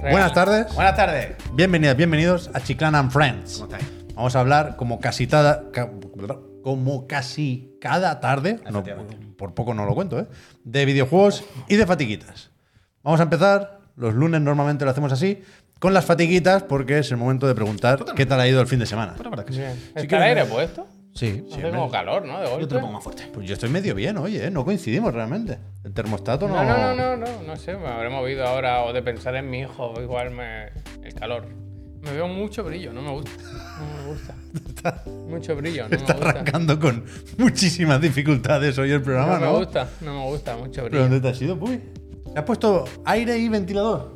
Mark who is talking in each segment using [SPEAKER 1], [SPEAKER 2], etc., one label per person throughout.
[SPEAKER 1] Buenas tardes.
[SPEAKER 2] Buenas tardes.
[SPEAKER 1] Bienvenidas, bienvenidos a Chiclan and Friends.
[SPEAKER 2] ¿Cómo estáis?
[SPEAKER 1] Vamos a hablar como casi cada, ca- como casi cada tarde, no,
[SPEAKER 2] Efectivamente.
[SPEAKER 1] por poco no lo cuento, ¿eh? de videojuegos y de fatiguitas. Vamos a empezar, los lunes normalmente lo hacemos así, con las fatiguitas porque es el momento de preguntar qué tal ha ido el fin de semana.
[SPEAKER 2] Pues
[SPEAKER 3] ¿Está el aire puesto?
[SPEAKER 1] Sí, sí,
[SPEAKER 3] Hace
[SPEAKER 1] hombre.
[SPEAKER 3] como calor, ¿no? De golpe.
[SPEAKER 2] Yo te lo pongo más fuerte.
[SPEAKER 1] Pues yo estoy medio bien, oye, ¿eh? no coincidimos realmente. El termostato no...
[SPEAKER 3] no, no, no, no, no, no sé, me habré movido ahora o de pensar en mi hijo, igual me, el calor. Me veo mucho brillo, no me gusta. No me gusta. mucho brillo, no me
[SPEAKER 1] Está
[SPEAKER 3] gusta.
[SPEAKER 1] arrancando con muchísimas dificultades hoy el programa,
[SPEAKER 3] No
[SPEAKER 1] ¿no?
[SPEAKER 3] me gusta, no me gusta, mucho
[SPEAKER 1] ¿Pero
[SPEAKER 3] brillo.
[SPEAKER 1] dónde te has ido, Puy? ¿Te has puesto aire y ventilador?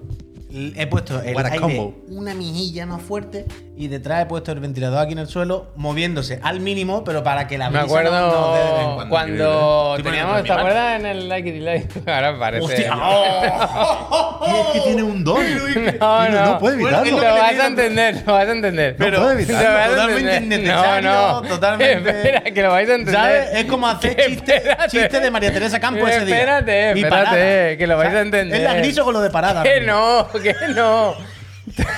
[SPEAKER 2] He puesto el
[SPEAKER 1] What a
[SPEAKER 2] aire
[SPEAKER 1] combo.
[SPEAKER 2] una mijilla más fuerte y detrás he puesto el ventilador aquí en el suelo, moviéndose al mínimo, pero para que la
[SPEAKER 3] Me
[SPEAKER 2] brisa
[SPEAKER 3] acuerdo
[SPEAKER 2] no nos dé de vez en cuando.
[SPEAKER 3] cuando
[SPEAKER 2] Estoy poniendo
[SPEAKER 3] teníamos, ¿te
[SPEAKER 2] también,
[SPEAKER 3] acuerdas en el Like It Like? Ahora parece.
[SPEAKER 2] ¡Hostia!
[SPEAKER 1] Y es que tiene un don.
[SPEAKER 3] No,
[SPEAKER 1] Tiene-
[SPEAKER 3] no.
[SPEAKER 1] puede evitarlo.
[SPEAKER 2] Bueno,
[SPEAKER 3] Lo
[SPEAKER 2] que le
[SPEAKER 3] vas
[SPEAKER 2] digo,
[SPEAKER 3] a entender, lo vas a entender.
[SPEAKER 1] Pero-
[SPEAKER 3] Lo vas a
[SPEAKER 2] totalmente
[SPEAKER 3] entender.
[SPEAKER 2] innecesario,
[SPEAKER 3] No, no.
[SPEAKER 2] totalmente-
[SPEAKER 3] Espera, que lo vais a entender.
[SPEAKER 2] ¿Sabes? Es como hacer
[SPEAKER 3] Que
[SPEAKER 2] chistes
[SPEAKER 3] espérate.
[SPEAKER 2] chiste de María Teresa Campo ese día.
[SPEAKER 3] Espérate,
[SPEAKER 2] Mi
[SPEAKER 3] espérate,
[SPEAKER 2] parada.
[SPEAKER 3] que lo vais
[SPEAKER 2] O sea,
[SPEAKER 3] a entender.
[SPEAKER 2] Es la griso con lo de parada.
[SPEAKER 3] Que no, que no.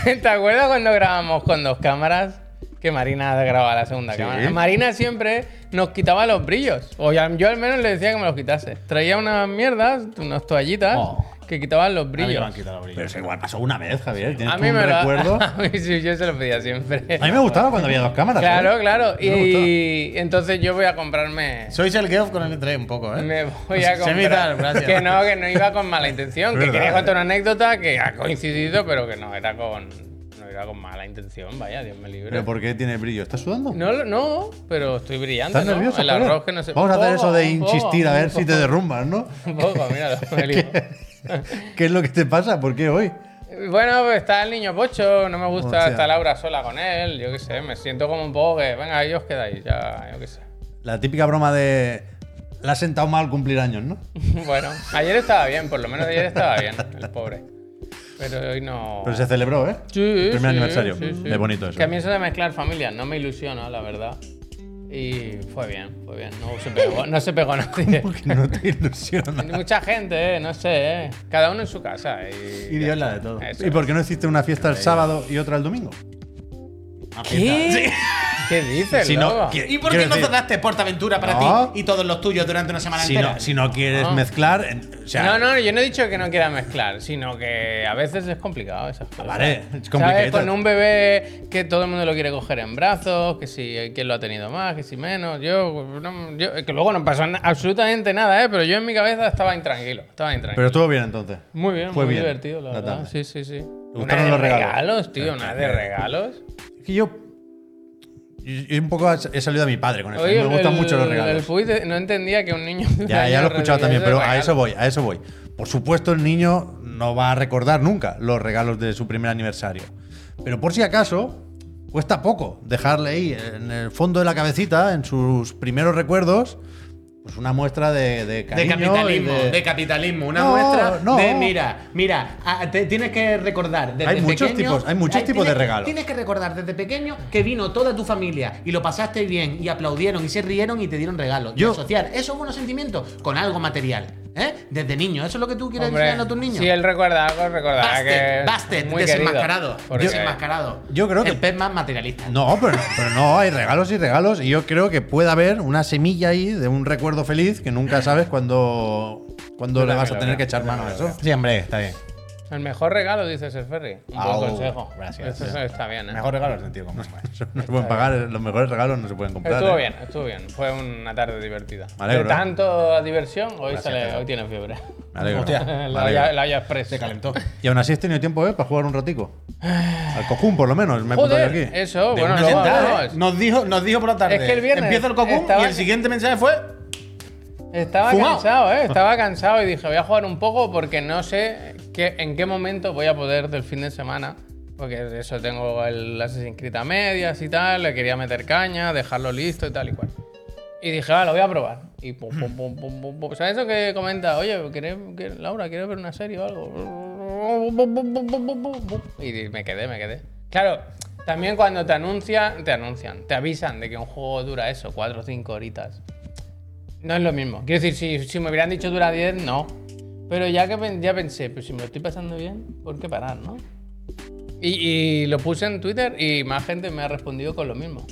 [SPEAKER 3] ¿Te acuerdas cuando grabamos con dos cámaras? Que Marina grababa la segunda
[SPEAKER 1] Sí.
[SPEAKER 3] cámara. Marina siempre nos quitaba los brillos. O ya- yo al menos le decía que me los quitase. Traía unas mierdas, unas toallitas,
[SPEAKER 2] Oh.
[SPEAKER 3] que quitaban los
[SPEAKER 2] A mí me lo
[SPEAKER 3] brillos.
[SPEAKER 2] han quitado el brillo.
[SPEAKER 1] Pero eso igual pasó una vez, Javier. Tienes
[SPEAKER 3] A
[SPEAKER 1] tú
[SPEAKER 3] mí
[SPEAKER 1] un
[SPEAKER 3] me lo
[SPEAKER 1] recuerdo.
[SPEAKER 3] a mí sí, yo se lo pedía siempre.
[SPEAKER 1] A mí me gustaba cuando había dos cámaras.
[SPEAKER 3] Claro,
[SPEAKER 1] ¿eh?
[SPEAKER 3] claro.
[SPEAKER 1] Me gustaba.
[SPEAKER 3] Y entonces yo voy a comprarme.
[SPEAKER 2] Sois el girl con el tren un poco, ¿eh?
[SPEAKER 3] Me voy a
[SPEAKER 2] Semitar,
[SPEAKER 3] comprar.
[SPEAKER 2] gracias.
[SPEAKER 3] Que no, que no iba con mala intención. que
[SPEAKER 1] Verdad.
[SPEAKER 3] quería contar una anécdota que ha coincidido, pero que no era con. No era con mala intención, vaya, Dios me libre.
[SPEAKER 1] ¿Pero por qué tiene brillo? ¿Estás sudando?
[SPEAKER 3] No, lo- no, pero estoy brillante.
[SPEAKER 1] ¿Estás
[SPEAKER 3] ¿no?
[SPEAKER 1] nervioso?
[SPEAKER 3] El
[SPEAKER 1] Javier?
[SPEAKER 3] arroz que no se Oh,
[SPEAKER 1] Vamos a hacer
[SPEAKER 3] Poco,
[SPEAKER 1] eso de
[SPEAKER 3] un poco,
[SPEAKER 1] insistir a
[SPEAKER 3] un
[SPEAKER 1] ver si te
[SPEAKER 3] poco,
[SPEAKER 1] derrumbas, ¿no?
[SPEAKER 3] Un poco, míralo. me ligo.
[SPEAKER 1] ¿Qué es lo que te pasa? ¿Por qué hoy?
[SPEAKER 3] Bueno, pues está el niño Pocho, no me gusta,
[SPEAKER 1] Hostia.
[SPEAKER 3] está Laura sola con él, yo qué sé, me siento como un poco que, venga, ahí os quedáis, ya, yo qué sé.
[SPEAKER 1] La típica broma de. La has sentado mal cumplir años, ¿no?
[SPEAKER 3] Bueno, ayer estaba bien, por lo menos ayer estaba bien, el pobre. Pero hoy no.
[SPEAKER 1] Pero se celebró, ¿eh?
[SPEAKER 3] Sí,
[SPEAKER 1] El primer
[SPEAKER 3] sí,
[SPEAKER 1] aniversario.
[SPEAKER 3] sí, sí.
[SPEAKER 1] Es bonito eso.
[SPEAKER 3] Que a mí eso de mezclar familias no me ilusiona, la verdad. Y fue bien, fue bien. No se pegó, no se pegó nadie.
[SPEAKER 1] No te ilusiona.
[SPEAKER 3] Mucha gente, eh, no sé, eh. Cada uno en su casa. Y,
[SPEAKER 2] Y Dios la de todo.
[SPEAKER 3] Eso.
[SPEAKER 1] ¿Y por qué no hiciste una fiesta el sábado y otra el domingo?
[SPEAKER 3] ¿Qué? ¿Qué dices,
[SPEAKER 1] Si no,
[SPEAKER 3] loco?
[SPEAKER 1] que-
[SPEAKER 2] ¿Y por qué
[SPEAKER 1] Quiero
[SPEAKER 2] no
[SPEAKER 1] decir-
[SPEAKER 2] cerraste Portaventura para
[SPEAKER 1] No.
[SPEAKER 2] ti y todos los tuyos durante una semana
[SPEAKER 1] Si
[SPEAKER 2] entera?
[SPEAKER 1] no, si no quieres
[SPEAKER 3] No.
[SPEAKER 1] mezclar. en- o sea,
[SPEAKER 3] no, no, yo no he dicho que no quiera mezclar, sino que a veces es complicado esas cosas.
[SPEAKER 1] Vale, es
[SPEAKER 3] ¿Sabes?
[SPEAKER 1] complicado.
[SPEAKER 3] Con un bebé que todo el mundo lo quiere coger en brazos, que si eh, quién lo ha tenido más, que si menos. Yo, no, yo- que luego no pasó na- absolutamente nada, ¿eh? pero yo en mi cabeza estaba intranquilo. Estaba intranquilo.
[SPEAKER 1] Pero estuvo bien entonces.
[SPEAKER 3] muy bien,
[SPEAKER 1] fue
[SPEAKER 3] muy
[SPEAKER 1] bien
[SPEAKER 3] divertido, la,
[SPEAKER 1] la
[SPEAKER 3] verdad.
[SPEAKER 1] tarde.
[SPEAKER 3] Sí, sí, sí.
[SPEAKER 1] gustaron
[SPEAKER 3] de
[SPEAKER 1] los regalos?
[SPEAKER 3] tío, una de regalos.
[SPEAKER 1] Es que yo. yo- yo un poco he salido a mi padre con eso.
[SPEAKER 3] Oye,
[SPEAKER 1] me gustan
[SPEAKER 3] el-
[SPEAKER 1] mucho los
[SPEAKER 3] El
[SPEAKER 1] regalos.
[SPEAKER 3] Puig de- no entendía que un niño. de un
[SPEAKER 1] Ya,
[SPEAKER 3] año
[SPEAKER 1] ya lo he escuchado
[SPEAKER 3] recibiese
[SPEAKER 1] también, pero a
[SPEAKER 3] regalos.
[SPEAKER 1] eso voy, a eso voy. Por supuesto, el niño no va a recordar nunca los regalos de su primer aniversario. Pero por si acaso, cuesta poco dejarle ahí, en el fondo de la cabecita, en sus primeros recuerdos, pues una muestra de, de
[SPEAKER 2] De
[SPEAKER 1] cariño. y
[SPEAKER 2] capitalismo, de... capitalismo. Una
[SPEAKER 1] No,
[SPEAKER 2] muestra
[SPEAKER 1] no.
[SPEAKER 2] de, mira, mira, ah, te tienes que recordar desde
[SPEAKER 1] Hay muchos
[SPEAKER 2] pequeño-
[SPEAKER 1] tipos- hay muchos
[SPEAKER 2] Ay,
[SPEAKER 1] tipos de
[SPEAKER 2] tienes-
[SPEAKER 1] regalos.
[SPEAKER 2] Tienes que recordar desde pequeño que vino toda tu familia y lo pasaste bien y aplaudieron y se rieron y te dieron regalos. Y
[SPEAKER 1] Yo-
[SPEAKER 2] asociar esos buenos sentimientos con algo material, ¿eh? Desde niño. Eso es lo que tú quieres
[SPEAKER 3] Hombre,
[SPEAKER 2] enseñar a tus niños.
[SPEAKER 3] Si él recuerda algo, recordará que.
[SPEAKER 2] Bastet,
[SPEAKER 3] es
[SPEAKER 2] Bastet,
[SPEAKER 3] muy querido.
[SPEAKER 2] desenmascarado.
[SPEAKER 3] Porque-
[SPEAKER 2] desenmascarado.
[SPEAKER 1] yo creo que-
[SPEAKER 2] El pez más materialista.
[SPEAKER 1] No, pero, pero no, hay regalos y regalos. Y yo creo que puede haber una semilla ahí de un recuerdo feliz que nunca sabes cuándo, cuándo
[SPEAKER 3] Yo
[SPEAKER 1] le vas a
[SPEAKER 3] también lo
[SPEAKER 1] tener
[SPEAKER 3] creo,
[SPEAKER 1] que echar
[SPEAKER 3] yo
[SPEAKER 1] mano a
[SPEAKER 3] también lo
[SPEAKER 1] eso.
[SPEAKER 2] Sí, hombre, está bien.
[SPEAKER 3] El mejor regalo, dice Sir Ferry. Un
[SPEAKER 2] Au,
[SPEAKER 3] buen consejo.
[SPEAKER 2] gracias.
[SPEAKER 3] Eso
[SPEAKER 2] Sí.
[SPEAKER 3] está bien, ¿eh?
[SPEAKER 2] regalo el sentido común.
[SPEAKER 1] No se pueden pagar, los mejores regalos no se pueden comprar.
[SPEAKER 3] Estuvo
[SPEAKER 1] ¿eh?
[SPEAKER 3] bien, estuvo bien. Fue una tarde divertida.
[SPEAKER 1] Me alegro,
[SPEAKER 3] De
[SPEAKER 1] ¿eh?
[SPEAKER 3] tanto diversión, hoy,
[SPEAKER 2] Gracias,
[SPEAKER 3] sale-
[SPEAKER 2] Pedro.
[SPEAKER 3] hoy tiene fiebre.
[SPEAKER 1] Me alegro.
[SPEAKER 2] Hostia,
[SPEAKER 1] Me
[SPEAKER 3] la,
[SPEAKER 1] alegro.
[SPEAKER 3] olla, la olla express. Se calentó.
[SPEAKER 1] Y aún así has tenido tiempo, ¿eh? Para jugar un ratico. Al cojún, por lo menos, me he apuntado yo
[SPEAKER 3] Joder,
[SPEAKER 1] aquí.
[SPEAKER 3] eso,
[SPEAKER 2] De
[SPEAKER 3] bueno,
[SPEAKER 2] una
[SPEAKER 3] luego
[SPEAKER 2] sentada,
[SPEAKER 3] hablamos.
[SPEAKER 2] ¿eh? nos, dijo, nos dijo por la tarde.
[SPEAKER 3] Es que el viernes
[SPEAKER 2] Empieza el cocum
[SPEAKER 3] estaba-
[SPEAKER 2] y el siguiente mensaje fue.
[SPEAKER 3] Estaba
[SPEAKER 2] Fumao.
[SPEAKER 3] cansado, ¿eh? Estaba cansado y dije, voy a jugar un poco porque no sé qué- en qué momento voy a poder del fin de semana. Porque de eso tengo el Assassin's Creed a medias y tal, le quería meter caña, dejarlo listo y tal y cual. Y dije, va, lo voy a probar. Y pum, pum, pum, pum, pum, pum. ¿Sabes eso que comenta? Oye, ¿quieres, que- Laura, ¿quieres ver una serie o algo? Y me quedé, me quedé. Claro, también cuando te anuncian, te anuncian, te avisan de que un juego dura eso, 4 o 5 horitas. No es lo mismo. Quiero decir, si, si me hubieran dicho dura 10, no. Pero ya que pen- ya pensé, pues si me lo estoy pasando bien, ¿por qué parar, no? Y, y lo puse en Twitter y más gente me ha respondido con lo mismo.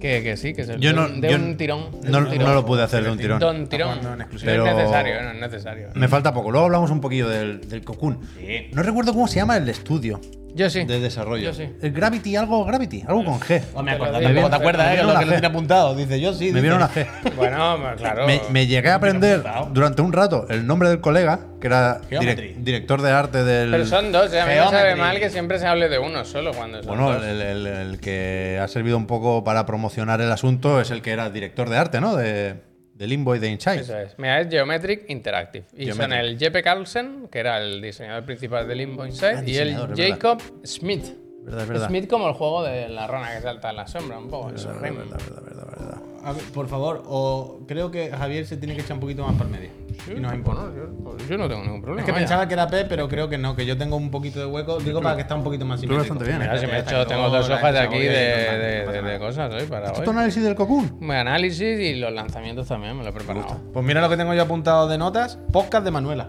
[SPEAKER 3] Que, que sí, que se
[SPEAKER 1] Yo no-
[SPEAKER 3] de
[SPEAKER 1] yo
[SPEAKER 3] un tirón. de
[SPEAKER 1] no-
[SPEAKER 3] un tirón.
[SPEAKER 1] no lo pude hacer de un tirón.
[SPEAKER 3] Don tirón.
[SPEAKER 4] Jugando en
[SPEAKER 3] No es
[SPEAKER 4] exclusiva.
[SPEAKER 1] Pero-
[SPEAKER 3] necesario, no es necesario.
[SPEAKER 1] Me falta poco. Luego hablamos un poquillo del, del Cocoon.
[SPEAKER 2] Sí.
[SPEAKER 1] No recuerdo cómo se llama el estudio
[SPEAKER 3] Yo sí.
[SPEAKER 1] de desarrollo.
[SPEAKER 3] Yo sí.
[SPEAKER 1] El Gravity, algo Gravity, algo con G.
[SPEAKER 2] O me
[SPEAKER 3] Pero
[SPEAKER 2] acuerdo,
[SPEAKER 3] de-
[SPEAKER 2] tampoco te
[SPEAKER 3] me
[SPEAKER 2] acuerdas, eh,
[SPEAKER 1] vieron
[SPEAKER 2] lo
[SPEAKER 1] la
[SPEAKER 2] que lo
[SPEAKER 1] G.
[SPEAKER 2] tiene apuntado. Dice, yo sí.
[SPEAKER 1] Me
[SPEAKER 2] dice.
[SPEAKER 1] vieron la G.
[SPEAKER 3] Bueno, pues, claro.
[SPEAKER 1] Me, me llegué a aprender durante un rato el nombre del colega, que era direc-
[SPEAKER 2] Geometry.
[SPEAKER 1] director de arte del.
[SPEAKER 3] Pero son dos, eh, a mí me
[SPEAKER 2] Geometry.
[SPEAKER 3] sabe mal que siempre se hable de uno solo cuando son
[SPEAKER 1] Bueno,
[SPEAKER 3] dos.
[SPEAKER 1] el, el- el que ha servido un poco para promocionar el asunto es el que era director de arte, ¿no? De, de Limbo y de Inside.
[SPEAKER 3] Eso es. Mira, es Geometric Interactive. Y son
[SPEAKER 1] Geometric.
[SPEAKER 3] el Jeppe Carlsen, que era el diseñador principal de Limbo
[SPEAKER 1] Ah,
[SPEAKER 3] Inside, y el
[SPEAKER 1] diseñador, es verdad.
[SPEAKER 3] Jacob Smith.
[SPEAKER 1] Verdad, es verdad.
[SPEAKER 3] Smith como el juego de la rana que salta en la sombra, un poco. eso rima.
[SPEAKER 1] Verdad, verdad, verdad.
[SPEAKER 4] A ver, por favor, o creo que Javier se tiene que echar un poquito más para el medio.
[SPEAKER 3] Sí,
[SPEAKER 4] Y nos
[SPEAKER 3] pues,
[SPEAKER 4] importa.
[SPEAKER 3] no, yo, pues, yo no tengo ningún problema.
[SPEAKER 4] Es que
[SPEAKER 3] vaya.
[SPEAKER 4] pensaba que era P, pero creo que no, que yo tengo un poquito de hueco. Digo para que está un poquito más
[SPEAKER 1] Tú lo ves
[SPEAKER 4] simétrico.
[SPEAKER 1] bastante bien, ¿eh?
[SPEAKER 3] Mira, si me he
[SPEAKER 4] Hasta
[SPEAKER 3] hecho,
[SPEAKER 4] que
[SPEAKER 3] tengo
[SPEAKER 4] luego
[SPEAKER 3] dos
[SPEAKER 4] la
[SPEAKER 3] hojas de
[SPEAKER 4] hecha
[SPEAKER 3] aquí de,
[SPEAKER 4] hoy, normal,
[SPEAKER 3] de-
[SPEAKER 4] no pasa
[SPEAKER 3] de-
[SPEAKER 4] nada.
[SPEAKER 3] de cosas hoy para
[SPEAKER 1] ¿Tu
[SPEAKER 3] hoy.
[SPEAKER 1] análisis del Cocoon?
[SPEAKER 3] Mi análisis y los lanzamientos también me lo he preparado.
[SPEAKER 4] Pues mira lo que tengo yo apuntado de notas. Podcast de Manuela.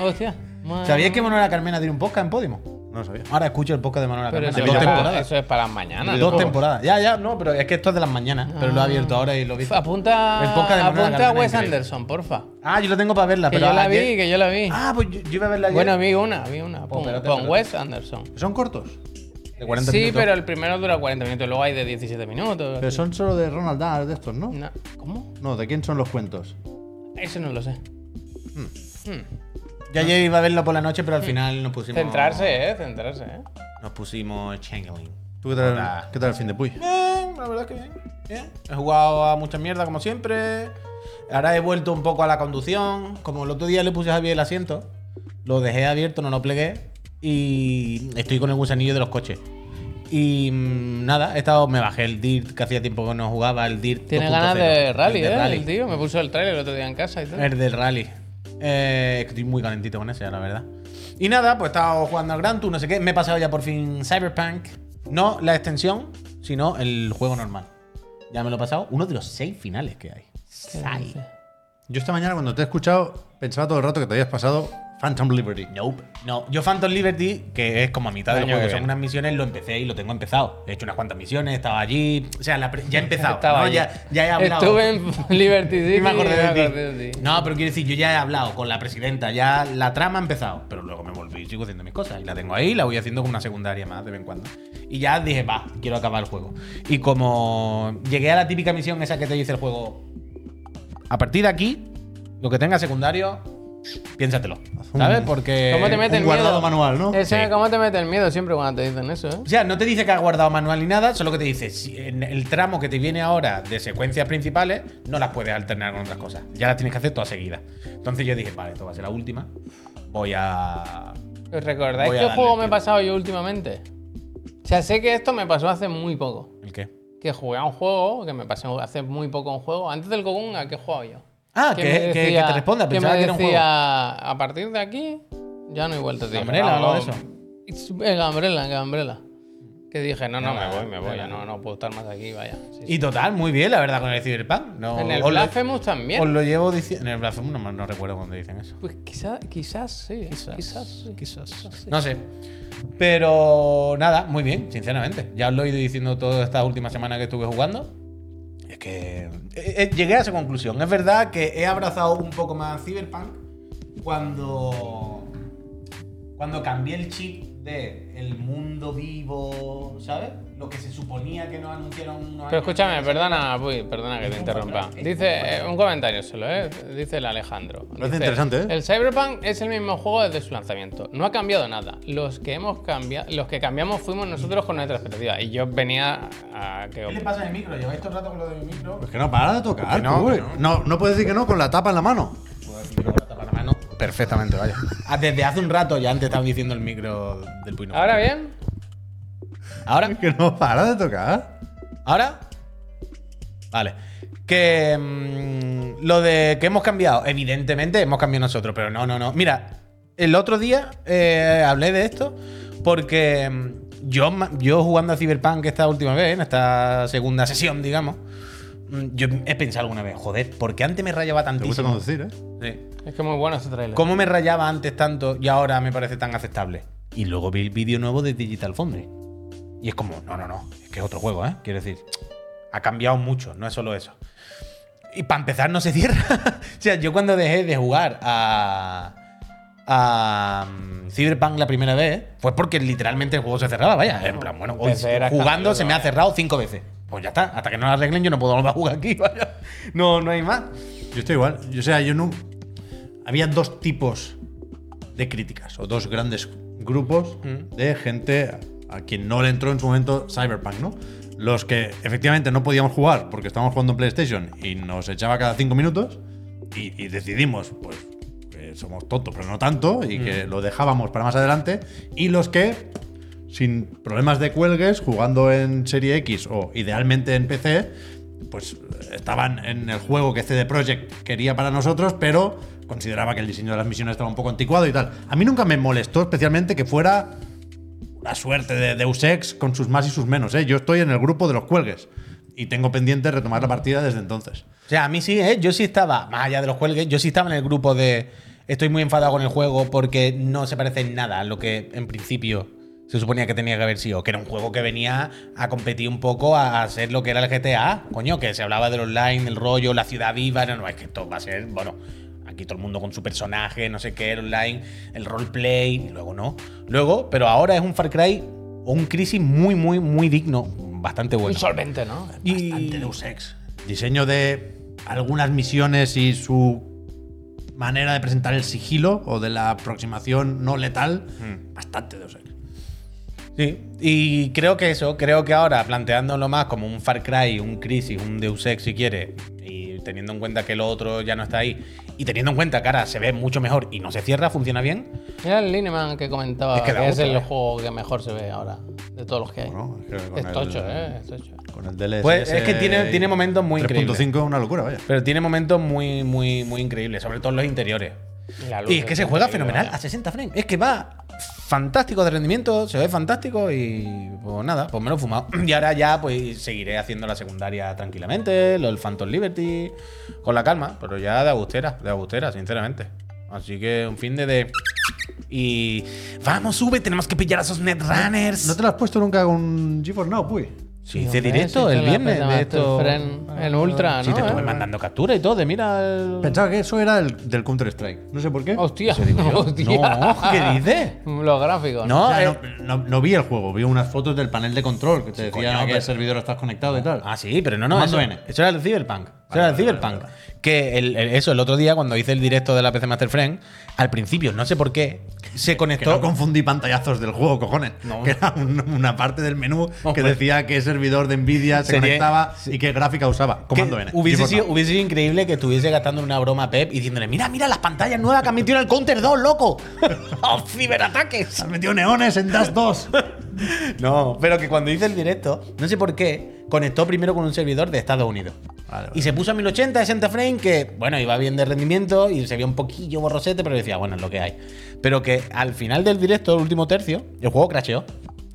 [SPEAKER 3] Hostia.
[SPEAKER 4] ¿Sabías que Manuela Carmena tiene un podcast en Podimo?
[SPEAKER 1] No lo sabía.
[SPEAKER 4] Ahora escucho el podcast de Manuela
[SPEAKER 3] Pero
[SPEAKER 4] Carmena.
[SPEAKER 3] eso,
[SPEAKER 4] De dos
[SPEAKER 3] ya-
[SPEAKER 4] temporadas.
[SPEAKER 3] eso es para las mañanas.
[SPEAKER 4] Dos
[SPEAKER 3] ¿no? Ah.
[SPEAKER 4] temporadas. Ya, ya, no, pero es que esto es de las mañanas. Pero lo he abierto ahora y lo he visto.
[SPEAKER 3] Apunta,
[SPEAKER 4] El podcast de Manuela
[SPEAKER 3] apunta a
[SPEAKER 4] Carmena,
[SPEAKER 3] Wes
[SPEAKER 4] increíble.
[SPEAKER 3] Anderson, porfa.
[SPEAKER 4] Ah, yo lo tengo para verla,
[SPEAKER 3] Que
[SPEAKER 4] pero
[SPEAKER 3] yo la vi,
[SPEAKER 4] ayer-
[SPEAKER 3] que yo la vi.
[SPEAKER 4] Ah, pues yo, yo iba a verla ayer.
[SPEAKER 3] Bueno, vi una, vi una. Pum,
[SPEAKER 4] Oh, espérate,
[SPEAKER 3] con
[SPEAKER 4] espérate.
[SPEAKER 3] Wes Anderson.
[SPEAKER 1] ¿Son cortos?
[SPEAKER 4] de 40
[SPEAKER 3] sí,
[SPEAKER 4] minutos.
[SPEAKER 3] pero el primero dura 40 minutos, luego hay de 17 minutos.
[SPEAKER 1] Pero son solo de Ronald Dahl, de estos, ¿no?
[SPEAKER 3] No, ¿Cómo?
[SPEAKER 1] No, ¿de quién son los cuentos?
[SPEAKER 3] Eso no lo sé.
[SPEAKER 4] Yo ayer iba a verla por la noche, pero al final nos pusimos.
[SPEAKER 3] Centrarse, eh, centrarse, eh.
[SPEAKER 4] Nos pusimos Changeling.
[SPEAKER 1] ¿Tú qué tal,
[SPEAKER 4] Hola.
[SPEAKER 1] qué tal el fin de Puy?
[SPEAKER 4] Bien, la verdad es que bien. bien. He jugado a mucha mierda como siempre. Ahora he vuelto un poco a la conducción. Como el otro día le puse a Javier el asiento, lo dejé abierto, no lo plegué. Y estoy con el gusanillo de los coches. Y mm, nada, he estado, me bajé el Dirt, que hacía tiempo que no jugaba, el Dirt.
[SPEAKER 3] Tiene
[SPEAKER 4] 2.0,
[SPEAKER 3] ganas de rally,
[SPEAKER 4] el del
[SPEAKER 3] eh,
[SPEAKER 4] rally.
[SPEAKER 3] el tío. Me puso el trailer el otro día en casa y todo.
[SPEAKER 4] El del rally. Eh, es que estoy muy calentito con ese, la verdad. Y nada, pues he estado jugando al Gran Tour, no sé qué. Me he pasado ya por fin Cyberpunk. No la extensión, sino el juego normal. Ya me lo he pasado. Uno de los seis finales que hay. Seis.
[SPEAKER 1] Yo esta mañana cuando te he escuchado pensaba todo el rato que te habías pasado Phantom Liberty.
[SPEAKER 4] Nope. No, yo Phantom Liberty, que es como a mitad del
[SPEAKER 3] Año
[SPEAKER 4] juego,
[SPEAKER 3] que
[SPEAKER 4] son
[SPEAKER 3] viene.
[SPEAKER 4] unas misiones, lo empecé y lo tengo empezado. He hecho unas cuantas misiones, estaba allí. O sea, la pre- ya he empezado.
[SPEAKER 3] Estaba
[SPEAKER 4] ¿no?
[SPEAKER 3] allí.
[SPEAKER 4] Ya, ya he hablado.
[SPEAKER 3] Estuve en Liberty City.
[SPEAKER 4] Sí, me acordé de ti.
[SPEAKER 3] de ti.
[SPEAKER 4] No, pero quiero decir, yo ya he hablado con la presidenta, ya la trama ha empezado, pero luego me volví y sigo haciendo mis cosas. Y la tengo ahí, la voy haciendo como una secundaria más de vez en cuando. Y ya dije, va, quiero acabar el juego. Y como llegué a la típica misión esa que te dice el juego, a partir de aquí, lo que tenga secundario, piénsatelo. ¿Sabes? Porque.
[SPEAKER 3] ¿Cómo te mete el
[SPEAKER 1] un guardado
[SPEAKER 3] miedo?
[SPEAKER 1] manual, ¿no?
[SPEAKER 3] Ese,
[SPEAKER 4] Sí.
[SPEAKER 3] ¿Cómo te mete el miedo siempre cuando te dicen eso, eh?
[SPEAKER 4] O sea, no te dice que has guardado manual ni nada, solo que te dice, si en el tramo que te viene ahora de secuencias principales, no las puedes alternar con otras cosas. Ya las tienes que hacer todas seguidas. Entonces yo dije, vale, esto va a ser la última. Voy a...
[SPEAKER 3] ¿Os ¿Recordáis
[SPEAKER 4] Voy a
[SPEAKER 3] qué
[SPEAKER 4] darle,
[SPEAKER 3] juego me he
[SPEAKER 4] tío.
[SPEAKER 3] pasado yo últimamente? O sea, sé que esto me pasó hace muy poco.
[SPEAKER 4] ¿El qué?
[SPEAKER 3] Que jugué a un juego, que me pasé hace muy poco un juego. Antes del Cocoon, ¿a qué he jugado yo?
[SPEAKER 4] Ah, que,
[SPEAKER 3] me
[SPEAKER 4] que- que
[SPEAKER 3] decía-
[SPEAKER 4] te responda,
[SPEAKER 3] que me
[SPEAKER 4] pensaba que, era un juego.
[SPEAKER 3] decía, a partir de aquí, ya no hay vuelta, tío.
[SPEAKER 4] Gambrela, algo de
[SPEAKER 3] Vamos". It's- eh, Gambrela, Gambrela. Que dije, no, no, me voy, me voy, ya no, no puedo estar más aquí, vaya. Sí, sí.
[SPEAKER 4] Y total, muy bien, la verdad, con el Cyberpunk. No,
[SPEAKER 3] en el
[SPEAKER 4] os lo-
[SPEAKER 3] Blasphemous
[SPEAKER 4] Os
[SPEAKER 3] también.
[SPEAKER 4] lo llevo diciendo... En el Blasphemous no, no recuerdo cuando dicen eso.
[SPEAKER 3] Pues quizás, quizás sí, quizás, sí.
[SPEAKER 4] No sé. Pero nada, muy bien, sinceramente. Ya os lo he ido diciendo toda esta última semana que estuve jugando. Es que eh, eh, llegué a esa conclusión. Es verdad que he abrazado un poco más Cyberpunk cuando cuando cambié el chip de el mundo vivo, ¿sabes? Lo que se suponía que nos anunciaron unos
[SPEAKER 3] Pero
[SPEAKER 4] años
[SPEAKER 3] escúchame, perdona, uy, perdona que te interrumpa. Dice eh, un comentario solo, ¿eh? Dice el Alejandro.
[SPEAKER 1] Parece
[SPEAKER 3] Dice,
[SPEAKER 1] interesante, ¿eh?
[SPEAKER 3] El Cyberpunk es el mismo juego desde su lanzamiento. No ha cambiado nada. Los que hemos cambiado, los que cambiamos fuimos nosotros con nuestra expectativa. Y yo venía a que.
[SPEAKER 4] ¿Qué le pasa en el micro? Lleváis todo el rato con lo de mi micro.
[SPEAKER 1] Pues que no para de tocar,
[SPEAKER 4] Que no,
[SPEAKER 1] tú,
[SPEAKER 4] que
[SPEAKER 1] eh. no. no puedes decir que no con la tapa en la mano.
[SPEAKER 4] Perfectamente, vaya. Ah, Desde hace un rato ya antes estaban diciendo el micro del Puy.
[SPEAKER 3] Ahora bien,
[SPEAKER 4] ¿Ahora?
[SPEAKER 1] Que no para de tocar.
[SPEAKER 4] ¿Ahora? Vale. Que mm, lo de que hemos cambiado, evidentemente hemos cambiado nosotros, pero no, no, no. Mira, el otro día eh, hablé de esto porque mm, yo, ma- yo jugando a Cyberpunk esta última vez, en esta segunda sesión, digamos, mm, yo he pensado alguna vez, joder, ¿por qué antes me rayaba
[SPEAKER 1] Te gusta
[SPEAKER 4] tantísimo?
[SPEAKER 1] conducir, ¿eh?
[SPEAKER 4] Sí.
[SPEAKER 3] es que muy bueno este trailer.
[SPEAKER 4] ¿Cómo me rayaba antes tanto y ahora me parece tan aceptable? Y luego vi el vídeo nuevo de Digital Foundry. Y es como, no, no, no, es que es otro juego, ¿eh? Quiero decir, ha cambiado mucho, no es solo eso. Y para empezar, no se cierra. o sea, yo cuando dejé de jugar a. a. mm, Cyberpunk la primera vez, fue porque literalmente el juego se cerraba, vaya. En plan, bueno, hoy
[SPEAKER 3] Empecé, era
[SPEAKER 4] jugando
[SPEAKER 3] cambio,
[SPEAKER 4] se me ha
[SPEAKER 3] vaya.
[SPEAKER 4] cerrado cinco veces. Pues ya está, hasta que no lo arreglen, yo no puedo volver a jugar aquí, vaya. No, no hay más.
[SPEAKER 1] Yo estoy igual. Yo, o sea, yo no. Había dos tipos de críticas, o dos grandes grupos de gente a quien no le entró en su momento Cyberpunk, ¿no? Los que efectivamente no podíamos jugar porque estábamos jugando en PlayStation y nos echaba cada cinco minutos y, y decidimos, pues, que somos tontos, pero no tanto, y que lo dejábamos para más adelante. Y los que sin problemas de cuelgues, jugando en Serie X o idealmente en PC, pues estaban en el juego que CD Projekt quería para nosotros, pero consideraba que el diseño de las misiones estaba un poco anticuado y tal. A mí nunca me molestó especialmente que fuera una suerte de Deus Ex con sus más y sus menos. ¿eh? Yo estoy en el grupo de los cuelgues y tengo pendiente retomar la partida desde entonces.
[SPEAKER 4] O sea, a mí sí, ¿eh? yo sí estaba, más allá de los juegues, yo sí estaba en el grupo de estoy muy enfadado con el juego porque no se parece en nada a lo que en principio se suponía que tenía que haber sido, que era un juego que venía a competir un poco a, a ser lo que era el GTA, coño, que se hablaba del online, el rollo, la ciudad viva, no, no, es que esto va a ser, bueno, aquí todo el mundo con su personaje, no sé qué, el online, el roleplay, y luego no, luego, pero ahora es un Far Cry o un Crisis muy, muy, muy digno, bastante bueno.
[SPEAKER 3] Un solvente, ¿no?
[SPEAKER 1] Bastante Deus Ex. Diseño de algunas misiones y su manera de presentar el sigilo o de la aproximación no letal, bastante Deus Ex.
[SPEAKER 4] Sí, y creo que eso, creo que ahora planteándolo más como un Far Cry, un Crisis, un Deus Ex si quieres, y teniendo en cuenta que el otro ya no está ahí, y teniendo en cuenta que ahora se ve mucho mejor y no se cierra, funciona bien,
[SPEAKER 3] Era el Lineman que comentaba
[SPEAKER 4] Es
[SPEAKER 3] que,
[SPEAKER 4] que da
[SPEAKER 3] es
[SPEAKER 4] gusto,
[SPEAKER 3] el
[SPEAKER 4] eh.
[SPEAKER 3] juego que mejor se ve ahora, de todos los que hay.
[SPEAKER 1] Bueno, es que con
[SPEAKER 3] es
[SPEAKER 1] el-
[SPEAKER 3] tocho, ¿eh? Es tocho.
[SPEAKER 1] Con el DLSS
[SPEAKER 4] Pues, es que tiene- tiene momentos muy
[SPEAKER 1] 3.5 una locura, vaya.
[SPEAKER 4] pero tiene momentos muy, muy, muy increíbles, sobre todo en los interiores.
[SPEAKER 3] Y, la luz
[SPEAKER 4] Y es que se juega
[SPEAKER 3] increíble,
[SPEAKER 4] fenomenal
[SPEAKER 2] ¿eh?
[SPEAKER 3] vaya.
[SPEAKER 4] a 60 frames, es que va fantástico de rendimiento, se ve fantástico y pues nada, pues me lo he fumado. Y ahora ya pues seguiré haciendo la secundaria tranquilamente, lo del Phantom Liberty, con la calma, pero ya de agustera, de agustera, sinceramente. Así que un fin de... de- Y vamos, sube, tenemos que pillar a esos Netrunners.
[SPEAKER 1] ¿No te lo has puesto nunca con GeForce Now, puy?
[SPEAKER 4] Sí,
[SPEAKER 3] Sí,
[SPEAKER 4] hice
[SPEAKER 3] hombre,
[SPEAKER 4] directo
[SPEAKER 3] ¿eh? sí,
[SPEAKER 4] el
[SPEAKER 3] te la
[SPEAKER 4] viernes
[SPEAKER 3] peta
[SPEAKER 4] de esto.
[SPEAKER 3] Master Friend en Ultra,
[SPEAKER 4] Sí,
[SPEAKER 3] ¿no?
[SPEAKER 4] te estuve
[SPEAKER 3] ¿Eh?
[SPEAKER 4] mandando captura y todo, de mira el...
[SPEAKER 1] Pensaba que eso era del, del Counter-Strike. No sé por
[SPEAKER 4] Oh,
[SPEAKER 1] qué.
[SPEAKER 3] Hostia, hostia.
[SPEAKER 4] No, ¿qué dices?
[SPEAKER 3] Los gráficos.
[SPEAKER 4] No,
[SPEAKER 1] O sea,
[SPEAKER 4] eh,
[SPEAKER 1] no, no- no vi el juego, vi unas fotos del panel de control que te decían
[SPEAKER 4] coño,
[SPEAKER 1] a qué
[SPEAKER 4] pero-
[SPEAKER 1] servidor estás conectado y tal.
[SPEAKER 4] Ah, sí, pero no, no.
[SPEAKER 1] Mando
[SPEAKER 4] Eso,
[SPEAKER 1] N.
[SPEAKER 4] eso era el Cyberpunk. Eso era el Cyberpunk. Que el- el- eso, el otro día, cuando hice el directo de la PC Master Friend, al principio, no sé por qué, se
[SPEAKER 1] que
[SPEAKER 4] conectó.
[SPEAKER 1] no confundí pantallazos del juego, cojones.
[SPEAKER 4] No.
[SPEAKER 1] Que era un- una parte del menú que
[SPEAKER 4] Hombre.
[SPEAKER 1] decía qué servidor de Nvidia se
[SPEAKER 4] Sería-
[SPEAKER 1] conectaba y qué gráfica usaba.
[SPEAKER 4] que
[SPEAKER 1] Comando N.
[SPEAKER 4] hubiese,
[SPEAKER 1] GeForce
[SPEAKER 4] sido,
[SPEAKER 1] Now.
[SPEAKER 4] hubiese sido increíble que estuviese gastando una broma a Pep y diciéndole: Mira, mira las pantallas nuevas que han metido en el Counter 2, loco. ¡Oh, ciberataques!
[SPEAKER 1] Has metido neones en Dash 2.
[SPEAKER 4] No, pero que cuando hice el directo, no sé por qué, conectó primero con un servidor de Estados Unidos.
[SPEAKER 1] Vale, vale.
[SPEAKER 4] Y se puso a 1080, 60 frames, que bueno, iba bien de rendimiento y se veía un poquillo borrosete, pero decía, bueno, es lo que hay. Pero que al final del directo, el último tercio, el juego crasheó.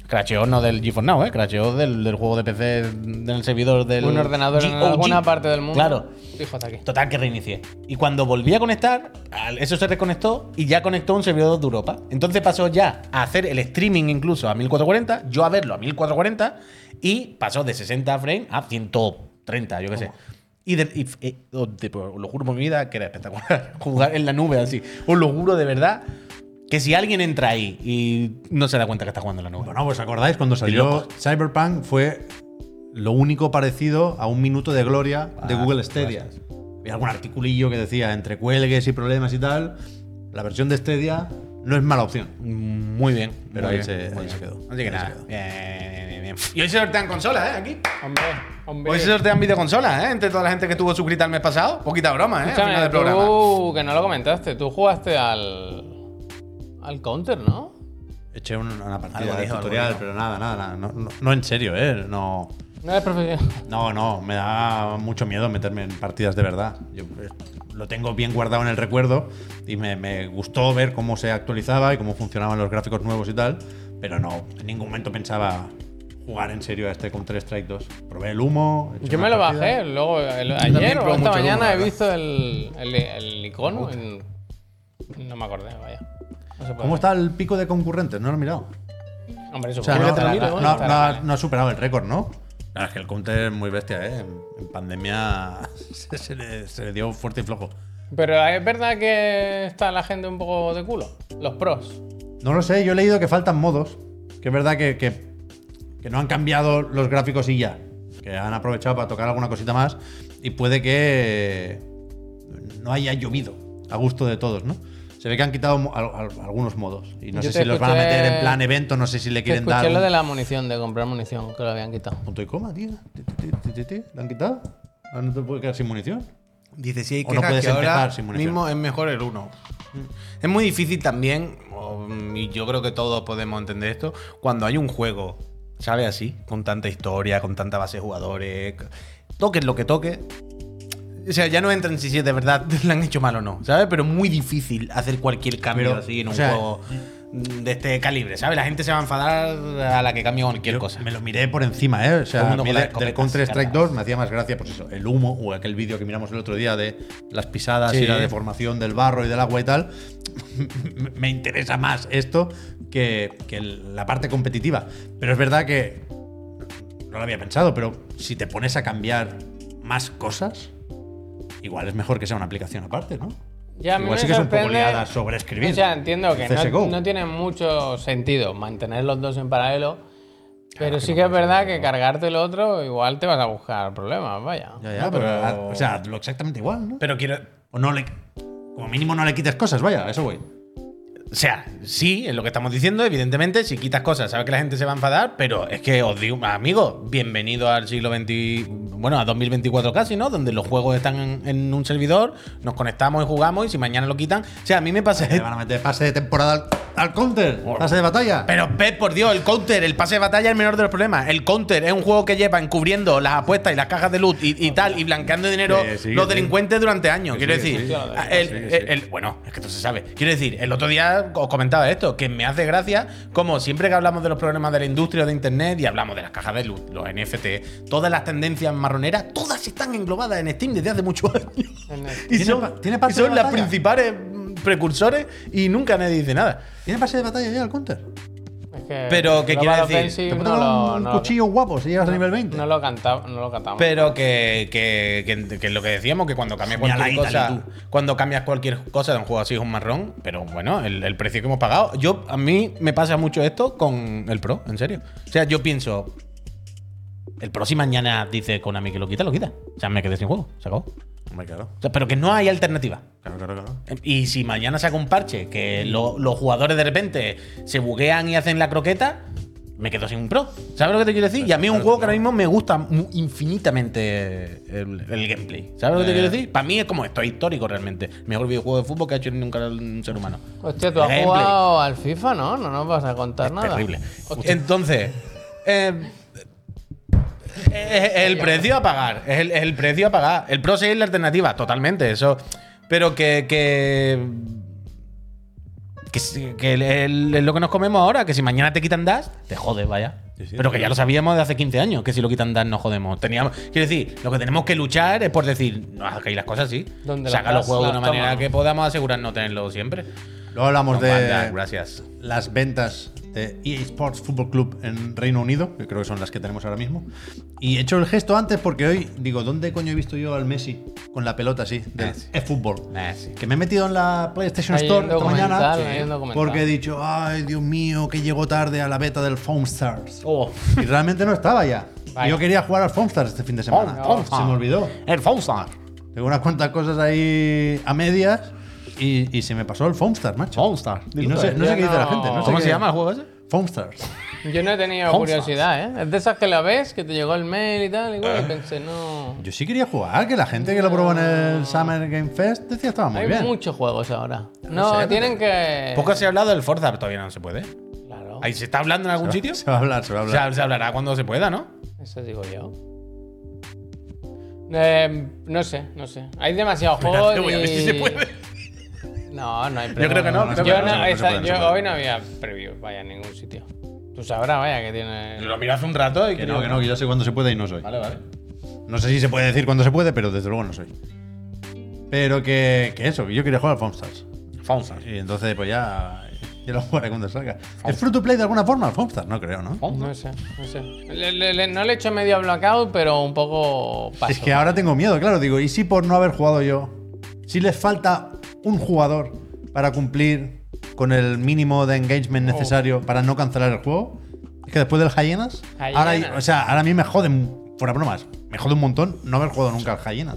[SPEAKER 4] Crasheó no del GeForce Now, ¿eh? Crasheó del, del juego de PC, del servidor del.
[SPEAKER 3] Un ordenador en
[SPEAKER 4] GOG.
[SPEAKER 3] alguna parte del mundo.
[SPEAKER 4] Claro.
[SPEAKER 3] Fijo, hasta aquí.
[SPEAKER 4] Total, que reinicié. Y cuando volví a conectar, al- eso se desconectó y ya conectó un servidor de Europa. Entonces pasó ya a hacer el streaming incluso a 1440, yo a verlo a 1440 y pasó de 60 frames a 130, yo qué sé. Y, de- y f- eh, oh, te- por- lo juro por mi vida que era espectacular. Jugar en la nube así. Os lo juro de verdad que si alguien entra ahí y no se da cuenta que está jugando en la nube.
[SPEAKER 1] Bueno, pues acordáis cuando salió Cyberpunk fue lo único parecido a un minuto de gloria de
[SPEAKER 4] Ah,
[SPEAKER 1] Google Stadia.
[SPEAKER 4] gracias.
[SPEAKER 1] Había algún articulillo que decía entre cuelgues y problemas y tal, la versión de Stadia no es mala opción.
[SPEAKER 4] Mm, Muy bien.
[SPEAKER 1] Pero
[SPEAKER 4] muy
[SPEAKER 1] ahí
[SPEAKER 4] bien,
[SPEAKER 1] se-
[SPEAKER 4] muy
[SPEAKER 1] ahí
[SPEAKER 4] bien.
[SPEAKER 1] se quedó.
[SPEAKER 4] Así que
[SPEAKER 1] Ahí se
[SPEAKER 4] nada.
[SPEAKER 1] quedó.
[SPEAKER 4] Bien, bien, bien, bien. Y hoy se sortean consolas, ¿eh? Aquí.
[SPEAKER 3] Hombre, hombre.
[SPEAKER 4] Hoy se sortean videoconsolas, ¿eh? Entre toda la gente que estuvo suscrita el mes pasado. Poquita broma, ¿eh? Al final
[SPEAKER 3] Escúchame,
[SPEAKER 4] del programa.
[SPEAKER 3] tú, que no lo comentaste, tú jugaste al. al Counter, ¿no?
[SPEAKER 1] Eché un- una
[SPEAKER 4] Algo
[SPEAKER 1] partida de
[SPEAKER 4] dijo, algo
[SPEAKER 1] tutorial,
[SPEAKER 4] dijo.
[SPEAKER 1] pero nada, nada, nada. No, no- no en serio, ¿eh? No,
[SPEAKER 3] No eres profesional.
[SPEAKER 1] no, no, me da mucho miedo meterme en partidas de verdad. Yo eh, lo tengo bien guardado en el recuerdo y me, me gustó ver cómo se actualizaba y cómo funcionaban los gráficos nuevos y tal, pero no, en ningún momento pensaba jugar en serio a este Counter-Strike 2. Probé el humo. eché
[SPEAKER 3] Yo me
[SPEAKER 1] una
[SPEAKER 3] lo
[SPEAKER 1] partida.
[SPEAKER 3] bajé, luego el-
[SPEAKER 4] también
[SPEAKER 3] ayer
[SPEAKER 4] probé
[SPEAKER 3] o esta
[SPEAKER 4] mucho
[SPEAKER 3] mañana
[SPEAKER 4] Luma,
[SPEAKER 3] he
[SPEAKER 4] ¿verdad?
[SPEAKER 3] visto el, el, el icono en- No me acordé, vaya. No se puede
[SPEAKER 1] ¿Cómo
[SPEAKER 3] ver.
[SPEAKER 1] está el pico de concurrentes? No lo he mirado.
[SPEAKER 3] Hombre, eso
[SPEAKER 1] O sea,
[SPEAKER 3] fue
[SPEAKER 1] no,
[SPEAKER 3] lo Pues que te lo
[SPEAKER 1] no- no-
[SPEAKER 3] miro, ¿eh?
[SPEAKER 1] no-
[SPEAKER 3] Estará,
[SPEAKER 1] no
[SPEAKER 3] vale.
[SPEAKER 1] ha- no ha superado el récord, ¿no? Claro, es que el counter es muy bestia, ¿eh? En, en pandemia se, se le, se le dio fuerte y flojo.
[SPEAKER 3] Pero es verdad que está la gente un poco de culo. Los pros.
[SPEAKER 1] No lo sé, yo he leído que faltan modos. Que es verdad que, que- que no han cambiado los gráficos y ya. Que han aprovechado para tocar alguna cosita más. Y puede que no haya llovido a gusto de todos, ¿no? Se ve que han quitado mo- al- al- algunos modos. Y no
[SPEAKER 3] Yo
[SPEAKER 1] sé
[SPEAKER 3] te
[SPEAKER 1] si los van a
[SPEAKER 3] escuché-
[SPEAKER 1] meter en plan evento, no sé si le
[SPEAKER 3] Que
[SPEAKER 1] quieren dar.
[SPEAKER 3] escuché lo
[SPEAKER 1] un-
[SPEAKER 3] de la munición, de comprar munición, que lo habían quitado.
[SPEAKER 1] Punto y coma, tío. Ti, ti, ti, ti, ti. ¿La han quitado? Ahora no te puedes quedar sin munición.
[SPEAKER 4] Dice, si hay
[SPEAKER 1] O no
[SPEAKER 4] quejas
[SPEAKER 1] puedes
[SPEAKER 4] que ahora
[SPEAKER 1] empezar sin munición.
[SPEAKER 4] mismo es mejor el 1. Es muy difícil también, o- y yo creo que todos podemos entender esto, cuando hay un juego, ¿sabes? Así, con tanta historia, con tanta base de jugadores. Toques lo que toque. O sea, ya no entran si sí, de verdad le han hecho mal o no, ¿sabes? Pero es muy difícil hacer cualquier cambio
[SPEAKER 1] Pero,
[SPEAKER 4] así en
[SPEAKER 1] o
[SPEAKER 4] un
[SPEAKER 1] sea,
[SPEAKER 4] juego de este calibre, ¿sabes? La gente se va a enfadar a la que cambie cualquier
[SPEAKER 1] Yo
[SPEAKER 4] cosa.
[SPEAKER 1] Me lo miré por encima, ¿eh? O sea,
[SPEAKER 4] Todo
[SPEAKER 1] a
[SPEAKER 4] el mundo
[SPEAKER 1] mí
[SPEAKER 4] con las
[SPEAKER 1] de- del
[SPEAKER 4] escopetas
[SPEAKER 1] Counter Strike
[SPEAKER 4] cargadas.
[SPEAKER 1] 2 me hacía más gracia, pues eso, el humo o aquel vídeo que miramos el otro día de las pisadas
[SPEAKER 4] Sí.
[SPEAKER 1] y la deformación del barro y del agua y tal. me- me interesa más esto que, que la parte competitiva. Pero es verdad que no lo había pensado, pero si te pones a cambiar más cosas, igual es mejor que sea una aplicación aparte, ¿no?
[SPEAKER 3] Ya, a mí
[SPEAKER 1] igual
[SPEAKER 3] me
[SPEAKER 1] sí que es un poco
[SPEAKER 3] sorprende-
[SPEAKER 1] liada sobreescribir.
[SPEAKER 3] O sea, entiendo que no,
[SPEAKER 1] CSGO.
[SPEAKER 3] no tiene mucho sentido mantener los dos en paralelo. Pero
[SPEAKER 1] que
[SPEAKER 3] sí
[SPEAKER 1] no
[SPEAKER 3] que es
[SPEAKER 1] puede ser,
[SPEAKER 3] verdad que cargarte el otro igual te vas a buscar problemas, vaya.
[SPEAKER 1] Ya, ya,
[SPEAKER 4] No,
[SPEAKER 1] pero,
[SPEAKER 4] pero-
[SPEAKER 1] haz- o sea, hazlo exactamente igual, ¿no?
[SPEAKER 4] Pero quiero,
[SPEAKER 1] O Pues no le. Como mínimo no le quites cosas, vaya, a eso voy.
[SPEAKER 4] O sea, sí, es lo que estamos diciendo, evidentemente, si quitas cosas, sabes que la gente se va a enfadar, pero es que os digo, amigos, bienvenido al siglo XX, bueno, a 2024 casi, ¿no? Donde los juegos están en, en un servidor, nos conectamos y jugamos, y si mañana lo quitan, o sea, a mí me pasa...
[SPEAKER 1] Le van a meter pase de temporada al, al counter, pase de batalla.
[SPEAKER 4] Pero, Pep, por Dios, el counter, el pase de batalla es el menor de los problemas. El counter es un juego que lleva encubriendo las apuestas y las cajas de loot y, y tal, y blanqueando dinero
[SPEAKER 1] Que sí, que
[SPEAKER 4] los
[SPEAKER 1] sí.
[SPEAKER 4] delincuentes durante años.
[SPEAKER 1] Que
[SPEAKER 4] Quiero
[SPEAKER 1] sí, que
[SPEAKER 4] decir,
[SPEAKER 1] sí.
[SPEAKER 4] a- el-
[SPEAKER 1] Que sí, que
[SPEAKER 4] el- el- bueno, es que esto se sabe. Quiero decir, el otro día os comentaba esto, que me hace gracia como siempre que hablamos de los problemas de la industria de Internet y hablamos de las cajas de loot, los NFT, todas las tendencias marroneras, todas están englobadas en Steam desde hace muchos años. Y
[SPEAKER 1] ¿Tiene
[SPEAKER 4] son,
[SPEAKER 1] pa- tiene
[SPEAKER 4] y
[SPEAKER 1] pase de
[SPEAKER 4] son las
[SPEAKER 1] batalla?
[SPEAKER 4] principales mm, precursores y nunca nadie dice nada.
[SPEAKER 1] ¿Tiene pase de batalla ya al counter?
[SPEAKER 3] Es que
[SPEAKER 4] Pero, ¿qué
[SPEAKER 3] Global
[SPEAKER 4] quiere decir?
[SPEAKER 1] Te
[SPEAKER 3] Offensive
[SPEAKER 1] ponen
[SPEAKER 3] no lo,
[SPEAKER 1] un
[SPEAKER 3] no lo-
[SPEAKER 1] cuchillo guapo si llegas a nivel 20.
[SPEAKER 3] no lo canta- no lo cantamos.
[SPEAKER 4] Pero que, que, que- que lo que decíamos, que cuando cambias
[SPEAKER 1] Mira la
[SPEAKER 4] cualquier
[SPEAKER 1] Italy,
[SPEAKER 4] cosa, cuando cambias cualquier cosa de un juego así es un marrón, pero bueno, el, el precio que hemos pagado. Yo, a mí me pasa mucho esto con el Pro, en serio. O sea, yo pienso, el Pro si mañana dice Konami que lo quita, lo quita. O sea, me quedé sin juego, se acabó.
[SPEAKER 1] Hombre, claro.
[SPEAKER 4] O sea, pero que no hay alternativa.
[SPEAKER 1] Claro, claro, claro.
[SPEAKER 4] Y si mañana saca un parche que lo- los jugadores de repente se buguean y hacen la croqueta, me quedo sin un pro. ¿Sabes lo que te quiero decir? Y a mí es un juego que ahora mismo me gusta mu- infinitamente el, el gameplay. ¿Sabes lo que te quiero decir? Para mí es como esto, es histórico realmente. El mejor videojuego de fútbol que ha hecho nunca un ser humano.
[SPEAKER 3] Hostia, tú has
[SPEAKER 4] Gameplay.
[SPEAKER 3] jugado al FIFA, ¿no? No nos vas a contar nada.
[SPEAKER 4] Terrible.
[SPEAKER 3] Hostia,
[SPEAKER 4] Entonces, eh, es el precio a pagar. Es el, es el precio a pagar. El Pro 6 es la alternativa, totalmente. Eso. Pero que. que que, si- que el- el- es lo que nos comemos ahora, que si mañana te quitan DAS, te jodes, vaya.
[SPEAKER 1] Sí, sí,
[SPEAKER 4] Pero que ya lo sabíamos de hace 15 años, que si lo quitan DAS nos jodemos. Teníamos, quiero decir, lo que tenemos que luchar es por decir, no hagáis las cosas así.
[SPEAKER 3] Donde
[SPEAKER 4] Saca
[SPEAKER 3] las
[SPEAKER 4] los
[SPEAKER 3] DAS
[SPEAKER 4] juegos de
[SPEAKER 3] las
[SPEAKER 4] una manera
[SPEAKER 3] toman.
[SPEAKER 4] que podamos asegurarnos tenerlo siempre.
[SPEAKER 1] Luego hablamos
[SPEAKER 4] Nos van DAS,
[SPEAKER 1] de
[SPEAKER 4] gracias.
[SPEAKER 1] las ventas de EA Sports Football Club en Reino Unido, que creo que son las que tenemos ahora mismo. Y he hecho el gesto antes porque hoy digo, ¿dónde coño he visto yo al Messi con la pelota así? Del
[SPEAKER 4] Messi.
[SPEAKER 1] eFootball.
[SPEAKER 4] Ah, sí.
[SPEAKER 1] Que me he metido en la PlayStation
[SPEAKER 3] Hay
[SPEAKER 1] Store
[SPEAKER 3] un
[SPEAKER 1] esta mañana
[SPEAKER 3] documental, hay un documental.
[SPEAKER 1] porque he dicho, ay, Dios mío, que llegó tarde a la beta del Foam Stars.
[SPEAKER 4] Oh.
[SPEAKER 1] Y realmente no estaba ya.
[SPEAKER 3] Vaya. Oh,
[SPEAKER 1] Y Yo quería jugar al Foam Stars este fin de semana.
[SPEAKER 4] Foam Stars.
[SPEAKER 1] Se me olvidó.
[SPEAKER 4] El Faustar.
[SPEAKER 1] Tengo unas cuantas cosas ahí a medias y, y se me pasó el Foam Stars, macho.
[SPEAKER 4] Foamstar.
[SPEAKER 1] Y no sé, no sé qué dice la gente. No sé
[SPEAKER 4] eh, ¿Cómo
[SPEAKER 1] qué-
[SPEAKER 4] se llama el juego ese?
[SPEAKER 1] Foam Stars.
[SPEAKER 3] Yo no he tenido
[SPEAKER 4] Homsa.
[SPEAKER 3] curiosidad, ¿eh? Es de esas que la ves, que te llegó el mail y tal, igual,
[SPEAKER 4] Ah.
[SPEAKER 3] y pensé, no.
[SPEAKER 1] Yo sí quería jugar, que la gente que lo probó en el Summer Game Fest decía que estaba muy
[SPEAKER 3] Hay
[SPEAKER 1] bien.
[SPEAKER 3] muchos juegos ahora. No,
[SPEAKER 1] sé,
[SPEAKER 3] tienen que.
[SPEAKER 4] Poco se ha hablado del Forza, pero todavía no se puede.
[SPEAKER 3] Claro,
[SPEAKER 4] Ahí se está hablando en algún sitio.
[SPEAKER 1] Se va a hablar, se va a
[SPEAKER 4] O
[SPEAKER 1] hablar.
[SPEAKER 4] sea, se hablará cuando se pueda, ¿no?
[SPEAKER 3] eso digo yo. Eh, no sé, no sé. Hay demasiados juegos.
[SPEAKER 4] Voy a ver si
[SPEAKER 3] y-
[SPEAKER 4] se puede.
[SPEAKER 3] No, no hay
[SPEAKER 4] Yo creo que no, creo que
[SPEAKER 3] Yo,
[SPEAKER 4] no,
[SPEAKER 3] no-
[SPEAKER 1] no se
[SPEAKER 3] esa-
[SPEAKER 1] puede, no
[SPEAKER 3] yo
[SPEAKER 1] se puede.
[SPEAKER 3] hoy no había preview, vaya, en ningún sitio. Tú sabrás, vaya, que tiene.
[SPEAKER 4] Lo miro hace un rato y
[SPEAKER 1] Que no, que no, que yo sé cuándo se puede y no soy.
[SPEAKER 4] Vale, vale.
[SPEAKER 1] No sé si se puede decir cuándo se puede, pero desde luego no soy. Pero que, que eso, que yo quería jugar al Foam Stars.
[SPEAKER 4] Faustar.
[SPEAKER 1] Y entonces, pues ya. Ya lo jugaré cuando salga. ¿Es free to play de alguna forma? Homestar, no creo, ¿no?
[SPEAKER 3] No sé, no sé. Le- le- le- no le he hecho medio blackout, pero un poco paso.
[SPEAKER 1] Es que ahora tengo miedo, claro. Digo, ¿y si por no haber jugado yo? Si les falta un jugador para cumplir con el mínimo de engagement
[SPEAKER 3] Oh.
[SPEAKER 1] necesario para no cancelar el juego. Es que después del Hyenas. Ahora, hay-
[SPEAKER 3] Hyenas.
[SPEAKER 1] o sea, ahora a mí me joden, fuera bromas, me jode un montón no haber jugado nunca al Hyenas.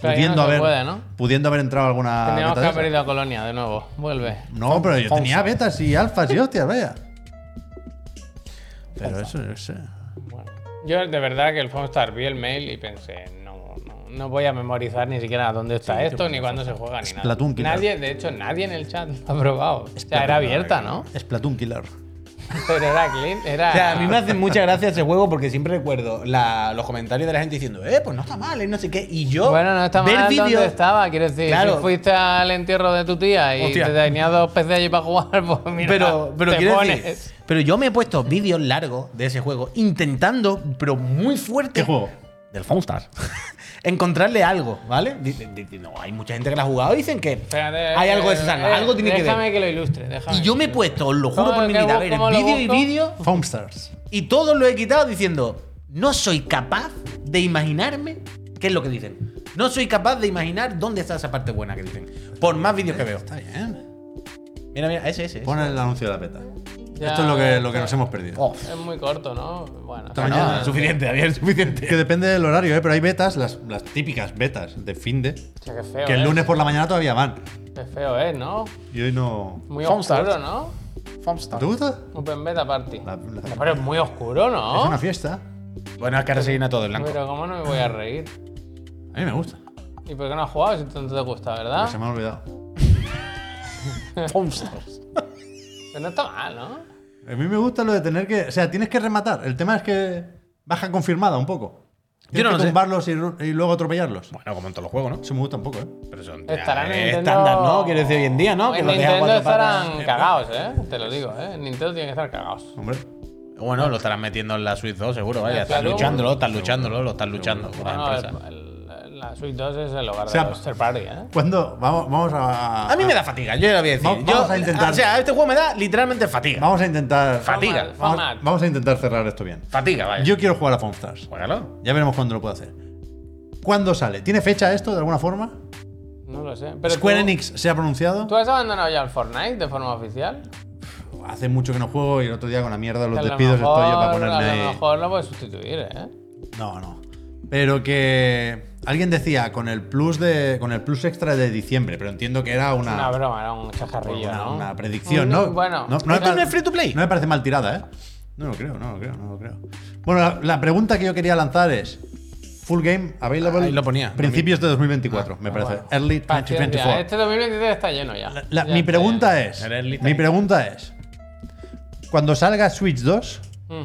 [SPEAKER 3] Claro, ya
[SPEAKER 1] pudiendo,
[SPEAKER 3] no se
[SPEAKER 1] haber,
[SPEAKER 3] puede, ¿no?
[SPEAKER 1] pudiendo haber entrado a alguna. beta
[SPEAKER 3] Teníamos que
[SPEAKER 1] de
[SPEAKER 3] haber
[SPEAKER 1] esas.
[SPEAKER 3] ido a Colonia de nuevo. Vuelve.
[SPEAKER 1] No, pero yo
[SPEAKER 4] Fonsa.
[SPEAKER 1] tenía betas y alfas y hostias, vaya. Pero eso, yo sé.
[SPEAKER 3] Bueno, yo de verdad que el Fonstar vi el mail y pensé, no, no, no voy a memorizar ni siquiera dónde está esto, ni cuándo se juega, ni nada.
[SPEAKER 1] Splatoon, quizás.
[SPEAKER 3] Nadie, de hecho, nadie en el chat lo ha probado. O sea, era abierta, ¿no?
[SPEAKER 1] Es Platoon Killer.
[SPEAKER 3] Pero era clean, era...
[SPEAKER 4] O sea, a mí me hace mucha gracia ese juego porque siempre recuerdo la- los comentarios de la gente diciendo, eh, pues no está mal, eh, no sé qué. Y yo.
[SPEAKER 3] Bueno, no está
[SPEAKER 4] ver
[SPEAKER 3] mal
[SPEAKER 4] vídeos-
[SPEAKER 3] dónde estaba, quiero decir,
[SPEAKER 4] Claro.
[SPEAKER 3] si fuiste al entierro de tu tía y
[SPEAKER 4] Hostia.
[SPEAKER 3] te tenías dos PC allí para jugar, pues mira,
[SPEAKER 4] pero, pero
[SPEAKER 3] te
[SPEAKER 4] quiero
[SPEAKER 3] pones.
[SPEAKER 4] decir, pero yo me he puesto vídeos largos de ese juego intentando, pero muy fuerte.
[SPEAKER 1] ¿Qué juego?
[SPEAKER 4] Del Fonstar. encontrarle algo, ¿vale? Di- di- di- No, hay mucha gente que la ha jugado y dicen que
[SPEAKER 3] Espérate,
[SPEAKER 4] hay algo de
[SPEAKER 3] eh,
[SPEAKER 4] esa
[SPEAKER 3] eh,
[SPEAKER 4] saga, algo tiene que
[SPEAKER 3] Déjame
[SPEAKER 4] ver.
[SPEAKER 3] que lo ilustre, déjame.
[SPEAKER 4] Y yo me he puesto, os lo juro
[SPEAKER 3] ¿Cómo
[SPEAKER 4] por mi
[SPEAKER 3] que
[SPEAKER 4] vida, a
[SPEAKER 3] bu-
[SPEAKER 4] ver
[SPEAKER 3] cómo lo
[SPEAKER 4] vídeo y
[SPEAKER 3] busco?
[SPEAKER 4] vídeo
[SPEAKER 1] Foamstars.
[SPEAKER 4] y todo lo he quitado diciendo, no soy capaz de imaginarme qué es lo que dicen. No soy capaz de imaginar dónde está esa parte buena que dicen. Por más vídeos que veo.
[SPEAKER 1] Está bien.
[SPEAKER 4] Mira, mira, ese, ese. ese.
[SPEAKER 1] Pon el anuncio de la beta.
[SPEAKER 3] Ya,
[SPEAKER 1] Esto es lo que, lo que
[SPEAKER 3] ya.
[SPEAKER 1] nos hemos perdido.
[SPEAKER 4] Oh,
[SPEAKER 3] Es muy corto, ¿no? Bueno,
[SPEAKER 1] Esta
[SPEAKER 3] bueno,
[SPEAKER 1] mañana.
[SPEAKER 4] no, Ah, suficiente, Javier, suficiente.
[SPEAKER 1] Que depende del horario, ¿eh? pero hay betas, las, las típicas betas de fin de.
[SPEAKER 3] hostia, qué feo ¿eh?
[SPEAKER 1] Que
[SPEAKER 4] ¿eh?
[SPEAKER 1] el
[SPEAKER 3] es.
[SPEAKER 1] lunes por la mañana todavía van.
[SPEAKER 3] Qué feo es, ¿no?
[SPEAKER 1] Y hoy no.
[SPEAKER 3] Muy
[SPEAKER 4] Homestart.
[SPEAKER 3] oscuro, ¿no?
[SPEAKER 1] ¿Te gusta?
[SPEAKER 3] Open Beta Party.
[SPEAKER 1] La- la-
[SPEAKER 3] Pero es muy oscuro,
[SPEAKER 1] Es
[SPEAKER 3] ¿no?
[SPEAKER 1] una fiesta.
[SPEAKER 4] Bueno, es que ahora se llena todo de blanco.
[SPEAKER 3] Pero cómo no me voy a reír.
[SPEAKER 1] A mí me gusta.
[SPEAKER 3] ¿Y por qué no has jugado si tanto te gusta,
[SPEAKER 1] pero Pues Se
[SPEAKER 3] verdad?
[SPEAKER 1] me ha olvidado.
[SPEAKER 4] Foamstars.
[SPEAKER 3] Pero no está mal, ¿no?
[SPEAKER 1] A mí me gusta lo de tener que. O sea, tienes que rematar. El tema es que baja confirmada un poco.
[SPEAKER 4] Yo
[SPEAKER 1] Tienes
[SPEAKER 4] no lo
[SPEAKER 1] que
[SPEAKER 4] sé.
[SPEAKER 1] tumbarlos y, ru- y luego atropellarlos.
[SPEAKER 4] Bueno, como en todos los juegos, ¿no?
[SPEAKER 1] Eso me gusta un poco, ¿eh?
[SPEAKER 4] Pero son
[SPEAKER 3] Estarán en
[SPEAKER 4] eh,
[SPEAKER 3] Nintendo-
[SPEAKER 4] estándar, ¿no? Quiero decir, hoy en día, ¿no?
[SPEAKER 3] En
[SPEAKER 4] los dejan a
[SPEAKER 3] Nintendo
[SPEAKER 4] cuatro
[SPEAKER 3] estarán
[SPEAKER 4] patas.
[SPEAKER 3] cagados, ¿eh? Te lo digo, ¿eh? En Nintendo tienen que estar cagados.
[SPEAKER 1] Hombre.
[SPEAKER 4] Bueno, lo estarán metiendo en la Switch 2, seguro, vaya.
[SPEAKER 3] Eh,
[SPEAKER 4] Están
[SPEAKER 3] claro.
[SPEAKER 4] luchándolo, están luchándolo, lo están luchando con las
[SPEAKER 3] Bueno, el-
[SPEAKER 4] empresas.
[SPEAKER 3] el- la Switch 2 es el hogar
[SPEAKER 1] O sea,
[SPEAKER 3] de los third party, ¿eh?
[SPEAKER 1] ¿Cuándo? Vamos, vamos a.
[SPEAKER 4] A mí me da fatiga, yo ya lo voy a decir.
[SPEAKER 1] Vamos-
[SPEAKER 4] Yo-
[SPEAKER 1] vamos a intentar-
[SPEAKER 4] O sea, este juego me da literalmente fatiga.
[SPEAKER 1] Vamos a intentar.
[SPEAKER 4] Fa- fatiga.
[SPEAKER 3] Fue mal, fue mal.
[SPEAKER 1] Vamos, vamos a intentar cerrar esto bien.
[SPEAKER 4] Fatiga, vaya.
[SPEAKER 1] Yo quiero jugar a Foamstars.
[SPEAKER 4] Juégalo.
[SPEAKER 1] Ya veremos cuándo lo puedo hacer. ¿Cuándo sale? ¿Tiene fecha esto de alguna forma?
[SPEAKER 3] No lo sé. Pero
[SPEAKER 1] ¿Square
[SPEAKER 3] tú-
[SPEAKER 1] Enix se ha pronunciado?
[SPEAKER 3] ¿Tú has abandonado ya el Fortnite de forma oficial?
[SPEAKER 1] Hace mucho que no juego y el otro día con la mierda de los
[SPEAKER 3] Que a lo
[SPEAKER 1] despidos
[SPEAKER 3] mejor-
[SPEAKER 1] estoy yo para ponerme
[SPEAKER 3] A lo
[SPEAKER 1] ahí.
[SPEAKER 3] mejor lo puedes sustituir, ¿eh?
[SPEAKER 1] No, no. Pero que alguien decía con el plus de con el plus extra de diciembre, pero entiendo que era una
[SPEAKER 3] Una broma, era un chajarrillo,
[SPEAKER 1] Ah. una,
[SPEAKER 3] ¿no?
[SPEAKER 1] una predicción,
[SPEAKER 3] Un-
[SPEAKER 1] ¿no?
[SPEAKER 3] Bueno,
[SPEAKER 1] no, me
[SPEAKER 4] ¿Esto
[SPEAKER 1] par-
[SPEAKER 4] no es free to play?
[SPEAKER 1] No me parece mal tirada, ¿eh? No lo creo, no lo creo, no lo creo. Bueno, la, la pregunta que yo quería lanzar es Full game available
[SPEAKER 4] Ahí lo ponía.
[SPEAKER 1] principios de 2024, me parece.
[SPEAKER 3] Ah, bueno.
[SPEAKER 1] Early
[SPEAKER 3] paciencia.
[SPEAKER 1] 2024.
[SPEAKER 3] Este 2023 está lleno ya.
[SPEAKER 1] La- la-
[SPEAKER 3] Ya
[SPEAKER 1] mi
[SPEAKER 3] está
[SPEAKER 1] pregunta
[SPEAKER 3] lleno.
[SPEAKER 1] es.
[SPEAKER 4] Eres lista
[SPEAKER 1] Mi
[SPEAKER 4] ahí.
[SPEAKER 1] pregunta es. Cuando salga Switch 2,
[SPEAKER 3] Mm.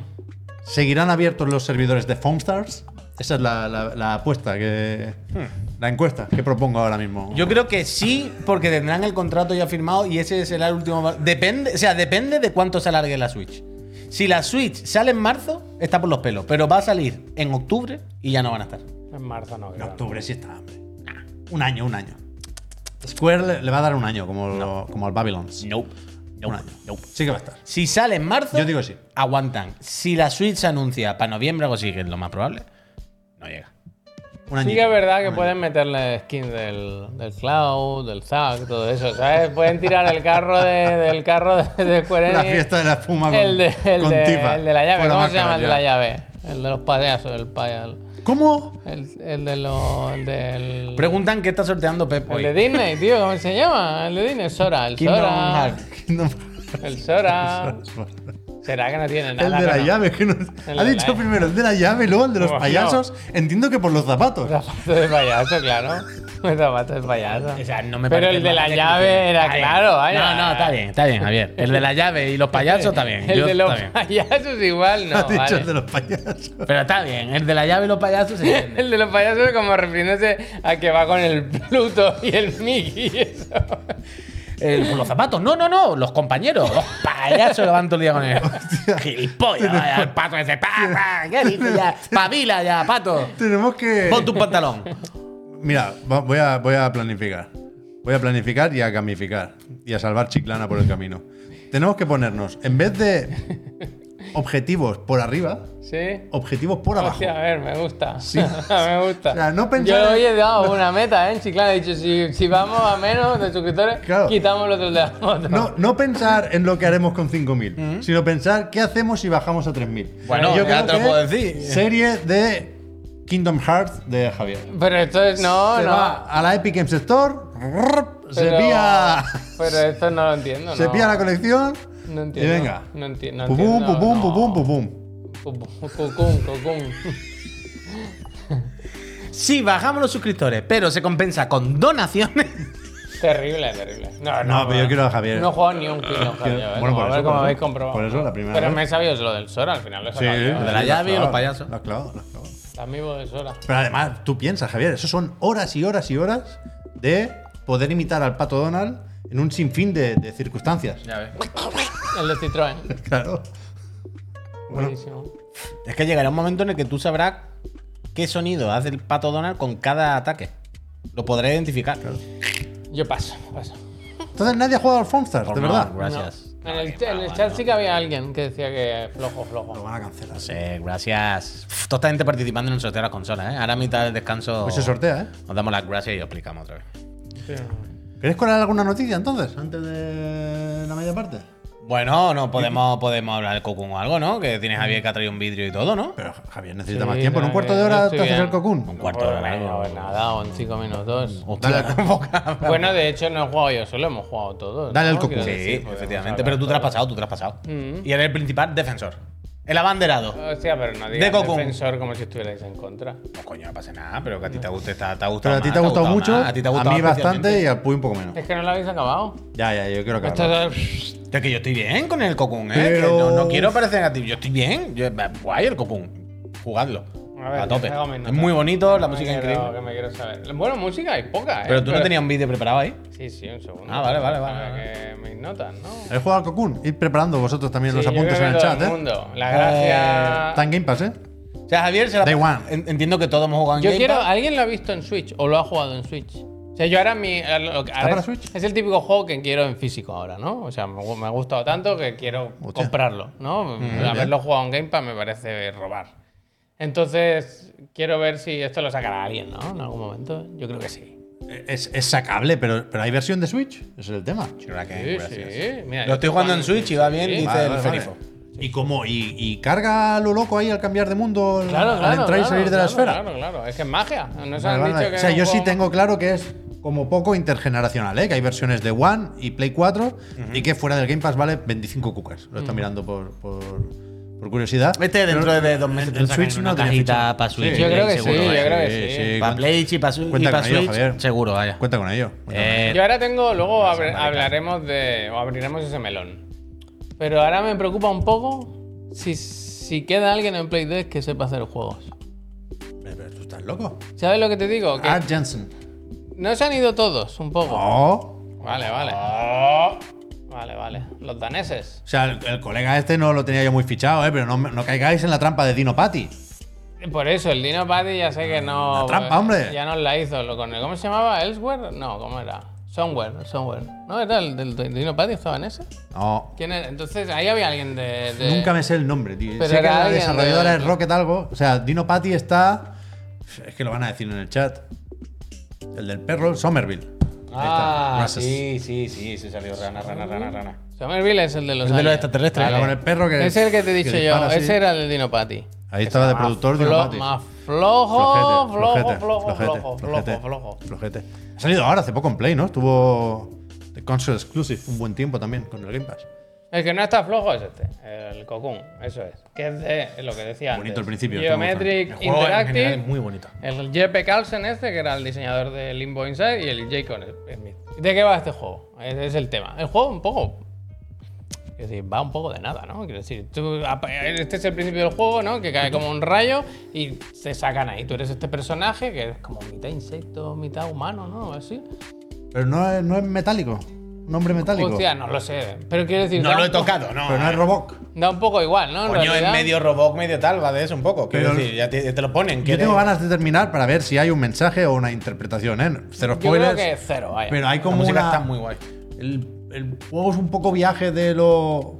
[SPEAKER 1] ¿seguirán abiertos los servidores de Foamstars? Esa es la, la- la apuesta que.
[SPEAKER 3] Hmm.
[SPEAKER 1] La encuesta que propongo ahora mismo.
[SPEAKER 4] Yo creo que sí, porque tendrán el contrato ya firmado y ese será el último. va- Depende, o sea, depende de cuánto se alargue la Switch. Si la Switch sale en marzo, está por los pelos, pero va a salir en octubre y ya no van a estar.
[SPEAKER 3] En marzo no
[SPEAKER 1] En
[SPEAKER 3] creo.
[SPEAKER 1] octubre sí está, hombre. Un año, un año. Square le, le va a dar un año, como, lo- como al Babylon.
[SPEAKER 4] Nope.
[SPEAKER 1] Un año. Sí que va a estar.
[SPEAKER 4] Si sale en marzo,
[SPEAKER 1] Yo digo sí.
[SPEAKER 4] aguantan. Si la Switch se anuncia para noviembre, algo así, que es lo más probable, no llega.
[SPEAKER 1] Un
[SPEAKER 3] Sí
[SPEAKER 1] añito,
[SPEAKER 3] que es verdad que
[SPEAKER 1] un
[SPEAKER 3] pueden meterle skins del, del Cloud, del Zack, todo eso, ¿sabes? Pueden tirar el carro de- del carro de, de Square
[SPEAKER 1] añito. La
[SPEAKER 3] Enix,
[SPEAKER 1] fiesta de la espuma con,
[SPEAKER 3] el, de, el
[SPEAKER 1] con
[SPEAKER 3] de-
[SPEAKER 1] tipa.
[SPEAKER 3] el de la llave,
[SPEAKER 1] Fuera
[SPEAKER 3] ¿cómo se
[SPEAKER 1] máscara,
[SPEAKER 3] llama el de
[SPEAKER 1] ya.
[SPEAKER 3] la llave? El de los payasos, el payal.
[SPEAKER 1] ¿Cómo?
[SPEAKER 3] El, el de los. El del.
[SPEAKER 4] Preguntan qué está sorteando Pep
[SPEAKER 3] El
[SPEAKER 4] hoy.
[SPEAKER 3] de Disney, tío, ¿cómo se llama? El de Disney, Sora, el
[SPEAKER 4] Kingdom
[SPEAKER 3] Sora.
[SPEAKER 4] Hearts.
[SPEAKER 1] No-
[SPEAKER 3] El Sora. ¿Será que no tiene nada?
[SPEAKER 1] El de la
[SPEAKER 3] que no?
[SPEAKER 1] llave, que no-
[SPEAKER 3] El
[SPEAKER 1] ha
[SPEAKER 3] de
[SPEAKER 1] dicho
[SPEAKER 3] la-
[SPEAKER 1] primero el de la llave, luego el de los
[SPEAKER 3] Como
[SPEAKER 1] payasos. Entiendo que por los zapatos.
[SPEAKER 3] Zapato de payaso, claro. Un zapato de payaso.
[SPEAKER 4] O sea, no me
[SPEAKER 3] Pero
[SPEAKER 4] parece
[SPEAKER 3] el de
[SPEAKER 4] mal
[SPEAKER 3] la
[SPEAKER 4] que-
[SPEAKER 3] llave era
[SPEAKER 4] Está bien.
[SPEAKER 3] claro, vaya.
[SPEAKER 4] No, no, está bien, está bien, Javier. El de la llave y los payasos está bien.
[SPEAKER 3] El
[SPEAKER 4] Yo-
[SPEAKER 3] de los
[SPEAKER 4] está bien.
[SPEAKER 3] payasos igual, no.
[SPEAKER 1] ha dicho
[SPEAKER 3] vale.
[SPEAKER 1] el de los payasos.
[SPEAKER 4] Pero está bien, el de la llave y los payasos se entiende.
[SPEAKER 3] El de los payasos como refiriéndose a que va con el Pluto y el Mickey y eso.
[SPEAKER 4] El- con los zapatos, no, no, no, los compañeros. Los payasos lo van todo el día con él. Gilipollas, vaya, el pato ese. Pa, pa, ¿Qué dices ya? Pavila ya, pato.
[SPEAKER 1] Tenemos que.
[SPEAKER 4] Ponte un pantalón.
[SPEAKER 1] Mira, va- voy a, voy a planificar. Voy a planificar y a gamificar. Y a salvar Chiclana por el camino. tenemos que ponernos, en vez de objetivos por arriba,
[SPEAKER 3] ¿Sí?
[SPEAKER 1] objetivos por abajo.
[SPEAKER 3] Hostia, a ver, me gusta.
[SPEAKER 1] Sí.
[SPEAKER 3] me gusta.
[SPEAKER 1] O sea, no pensar
[SPEAKER 3] Yo
[SPEAKER 1] en-
[SPEAKER 3] hoy he dado una meta, ¿eh? Sí, claro, he dicho, si, si vamos a menos de suscriptores,
[SPEAKER 1] Claro.
[SPEAKER 3] quitamos los del de la moto.
[SPEAKER 1] No, no pensar en lo que haremos con 5.000, sino pensar qué hacemos si bajamos a 3.000.
[SPEAKER 4] Bueno, ya te lo
[SPEAKER 1] que
[SPEAKER 4] puedo decir.
[SPEAKER 1] Serie de Kingdom Hearts de Javier.
[SPEAKER 3] Pero esto es. No,
[SPEAKER 1] se
[SPEAKER 3] no.
[SPEAKER 1] va a la Epic Games Store, rrrp, se
[SPEAKER 3] Pero-
[SPEAKER 1] pilla,
[SPEAKER 3] Pero esto no lo entiendo.
[SPEAKER 1] se
[SPEAKER 3] no.
[SPEAKER 1] pilla la colección
[SPEAKER 3] No
[SPEAKER 1] y
[SPEAKER 3] entiendo.
[SPEAKER 1] venga.
[SPEAKER 3] No entiendo.
[SPEAKER 1] Pum, pum, pum, pum, pum, pum, pum.
[SPEAKER 3] Cucum, cucum.
[SPEAKER 4] Sí, bajamos los suscriptores, pero se compensa con donaciones.
[SPEAKER 3] Terrible, terrible. No, no,
[SPEAKER 1] No, pero yo quiero a Javier.
[SPEAKER 3] No he jugado ni un
[SPEAKER 4] Ah.
[SPEAKER 3] kilo, Javier. ¿eh?
[SPEAKER 1] Bueno, por
[SPEAKER 3] a ver
[SPEAKER 1] eso,
[SPEAKER 3] cómo
[SPEAKER 1] por
[SPEAKER 3] habéis
[SPEAKER 1] eso.
[SPEAKER 3] comprobado.
[SPEAKER 1] Por eso, la primera
[SPEAKER 3] Pero
[SPEAKER 1] vez.
[SPEAKER 3] me he sabido lo del Sora al final. Lo he
[SPEAKER 1] Sí,
[SPEAKER 3] sacado yo,
[SPEAKER 4] de
[SPEAKER 3] ¿eh?
[SPEAKER 4] la
[SPEAKER 1] sí,
[SPEAKER 4] llave y
[SPEAKER 1] has
[SPEAKER 4] los
[SPEAKER 1] clavado,
[SPEAKER 4] payasos.
[SPEAKER 1] lo has clavado, lo has clavado.
[SPEAKER 3] El amigo de Sora.
[SPEAKER 1] Pero además, tú piensas, Javier, eso son horas y horas y horas de poder imitar al pato Donald en un sinfín de, de circunstancias.
[SPEAKER 4] Ya ves.
[SPEAKER 3] El de Citroën.
[SPEAKER 1] Claro.
[SPEAKER 3] Buenísimo.
[SPEAKER 4] Es que llegará un momento en el que tú sabrás qué sonido hace el pato Donald con cada ataque. Lo podré identificar.
[SPEAKER 3] Yo paso, paso.
[SPEAKER 1] Entonces nadie ha jugado al Fomstar, de
[SPEAKER 4] No,
[SPEAKER 1] verdad.
[SPEAKER 4] Gracias.
[SPEAKER 3] No. En, el, en el chat sí que había alguien que decía que flojo,
[SPEAKER 1] Lo
[SPEAKER 3] flojo.
[SPEAKER 1] van a cancelar.
[SPEAKER 4] Sí, gracias. Uf, Toda esta gente participando en el sorteo de las consolas, ¿eh? Ahora a mitad del descanso.
[SPEAKER 1] Pues se sortea, ¿eh?
[SPEAKER 4] Nos damos las gracias y lo explicamos otra vez.
[SPEAKER 1] ¿Queréis colar alguna noticia entonces? Antes de la media parte.
[SPEAKER 4] Bueno, no podemos, podemos hablar del Cocoon o algo, ¿no? Que tienes Javier que ha traído un vidrio y todo, ¿no?
[SPEAKER 1] Pero Javier necesita
[SPEAKER 3] Sí,
[SPEAKER 1] más tiempo. En un
[SPEAKER 3] no,
[SPEAKER 1] cuarto
[SPEAKER 3] yo-
[SPEAKER 1] de
[SPEAKER 3] yo
[SPEAKER 1] hora
[SPEAKER 3] estoy
[SPEAKER 1] te haces
[SPEAKER 3] bien.
[SPEAKER 1] el cocún.
[SPEAKER 4] Un cuarto de hora.
[SPEAKER 3] Bueno, pues nada, o en 5 minutos.
[SPEAKER 1] Dale, al-
[SPEAKER 3] Bueno, de hecho no he jugado yo solo, hemos jugado todos.
[SPEAKER 1] Dale al
[SPEAKER 3] ¿no?
[SPEAKER 1] cucú.
[SPEAKER 3] Quiero
[SPEAKER 4] Sí,
[SPEAKER 3] decir, podemos
[SPEAKER 4] efectivamente.
[SPEAKER 3] hablar
[SPEAKER 4] Pero tú te lo has
[SPEAKER 3] todos.
[SPEAKER 4] pasado, tú te lo has pasado.
[SPEAKER 3] Mm.
[SPEAKER 4] Y eres el principal defensor. El abanderado.
[SPEAKER 3] Hostia, pero no
[SPEAKER 4] De
[SPEAKER 3] digas
[SPEAKER 4] Cocoon.
[SPEAKER 3] defensor como si estuvierais en contra.
[SPEAKER 4] No, coño, no pasa nada, pero que a ti te, gusta, te, ha- te ha
[SPEAKER 1] Pero
[SPEAKER 4] gustado.
[SPEAKER 1] a ti
[SPEAKER 4] más,
[SPEAKER 1] te ha gustado mucho,
[SPEAKER 4] más,
[SPEAKER 1] a,
[SPEAKER 4] a ti te ha gustado
[SPEAKER 1] mí bastante y
[SPEAKER 4] especialmente.
[SPEAKER 1] al Puy un poco menos.
[SPEAKER 3] Es que no lo habéis acabado.
[SPEAKER 1] Ya, ya, yo creo que
[SPEAKER 3] Esto
[SPEAKER 1] ahora.
[SPEAKER 3] es-
[SPEAKER 4] Es que yo estoy bien con el Cocoon, ¿eh?
[SPEAKER 1] Pero-
[SPEAKER 4] Que No, no quiero parecer negativo. Yo estoy bien. Yo, eh, guay el Cocoon. Jugadlo.
[SPEAKER 3] A
[SPEAKER 4] A,
[SPEAKER 3] ver,
[SPEAKER 4] tope.
[SPEAKER 3] déjame notar.
[SPEAKER 4] Es muy bonito, la
[SPEAKER 3] Me
[SPEAKER 4] música es
[SPEAKER 3] quiero-
[SPEAKER 4] increíble.
[SPEAKER 3] que me quiero saber. Bueno, música hay poca, ¿eh?
[SPEAKER 4] Pero tú no tenías un vídeo preparado ahí.
[SPEAKER 3] Sí, sí, un segundo.
[SPEAKER 4] Ah, vale, vale,
[SPEAKER 3] Para
[SPEAKER 4] vale, Eh,
[SPEAKER 3] Que me notan, ¿no?
[SPEAKER 1] ¿Habéis jugado al Cocoon? Id preparando vosotros también los
[SPEAKER 3] Sí, yo
[SPEAKER 1] apuntes
[SPEAKER 3] creo
[SPEAKER 1] en
[SPEAKER 3] que
[SPEAKER 1] el
[SPEAKER 3] todo
[SPEAKER 1] chat, ¿eh?
[SPEAKER 3] mundo. La gracia.
[SPEAKER 1] Está en Game Pass, ¿eh?
[SPEAKER 4] O sea, Javier se la.
[SPEAKER 1] Da igual.
[SPEAKER 4] en- Entiendo que todos hemos jugado en
[SPEAKER 3] Yo
[SPEAKER 4] Game
[SPEAKER 3] quiero.
[SPEAKER 4] Pass.
[SPEAKER 3] ¿Alguien lo ha visto en Switch o lo ha jugado en Switch? O sea, yo ahora mi. lo que- ahora
[SPEAKER 1] para
[SPEAKER 3] es-
[SPEAKER 1] Switch?
[SPEAKER 3] Es el típico juego que quiero en físico ahora, ¿no? O sea, me, gu- me ha gustado tanto que quiero
[SPEAKER 1] Hostia. Mm,
[SPEAKER 3] comprarlo, ¿no? Haberlo jugado en Game Pass me parece robar. Entonces, quiero ver si esto lo sacará alguien, ¿no? En algún momento. Yo creo que sí.
[SPEAKER 1] Es, es sacable, pero, pero hay versión de Switch. Ese es el tema.
[SPEAKER 4] Chula, que-
[SPEAKER 3] Sí,
[SPEAKER 4] gracias.
[SPEAKER 3] sí. Mira,
[SPEAKER 4] Lo estoy jugando en Switch y va bien,
[SPEAKER 3] Sí.
[SPEAKER 4] dice
[SPEAKER 1] Vale,
[SPEAKER 4] el
[SPEAKER 1] vale,
[SPEAKER 4] Ferifo.
[SPEAKER 1] vale. ¿Y cómo? ¿Y, y carga lo loco ahí al cambiar de mundo? al-
[SPEAKER 3] Claro,
[SPEAKER 1] al
[SPEAKER 3] claro.
[SPEAKER 1] entrar y
[SPEAKER 3] claro,
[SPEAKER 1] salir de la
[SPEAKER 3] claro,
[SPEAKER 1] esfera.
[SPEAKER 3] Claro, claro. Es que es magia. Nos
[SPEAKER 1] Vale,
[SPEAKER 3] han
[SPEAKER 1] vale,
[SPEAKER 3] dicho
[SPEAKER 1] vale.
[SPEAKER 3] que
[SPEAKER 1] o sea,
[SPEAKER 3] es un
[SPEAKER 1] yo sí
[SPEAKER 3] juego-
[SPEAKER 1] tengo claro que es como poco intergeneracional, ¿eh? que hay versiones de One y Play 4 y que fuera del Game Pass vale 25 cucas. Lo estoy mirando por, por- por curiosidad.
[SPEAKER 4] Vete Este dentro
[SPEAKER 1] Pero
[SPEAKER 4] de dos meses.
[SPEAKER 1] en-
[SPEAKER 4] te
[SPEAKER 1] en
[SPEAKER 4] sacan
[SPEAKER 1] Switch
[SPEAKER 4] una
[SPEAKER 1] no tenía
[SPEAKER 4] cajita
[SPEAKER 1] ficha.
[SPEAKER 4] para Switch.
[SPEAKER 1] Sí,
[SPEAKER 3] yo creo que sí,
[SPEAKER 4] seguro,
[SPEAKER 3] yo
[SPEAKER 4] ¿eh?
[SPEAKER 3] creo que sí.
[SPEAKER 4] Para
[SPEAKER 1] cuenta-
[SPEAKER 4] Play y para Switch,
[SPEAKER 1] Cuenta
[SPEAKER 4] y para
[SPEAKER 1] con ello,
[SPEAKER 4] Switch,
[SPEAKER 1] Javier.
[SPEAKER 4] seguro, vaya.
[SPEAKER 1] Cuenta con ello. cuenta con ello.
[SPEAKER 4] Eh,
[SPEAKER 3] Yo ahora tengo, luego abre-
[SPEAKER 4] marica.
[SPEAKER 3] hablaremos de, o abriremos ese melón. Pero ahora me preocupa un poco si, si queda alguien en Play 3 que sepa hacer juegos.
[SPEAKER 1] Pero, pero tú estás loco.
[SPEAKER 3] ¿Sabes lo que te digo? Que
[SPEAKER 1] Art Ah, Jensen.
[SPEAKER 3] no se han ido todos, un poco.
[SPEAKER 1] Ah. No.
[SPEAKER 3] Vale, vale.
[SPEAKER 1] Ah.
[SPEAKER 3] Vale, vale. Los daneses.
[SPEAKER 1] O sea, el, el colega este no lo tenía yo muy fichado, ¿eh? pero no, me- no caigáis en la trampa de Dino Patty.
[SPEAKER 3] Por eso, el Dino Paddy ya sé que no.
[SPEAKER 1] La trampa, hombre.
[SPEAKER 3] Ya nos la hizo. lo- con el- ¿Cómo se llamaba? ¿Elsewhere? No, ¿cómo era? Somewhere, Somewhere. ¿No era el del del Dino Paddy? ¿Estaban ese?
[SPEAKER 1] No.
[SPEAKER 3] ¿Quién era? Entonces, ahí había alguien de. de-
[SPEAKER 1] Nunca me sé el nombre, tío.
[SPEAKER 3] Pero
[SPEAKER 1] sé que
[SPEAKER 3] era
[SPEAKER 1] la
[SPEAKER 3] alguien
[SPEAKER 1] desarrolladora
[SPEAKER 3] de-
[SPEAKER 1] es Rocket algo. O sea, Dino Patty está. Es que lo van a decir en el chat. El del perro, Somerville.
[SPEAKER 4] Ah,
[SPEAKER 1] Ahí está. Gracias.
[SPEAKER 4] sí, sí, sí, se salió rana, rana, rana, rana.
[SPEAKER 3] Somerville es el de los.
[SPEAKER 4] Es de los
[SPEAKER 3] aliens.
[SPEAKER 4] extraterrestres.
[SPEAKER 1] Habla con el perro que.
[SPEAKER 3] Ese es el que te he dicho
[SPEAKER 1] que
[SPEAKER 3] yo.
[SPEAKER 1] dispara así.
[SPEAKER 3] Ese era el de Dinopati.
[SPEAKER 1] Ahí estaba de productor Dino Patty.
[SPEAKER 3] Más flojo,
[SPEAKER 1] Flojete,
[SPEAKER 3] Oh, flojo, flojo,
[SPEAKER 1] flojete,
[SPEAKER 3] flojo,
[SPEAKER 1] flojete,
[SPEAKER 3] flojo, flojo.
[SPEAKER 1] flojete. Ha salido ahora hace poco en Play, ¿no? Estuvo. The Console Exclusive un buen tiempo también con el Game Pass.
[SPEAKER 3] El que no está flojo es este, el Cocoon, eso es. Que es de es lo que decía
[SPEAKER 1] Bonito
[SPEAKER 3] antes.
[SPEAKER 1] al principio, este está muy
[SPEAKER 3] Geometric
[SPEAKER 4] El juego en general
[SPEAKER 3] Interactive.
[SPEAKER 4] es muy bonito.
[SPEAKER 3] El Jeppe Carlsen este, que era el diseñador de Limbo Inside, y el Jacob Smith. ¿De qué va este juego? Ese es el tema. El juego un poco... Es decir, va un poco de nada, ¿no? Quiero decir, tú- este es el principio del juego, ¿no? Que cae como un rayo y te sacan ahí. Tú eres este personaje que es como mitad insecto, mitad humano, ¿no? Así.
[SPEAKER 1] Pero no es, no es metálico. Nombre metálico.
[SPEAKER 3] Hostia, no lo sé. Pero quiero decir...
[SPEAKER 4] No
[SPEAKER 3] da
[SPEAKER 4] lo
[SPEAKER 3] un
[SPEAKER 4] he
[SPEAKER 3] po-
[SPEAKER 4] tocado, no.
[SPEAKER 1] Pero no
[SPEAKER 3] eh.
[SPEAKER 1] es Robot.
[SPEAKER 3] Da un poco igual, ¿no? En
[SPEAKER 4] Coño, es
[SPEAKER 3] realidad.
[SPEAKER 4] medio robot, medio tal, va de eso un poco. Quiero
[SPEAKER 1] Pero-
[SPEAKER 4] decir, ya te, te lo ponen.
[SPEAKER 1] Yo
[SPEAKER 4] que
[SPEAKER 1] tengo
[SPEAKER 4] eres-
[SPEAKER 1] ganas de terminar para ver si hay un mensaje o una interpretación, ¿eh? Cero
[SPEAKER 3] Yo creo que
[SPEAKER 1] spoilers.
[SPEAKER 3] cero, vaya.
[SPEAKER 1] Pero hay
[SPEAKER 4] La
[SPEAKER 1] como
[SPEAKER 4] música
[SPEAKER 1] una.
[SPEAKER 4] está muy guay.
[SPEAKER 1] el, el juego es un poco viaje de lo.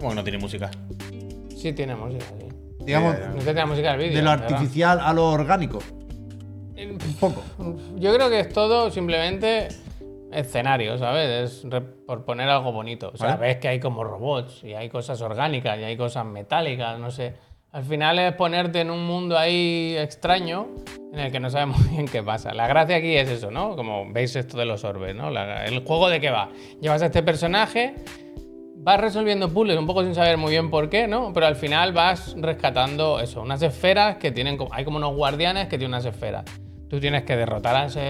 [SPEAKER 4] Como que no tiene música.
[SPEAKER 3] Sí, tiene música, sí.
[SPEAKER 1] digamos,
[SPEAKER 3] No tiene música el vídeo.
[SPEAKER 1] de lo
[SPEAKER 3] la verdad.
[SPEAKER 1] artificial a lo orgánico.
[SPEAKER 3] Eh,
[SPEAKER 1] Un poco.
[SPEAKER 3] Yo creo que es todo simplemente escenario, ¿sabes? Es re- por poner algo bonito. O sea,
[SPEAKER 1] Vale.
[SPEAKER 3] ves que hay como robots y hay cosas orgánicas y hay cosas metálicas, no sé. Al final es ponerte en un mundo ahí extraño en el que no sabemos muy bien qué pasa. La gracia aquí es eso, ¿no? Como veis esto de los orbes, ¿no? La- el juego de qué va. Llevas a este personaje, vas resolviendo puzzles un poco sin saber muy bien por qué, ¿no? Pero al final vas rescatando eso, unas esferas que tienen, como- hay como unos guardianes que tienen unas esferas. Tú tienes que derrotar a ese,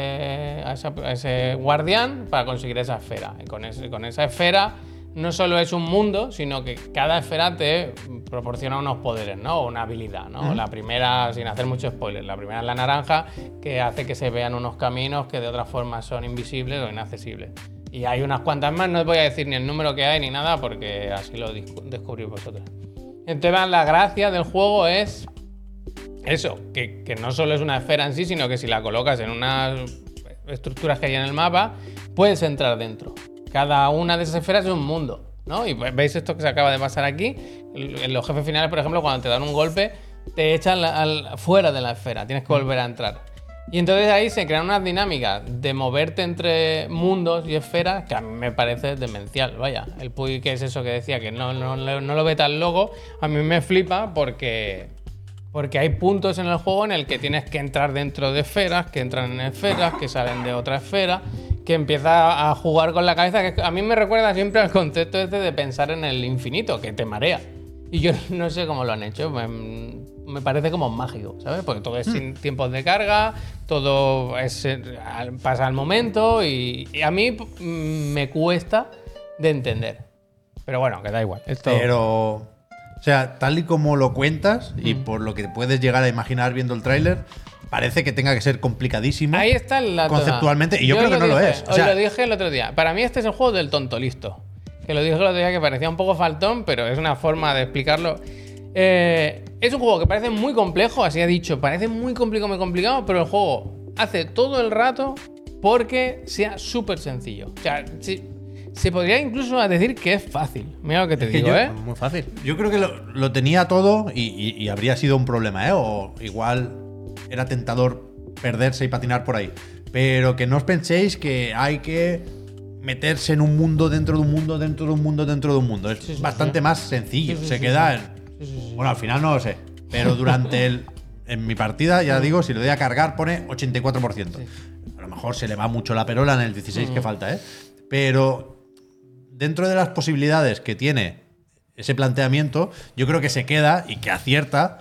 [SPEAKER 3] a esa- a ese guardián para conseguir esa esfera. Y con, ese- con esa esfera no solo es un mundo, sino que cada esfera te proporciona unos poderes, ¿no? O Una habilidad, ¿no? La primera, sin hacer mucho spoiler, la primera es la naranja, que hace que se vean unos caminos que de otra forma son invisibles o inaccesibles. Y hay unas cuantas más, no os voy a decir ni el número que hay ni nada, porque así lo discu- descubrís vosotros. Entonces, la gracia del juego es eso, que, que no solo es una esfera en sí, sino que si la colocas en unas estructuras que hay en el mapa, puedes entrar dentro. Cada una de esas esferas es un mundo, ¿no? Y ve- veis esto que se acaba de pasar aquí. En los jefes finales, por ejemplo, cuando te dan un golpe, te echan la- al- fuera de la esfera, tienes que volver a entrar. Y entonces ahí se crean unas dinámicas de moverte entre mundos y esferas que a mí me parece demencial. Vaya, el Puy que es eso que decía, que no, no, no lo ve tan loco, a mí me flipa porque, porque hay puntos en el juego en el que tienes que entrar dentro de esferas, que entran en esferas, que salen de otra esfera, que empieza a jugar con la cabeza, que a mí me recuerda siempre al concepto este de pensar en el infinito, que te marea. Y yo no sé cómo lo han hecho. Me, me parece como mágico, ¿sabes? Porque todo es sin tiempos de carga, todo es, eh, al- pasa al momento y, y a mí p- me cuesta de entender. Pero bueno, que da igual. Esto,
[SPEAKER 1] Pero. O sea, tal y como lo cuentas y por lo que puedes llegar a imaginar viendo el tráiler, parece que tenga que ser complicadísimo.
[SPEAKER 3] Ahí está la
[SPEAKER 1] Conceptualmente, y yo creo que no lo es, o
[SPEAKER 3] Os
[SPEAKER 1] sea-
[SPEAKER 3] lo dije el otro día. Para mí este es el juego del tonto listo. Que lo dije el otro día que parecía un poco faltón, pero es una forma de explicarlo. Eh, es un juego que parece muy complejo, así he dicho, parece muy complicado, muy complicado, pero el juego hace todo el rato porque sea súper sencillo. O sea, si- se podría incluso decir que es fácil. Mira lo que te
[SPEAKER 1] que
[SPEAKER 3] digo,
[SPEAKER 1] yo-
[SPEAKER 3] ¿eh?
[SPEAKER 4] Muy fácil.
[SPEAKER 1] Yo creo que lo, lo tenía todo y, y- y habría sido un problema, ¿eh? O igual era tentador perderse y patinar por ahí. Pero que no os penséis que hay que meterse en un mundo dentro de un mundo, dentro de un mundo, dentro de un mundo. Es
[SPEAKER 3] Sí, sí,
[SPEAKER 1] bastante
[SPEAKER 3] sí.
[SPEAKER 1] más sencillo.
[SPEAKER 3] Sí, sí,
[SPEAKER 1] Se
[SPEAKER 3] sí,
[SPEAKER 1] queda
[SPEAKER 3] sí.
[SPEAKER 1] en.
[SPEAKER 3] Sí, sí, sí.
[SPEAKER 1] Bueno, al final no lo sé. Pero durante el. En mi partida, ya digo, si lo doy a cargar, pone 84%. A lo mejor se le va mucho la perola en el 16
[SPEAKER 3] Mm.
[SPEAKER 1] que falta, ¿eh? Pero dentro de las posibilidades que tiene ese planteamiento, yo creo que se queda y que acierta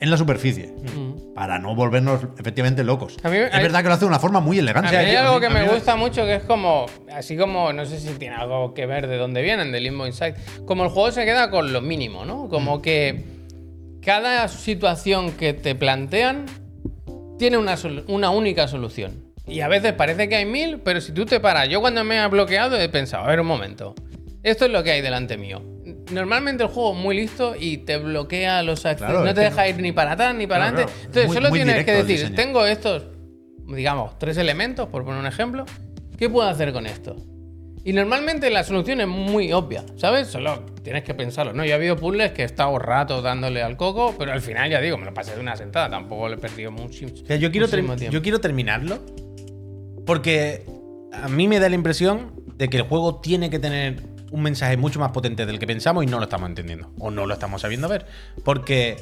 [SPEAKER 1] en la superficie. Para no volvernos efectivamente locos.
[SPEAKER 3] Mm. A mí-
[SPEAKER 1] es
[SPEAKER 3] hay-
[SPEAKER 1] verdad que lo hace de una forma muy elegante.
[SPEAKER 3] A mí hay
[SPEAKER 1] Yo-
[SPEAKER 3] algo que
[SPEAKER 1] a mí
[SPEAKER 3] me gusta mucho que es como, así como, no sé si tiene algo que ver de dónde vienen, de Limbo Inside, como el juego se queda con lo mínimo, ¿no?
[SPEAKER 1] Mm.
[SPEAKER 3] Como que cada situación que te plantean tiene una, sol- una única solución. Y a veces parece que hay mil, pero si tú te paras, yo cuando me he bloqueado he pensado, a ver un momento, esto es lo que hay delante mío. Normalmente el juego es muy listo y te bloquea los accesos,
[SPEAKER 1] Claro,
[SPEAKER 3] no
[SPEAKER 1] es
[SPEAKER 3] te
[SPEAKER 1] que
[SPEAKER 3] deja ir ni para atrás ni para
[SPEAKER 1] Claro,
[SPEAKER 3] adelante.
[SPEAKER 1] claro.
[SPEAKER 3] Entonces
[SPEAKER 1] Muy-
[SPEAKER 3] solo
[SPEAKER 1] muy
[SPEAKER 3] tienes que
[SPEAKER 1] directo el
[SPEAKER 3] decir,
[SPEAKER 1] diseño.
[SPEAKER 3] tengo estos, digamos, tres elementos, por poner un ejemplo, ¿qué puedo hacer con esto? Y normalmente la solución es muy obvia, ¿sabes? Solo tienes que pensarlo, ¿no? Yo he habido puzzles que he estado rato dándole al coco, pero al final ya digo, me lo pasé de una sentada, tampoco le he perdido mucho.
[SPEAKER 4] O sea, yo quiero, ter-
[SPEAKER 3] muchísimo tiempo.
[SPEAKER 4] yo quiero terminarlo porque a mí me da la impresión de que el juego tiene que tener un mensaje mucho más potente del que pensamos y no lo estamos entendiendo o no lo estamos sabiendo ver. Porque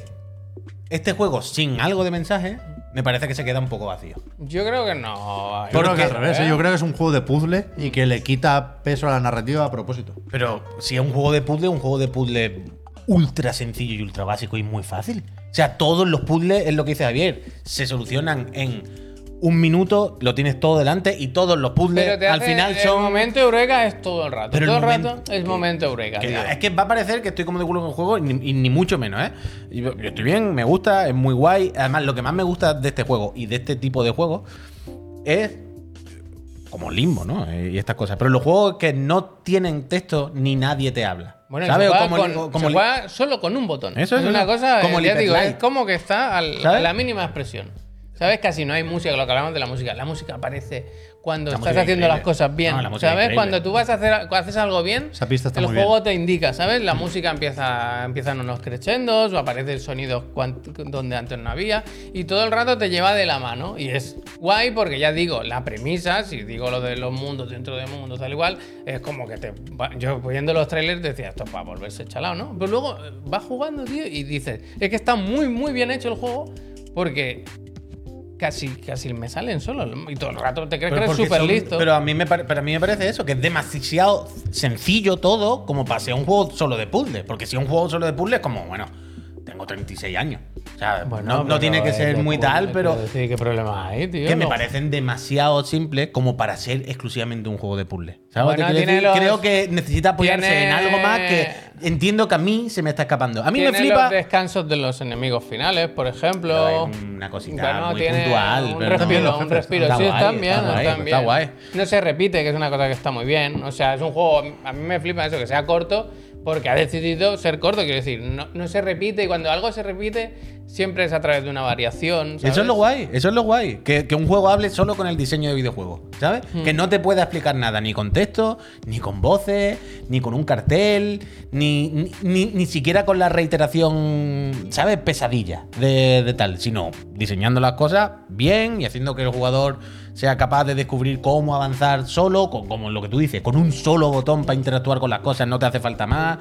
[SPEAKER 4] este juego sin algo de mensaje me parece que se queda un poco vacío.
[SPEAKER 3] Yo creo que no.
[SPEAKER 1] Yo creo que
[SPEAKER 4] Porque-
[SPEAKER 1] al revés, ¿eh? yo creo que es un juego de puzzle y que le quita peso a la narrativa a propósito.
[SPEAKER 4] Pero si es un juego de puzzle, un juego de puzzle ultra sencillo y ultra básico y muy fácil. O sea, todos los puzzles, es lo que dice Javier, se solucionan en un minuto, lo tienes todo delante y todos los puzzles
[SPEAKER 3] Pero te
[SPEAKER 4] al
[SPEAKER 3] hace-
[SPEAKER 4] final son...
[SPEAKER 3] El momento eureka es todo el rato.
[SPEAKER 4] Pero el
[SPEAKER 3] todo el,
[SPEAKER 4] momento-
[SPEAKER 3] rato es momento eureka.
[SPEAKER 4] Que-
[SPEAKER 3] tío.
[SPEAKER 4] es que va a parecer que estoy como de culo con el juego y ni, y ni mucho menos, ¿eh? Yo, yo estoy bien, me gusta, es muy guay. Además, lo que más me gusta de este juego y de este tipo de juegos es como limbo, ¿no? Eh, Y estas cosas. Pero los juegos que no tienen texto ni nadie te habla.
[SPEAKER 3] Bueno, y
[SPEAKER 4] ¿Sabes?
[SPEAKER 3] se juega,
[SPEAKER 4] Como-
[SPEAKER 3] con-
[SPEAKER 4] como-
[SPEAKER 3] se juega solo con un botón.
[SPEAKER 4] Eso,
[SPEAKER 3] es
[SPEAKER 4] eso,
[SPEAKER 3] una
[SPEAKER 4] eso.
[SPEAKER 3] cosa,
[SPEAKER 4] Como
[SPEAKER 3] ya
[SPEAKER 4] Lippert
[SPEAKER 3] digo,
[SPEAKER 4] Light.
[SPEAKER 3] es como que está al- a
[SPEAKER 4] ¿Sabes?
[SPEAKER 3] la mínima expresión. ¿Sabes? Casi no hay música, lo que hablamos de la música. La música aparece cuando
[SPEAKER 4] La
[SPEAKER 3] estás
[SPEAKER 4] música es
[SPEAKER 3] haciendo las
[SPEAKER 4] increíble.
[SPEAKER 3] cosas bien.
[SPEAKER 4] No, la música es
[SPEAKER 3] ¿Sabes?
[SPEAKER 4] increíble.
[SPEAKER 3] Cuando tú vas a hacer cuando haces algo bien,
[SPEAKER 1] Esa pista está
[SPEAKER 3] el
[SPEAKER 1] muy
[SPEAKER 3] juego te indica, ¿sabes? La música empieza empiezan unos crescendos, o aparecen sonidos cuan- donde antes no había y todo el rato te lleva de la mano y es guay porque ya digo, la premisa, si digo lo de los mundos dentro de mundos tal igual, es como que te va- yo viendo los trailers decía, esto es para volverse chalado, ¿no? Pero luego eh, vas jugando, tío, y dices, es que está muy muy bien hecho el juego porque casi casi me salen solo y todo el rato te crees que eres
[SPEAKER 4] porque
[SPEAKER 3] súper
[SPEAKER 4] son-
[SPEAKER 3] listo.
[SPEAKER 4] Pero a, mí me pare- pero a mí me parece eso, que es demasiado sencillo todo como para ser un juego solo de puzzles. Porque si es un juego solo de puzzles, como, bueno, tengo 36 años. O sea, no, no
[SPEAKER 3] pero
[SPEAKER 4] tiene que
[SPEAKER 3] es
[SPEAKER 4] ser
[SPEAKER 3] de
[SPEAKER 4] muy
[SPEAKER 3] pu-
[SPEAKER 4] tal,
[SPEAKER 3] te
[SPEAKER 4] pero
[SPEAKER 3] quiero decir, ¿qué problema hay, tío?
[SPEAKER 4] que me
[SPEAKER 3] No.
[SPEAKER 4] parecen demasiado simples como para ser exclusivamente un juego de puzzles. ¿Sabes lo que
[SPEAKER 3] Bueno,
[SPEAKER 4] quiero
[SPEAKER 3] tiene
[SPEAKER 4] decir?
[SPEAKER 3] los-
[SPEAKER 4] Creo que necesita apoyarse en
[SPEAKER 3] tiene-
[SPEAKER 4] algo más que entiendo que a mí se me está escapando. A mí
[SPEAKER 3] Tiene
[SPEAKER 4] me flipa...
[SPEAKER 3] los descansos de los enemigos finales, por ejemplo.
[SPEAKER 4] Pero es una cosita
[SPEAKER 3] Bueno,
[SPEAKER 4] muy
[SPEAKER 3] tiene
[SPEAKER 4] puntual,
[SPEAKER 3] Un
[SPEAKER 4] pero no-
[SPEAKER 3] respiro,
[SPEAKER 4] los
[SPEAKER 3] un
[SPEAKER 4] jefes
[SPEAKER 3] respiro.
[SPEAKER 4] están
[SPEAKER 3] sí,
[SPEAKER 4] guay,
[SPEAKER 3] están bien,
[SPEAKER 4] están guay,
[SPEAKER 3] están bien.
[SPEAKER 4] está guay.
[SPEAKER 3] No se repite, que es una cosa que está muy bien. O sea, es un juego. A mí me flipa eso, que sea corto, porque ha decidido ser corto. Quiero decir, no, no se repite. Y cuando algo se repite, siempre es a través de una variación. ¿sabes?
[SPEAKER 4] Eso es lo guay, eso es lo guay. Que, que un juego hable solo con el diseño de videojuegos, ¿sabes?
[SPEAKER 3] Hmm.
[SPEAKER 4] Que no te pueda explicar nada, ni con texto, ni con voces, ni con un cartel, ni, ni, ni, ni siquiera con la reiteración, ¿sabes? Pesadilla de, de tal, sino diseñando las cosas bien y haciendo que el jugador sea capaz de descubrir cómo avanzar solo, con, como lo que tú dices, con un solo botón para interactuar con las cosas, no te hace falta más.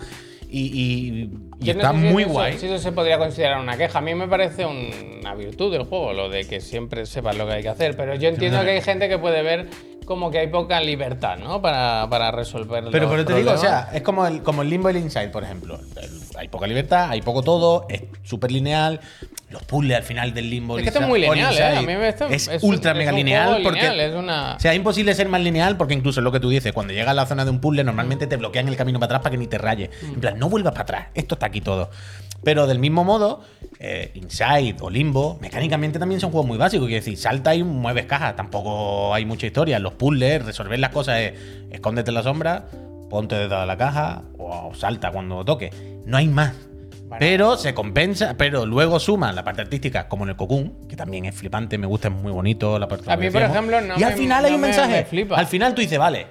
[SPEAKER 4] Y, y- y
[SPEAKER 3] Yo no
[SPEAKER 4] está
[SPEAKER 3] sé si
[SPEAKER 4] muy
[SPEAKER 3] eso-
[SPEAKER 4] guay.
[SPEAKER 3] Si eso se podría considerar una queja. A mí me parece una virtud del juego, lo de que siempre sepas lo que hay que hacer. Pero yo entiendo que hay gente que puede ver como que hay poca libertad, ¿no? Para, para resolver
[SPEAKER 4] Pero,
[SPEAKER 3] los
[SPEAKER 4] pero te digo, o
[SPEAKER 3] problemas.
[SPEAKER 4] sea, es como el, como el Limbo y el Inside, por ejemplo. El- Hay poca libertad, hay poco todo, es súper lineal. Los puzzles al final del Limbo
[SPEAKER 3] Es
[SPEAKER 4] y
[SPEAKER 3] que esto es
[SPEAKER 4] Inside-
[SPEAKER 3] muy
[SPEAKER 4] o el
[SPEAKER 3] lineal, ¿eh? A
[SPEAKER 4] Inside
[SPEAKER 3] mí me está-
[SPEAKER 4] es,
[SPEAKER 3] es un-
[SPEAKER 4] ultra
[SPEAKER 3] es
[SPEAKER 4] mega
[SPEAKER 3] un
[SPEAKER 4] lineal
[SPEAKER 3] juego
[SPEAKER 4] porque.
[SPEAKER 3] lineal, es una-
[SPEAKER 4] O sea, es imposible ser más lineal porque incluso lo que tú dices, cuando llegas a la zona de un puzzle, normalmente te bloquean el camino para atrás para que ni te rayes. En plan, no vuelvas para atrás, esto está aquí todo. Pero del mismo modo, eh, Inside o Limbo, mecánicamente también son juegos muy básicos. Quiero decir, salta y mueves cajas, tampoco hay mucha historia. Los puzzles, resolver las cosas es escóndete en la sombra, ponte detrás de la caja o salta cuando toque. No hay más. Pero se compensa, pero luego suma la parte artística, como en el Cocoon, que también es flipante, me gusta, es muy bonito la parte
[SPEAKER 3] A mí, por
[SPEAKER 4] decíamos.
[SPEAKER 3] ejemplo, no
[SPEAKER 4] Y al
[SPEAKER 3] me-
[SPEAKER 4] final hay
[SPEAKER 3] no
[SPEAKER 4] un
[SPEAKER 3] me-
[SPEAKER 4] mensaje.
[SPEAKER 3] me flipa.
[SPEAKER 4] Al final tú dices, vale,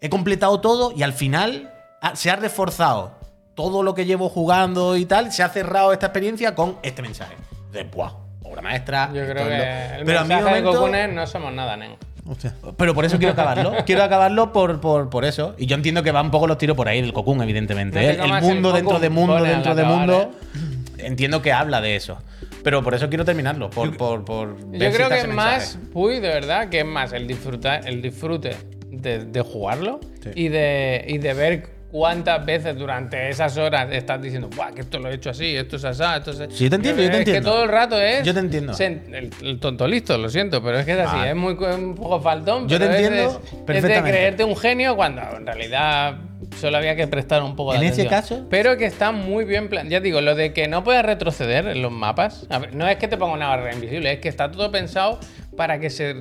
[SPEAKER 4] he completado todo y al final ah, se ha reforzado todo lo que llevo jugando y tal, se ha cerrado esta experiencia con este mensaje. De, buah, obra maestra.
[SPEAKER 3] Yo
[SPEAKER 4] todo
[SPEAKER 3] creo
[SPEAKER 4] lo-
[SPEAKER 3] que el
[SPEAKER 4] Pero a mí
[SPEAKER 3] mensaje de
[SPEAKER 4] momento-
[SPEAKER 3] Gokunen no somos nada, nen.
[SPEAKER 1] Hostia.
[SPEAKER 4] pero por eso quiero acabarlo. quiero acabarlo por, por, por eso. Y yo entiendo que va un poco los tiros por ahí del Cocoon, evidentemente.
[SPEAKER 3] No
[SPEAKER 4] ¿eh?
[SPEAKER 3] te
[SPEAKER 4] el, el
[SPEAKER 3] comas el
[SPEAKER 4] mundo dentro
[SPEAKER 3] Cocoon,
[SPEAKER 4] de mundo
[SPEAKER 3] pone al
[SPEAKER 4] dentro de
[SPEAKER 3] acabar, ¿eh?
[SPEAKER 4] mundo. Entiendo que habla de eso. Pero por eso quiero terminarlo. Por, por, por
[SPEAKER 3] Yo
[SPEAKER 4] ver si
[SPEAKER 3] creo
[SPEAKER 4] está
[SPEAKER 3] que
[SPEAKER 4] ese
[SPEAKER 3] es
[SPEAKER 4] mensaje.
[SPEAKER 3] más, uy, de verdad, que es más el, disfrutar, el disfrute de, de jugarlo
[SPEAKER 1] Sí.
[SPEAKER 3] y, de, y de ver cuántas veces durante esas horas estás diciendo, ¡guau! Que esto lo he hecho así, esto es así, esto es.
[SPEAKER 4] Sí, yo te entiendo, yo te
[SPEAKER 3] Es que
[SPEAKER 4] entiendo.
[SPEAKER 3] todo el rato es.
[SPEAKER 4] Yo te entiendo.
[SPEAKER 3] sen- El, el tonto listo, lo siento, pero es que es así,
[SPEAKER 4] Vale.
[SPEAKER 3] es muy, un poco faltón.
[SPEAKER 4] Yo te
[SPEAKER 3] pero es-
[SPEAKER 4] entiendo
[SPEAKER 3] es- Es de
[SPEAKER 4] perfectamente.
[SPEAKER 3] creerte un genio cuando en realidad solo había que prestar un poco de
[SPEAKER 4] En ese
[SPEAKER 3] atención.
[SPEAKER 4] caso,
[SPEAKER 3] Pero que está muy bien plan. Ya digo, lo de que no puedes retroceder en los mapas. a ver, no es que te ponga una barrera invisible, es que está todo pensado para que se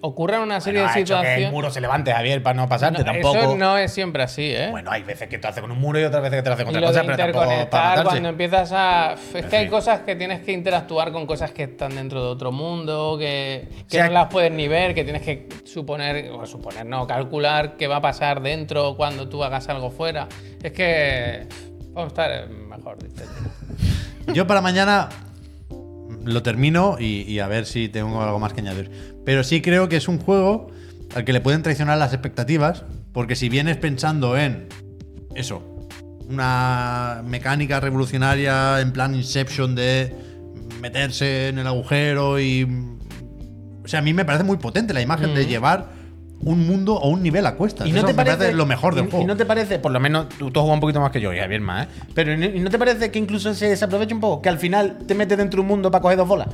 [SPEAKER 3] ocurra una serie
[SPEAKER 4] Bueno, ha
[SPEAKER 3] de
[SPEAKER 4] hecho que el
[SPEAKER 3] situaciones.
[SPEAKER 4] muro se levante, Javier, para no pasarte
[SPEAKER 3] No,
[SPEAKER 4] tampoco.
[SPEAKER 3] Eso no es siempre así, ¿eh?
[SPEAKER 4] Bueno, hay veces que te hace con un muro y otras veces que te lo hace con
[SPEAKER 3] Y
[SPEAKER 4] otra
[SPEAKER 3] lo de
[SPEAKER 4] cosa, pero tampoco para
[SPEAKER 3] interconectar
[SPEAKER 4] matarse.
[SPEAKER 3] cuando empiezas a. Es que hay
[SPEAKER 4] fin.
[SPEAKER 3] cosas que tienes que interactuar con cosas que están dentro de otro mundo, que, que
[SPEAKER 4] sea-
[SPEAKER 3] no las puedes ni ver, que tienes que suponer, o suponer, no, calcular qué va a pasar dentro cuando tú hagas algo fuera. Es que. Vamos a estar mejor, dice.
[SPEAKER 1] Yo para mañana lo termino y, y a ver si tengo algo más que añadir. Pero sí creo que es un juego al que le pueden traicionar las expectativas, porque si vienes pensando en eso, una mecánica revolucionaria en plan Inception de meterse en el agujero y... O sea, a mí me parece muy potente la imagen de llevar un mundo o un nivel a cuestas.
[SPEAKER 4] Mm. ¿Y no
[SPEAKER 1] Eso
[SPEAKER 4] te
[SPEAKER 1] me
[SPEAKER 4] parece,
[SPEAKER 1] lo mejor del
[SPEAKER 4] y-
[SPEAKER 1] juego.
[SPEAKER 4] ¿Y no te parece, por lo menos tú, tú has jugado un poquito más que yo y Javier más, ¿eh? Pero ¿y no- ¿y no te parece que incluso se desaprovecha un poco? Que al final te metes dentro de un mundo para coger dos bolas.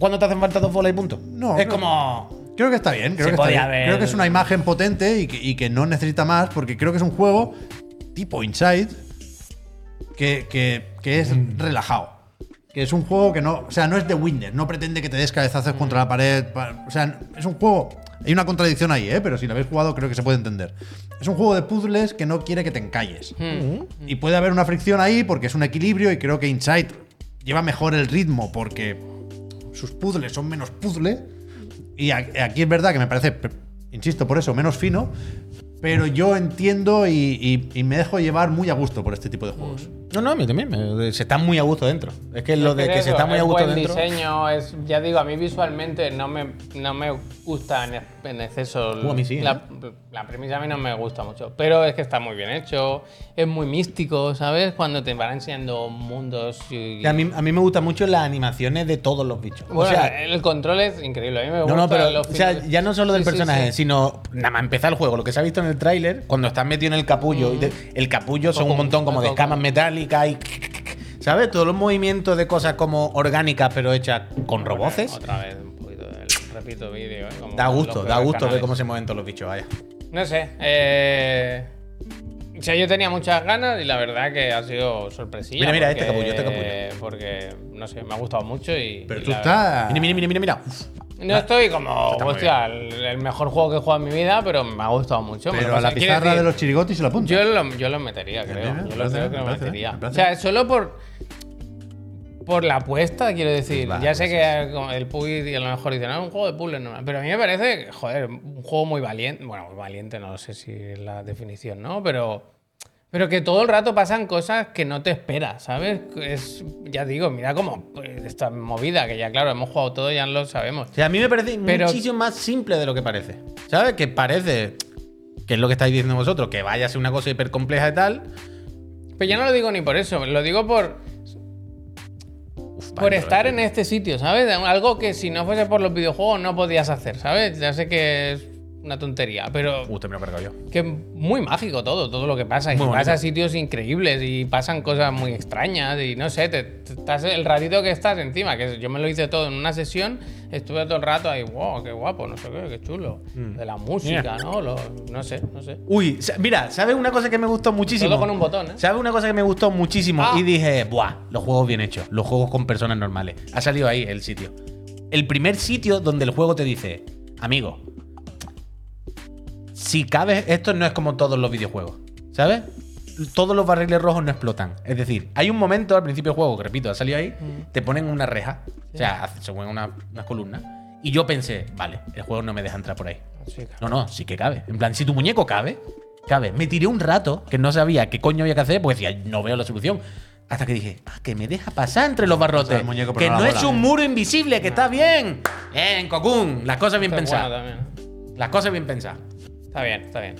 [SPEAKER 4] Cuando te hacen falta dos bolas y punto.
[SPEAKER 1] No,
[SPEAKER 4] Es
[SPEAKER 1] no.
[SPEAKER 4] como.
[SPEAKER 1] Creo que está bien. Creo,
[SPEAKER 4] Se
[SPEAKER 1] que, está
[SPEAKER 4] podía
[SPEAKER 1] bien.
[SPEAKER 4] haber-
[SPEAKER 1] creo que es una imagen potente y que, y que no necesita más, porque creo que es un juego tipo Inside que, que- que es
[SPEAKER 4] Mm.
[SPEAKER 1] relajado. Que es un juego que no. O sea, no es de Witness, no pretende que te des cabezazos
[SPEAKER 4] Mm.
[SPEAKER 1] contra la pared. pa- O sea, es un juego. Hay una contradicción ahí, ¿eh? pero si lo habéis jugado, creo que se puede entender. Es un juego de puzzles que no quiere que te encalles.
[SPEAKER 4] Mm.
[SPEAKER 1] Y puede haber una fricción ahí porque es un equilibrio y creo que Inside lleva mejor el ritmo porque sus puzzles son menos puzzle. Y a- aquí es verdad que me parece, pe- insisto por eso, menos fino. Pero yo entiendo y, y- y me dejo llevar muy a gusto por este tipo de
[SPEAKER 3] Mm.
[SPEAKER 1] juegos.
[SPEAKER 4] No, no, a mí también. me- se está muy a gusto dentro. Es que lo de que se está muy a gusto
[SPEAKER 3] El
[SPEAKER 4] dentro.
[SPEAKER 3] diseño es, ya digo, a mí visualmente no me, no me gusta en, en exceso.
[SPEAKER 4] Uh, a mí sí,
[SPEAKER 3] La, la premisa a mí no me gusta mucho, pero es que está muy bien hecho, es muy místico, ¿sabes? Cuando te van enseñando mundos y...
[SPEAKER 4] Que A mí, a mí me gustan mucho las animaciones de todos los bichos.
[SPEAKER 3] Bueno, eh,
[SPEAKER 4] o sea,
[SPEAKER 3] el control es increíble, a mí me gusta.
[SPEAKER 4] no, no, pero
[SPEAKER 3] los
[SPEAKER 4] o sea,
[SPEAKER 3] finales.
[SPEAKER 4] ya no solo del
[SPEAKER 3] Sí, sí,
[SPEAKER 4] personaje,
[SPEAKER 3] sí.
[SPEAKER 4] sino nada más empezar el juego, lo que se ha visto en el tráiler, cuando estás metido en el capullo,
[SPEAKER 3] Mm.
[SPEAKER 4] y te- el capullo son un
[SPEAKER 3] Cocoon,
[SPEAKER 4] montón como de
[SPEAKER 3] cocoon.
[SPEAKER 4] escamas metálicas y... ¿Sabes? Todos los movimientos de cosas como orgánicas, pero hechas con roboces.
[SPEAKER 3] Otra vez, un poquito del- repito vídeo. ¿eh? Como
[SPEAKER 4] Da
[SPEAKER 3] los
[SPEAKER 4] gusto, da
[SPEAKER 3] peores
[SPEAKER 4] gusto ver
[SPEAKER 3] canales.
[SPEAKER 4] cómo se mueven todos los bichos, vaya.
[SPEAKER 3] No sé. Eh... O sea, yo tenía muchas ganas y la verdad que ha sido sorpresiva.
[SPEAKER 4] Mira, mira, este
[SPEAKER 3] porque-
[SPEAKER 4] capullo, este capullo.
[SPEAKER 3] Porque, no sé, me ha gustado mucho y.
[SPEAKER 1] Pero
[SPEAKER 3] y
[SPEAKER 1] tú
[SPEAKER 3] la verdad-
[SPEAKER 1] estás. Ah.
[SPEAKER 4] Mira, mira, mira, mira, mira. Uf.
[SPEAKER 3] No estoy como,
[SPEAKER 4] Está muy
[SPEAKER 3] hostia, el, el mejor juego que he jugado en mi vida, pero me ha gustado mucho. me lo
[SPEAKER 1] Pero a
[SPEAKER 3] pasa-
[SPEAKER 1] la
[SPEAKER 3] quiero
[SPEAKER 1] pizarra de
[SPEAKER 3] decir,
[SPEAKER 1] los chirigotis se la apunta.
[SPEAKER 3] Yo lo, yo lo metería, creo.
[SPEAKER 1] bien, me
[SPEAKER 3] yo lo
[SPEAKER 1] parece bien,
[SPEAKER 3] creo que
[SPEAKER 1] me
[SPEAKER 3] lo
[SPEAKER 1] parece bien,
[SPEAKER 3] metería.
[SPEAKER 1] me parece
[SPEAKER 3] o sea,
[SPEAKER 1] bien.
[SPEAKER 3] solo por. Por la apuesta, quiero decir.
[SPEAKER 1] Vale,
[SPEAKER 3] ya sé que como el Puy a lo mejor dice, no, es un juego de puzzle normal. Pero a mí me parece, joder, un juego muy valiente. Bueno, muy valiente, no sé si es la definición, ¿no? Pero. Pero que todo el rato pasan cosas que no te esperas, ¿sabes? Es, ya digo, mira como pues, esta movida, que ya claro, hemos jugado todo, ya lo sabemos.
[SPEAKER 4] O sea, a mí me parece
[SPEAKER 3] Pero-
[SPEAKER 4] muchísimo más simple de lo que parece. ¿Sabes? Que parece, que es lo que estáis diciendo vosotros, que vaya a ser una cosa hiper compleja y tal.
[SPEAKER 3] Pero Pues ya no lo digo ni por eso, lo digo por.
[SPEAKER 4] Uf,
[SPEAKER 3] Por
[SPEAKER 4] vale,
[SPEAKER 3] estar
[SPEAKER 4] pero-
[SPEAKER 3] en este sitio, ¿sabes? Algo que si no fuese por los videojuegos no podías hacer, ¿sabes? Ya sé que es una tontería, pero
[SPEAKER 4] Uf, te me lo he cargado yo.
[SPEAKER 3] que es muy mágico todo, todo lo que pasa. Y
[SPEAKER 4] Muy bonito.
[SPEAKER 3] pasa sitios increíbles y pasan cosas muy extrañas y no sé, te, te- estás el ratito que estás encima, que yo me lo hice todo en una sesión, estuve todo el rato ahí, wow, qué guapo, no sé qué, qué chulo. De la música,
[SPEAKER 4] Mm. Mira.
[SPEAKER 3] ¿no? Lo- no sé, no sé.
[SPEAKER 4] Uy, sa- mira, ¿sabes una cosa que me gustó muchísimo?
[SPEAKER 3] Todo con un botón, ¿eh?
[SPEAKER 4] ¿Sabes una cosa que me gustó muchísimo?
[SPEAKER 3] Ah.
[SPEAKER 4] Y dije, buah, los juegos bien hechos, los juegos con personas normales. Ha salido ahí el sitio. El primer sitio donde el juego te dice, amigo, si cabes, esto no es como todos los videojuegos, ¿sabes? Todos los barriles rojos no explotan. Es decir, hay un momento al principio del juego, que repito, ha salido ahí, te ponen una reja, o sea, hace- se ponen una- unas columnas. Y yo pensé, vale, el juego no me deja entrar por ahí.
[SPEAKER 3] Así que-
[SPEAKER 4] No, no, sí que cabe. En plan, si tu muñeco cabe, cabe. Me tiré un rato que no sabía qué coño había que hacer, porque decía, no veo la solución. Hasta que dije, ah, que me deja pasar entre los barrotes.
[SPEAKER 1] el muñeco, pero
[SPEAKER 4] que
[SPEAKER 1] no
[SPEAKER 4] no
[SPEAKER 1] la
[SPEAKER 4] es
[SPEAKER 1] bola".
[SPEAKER 4] un muro invisible, que está bien. Eh, Bien, Cocoon. Las cosas bien
[SPEAKER 3] Está bueno
[SPEAKER 4] pensadas.
[SPEAKER 3] también.
[SPEAKER 4] Las cosas bien pensadas.
[SPEAKER 3] Está bien, está bien.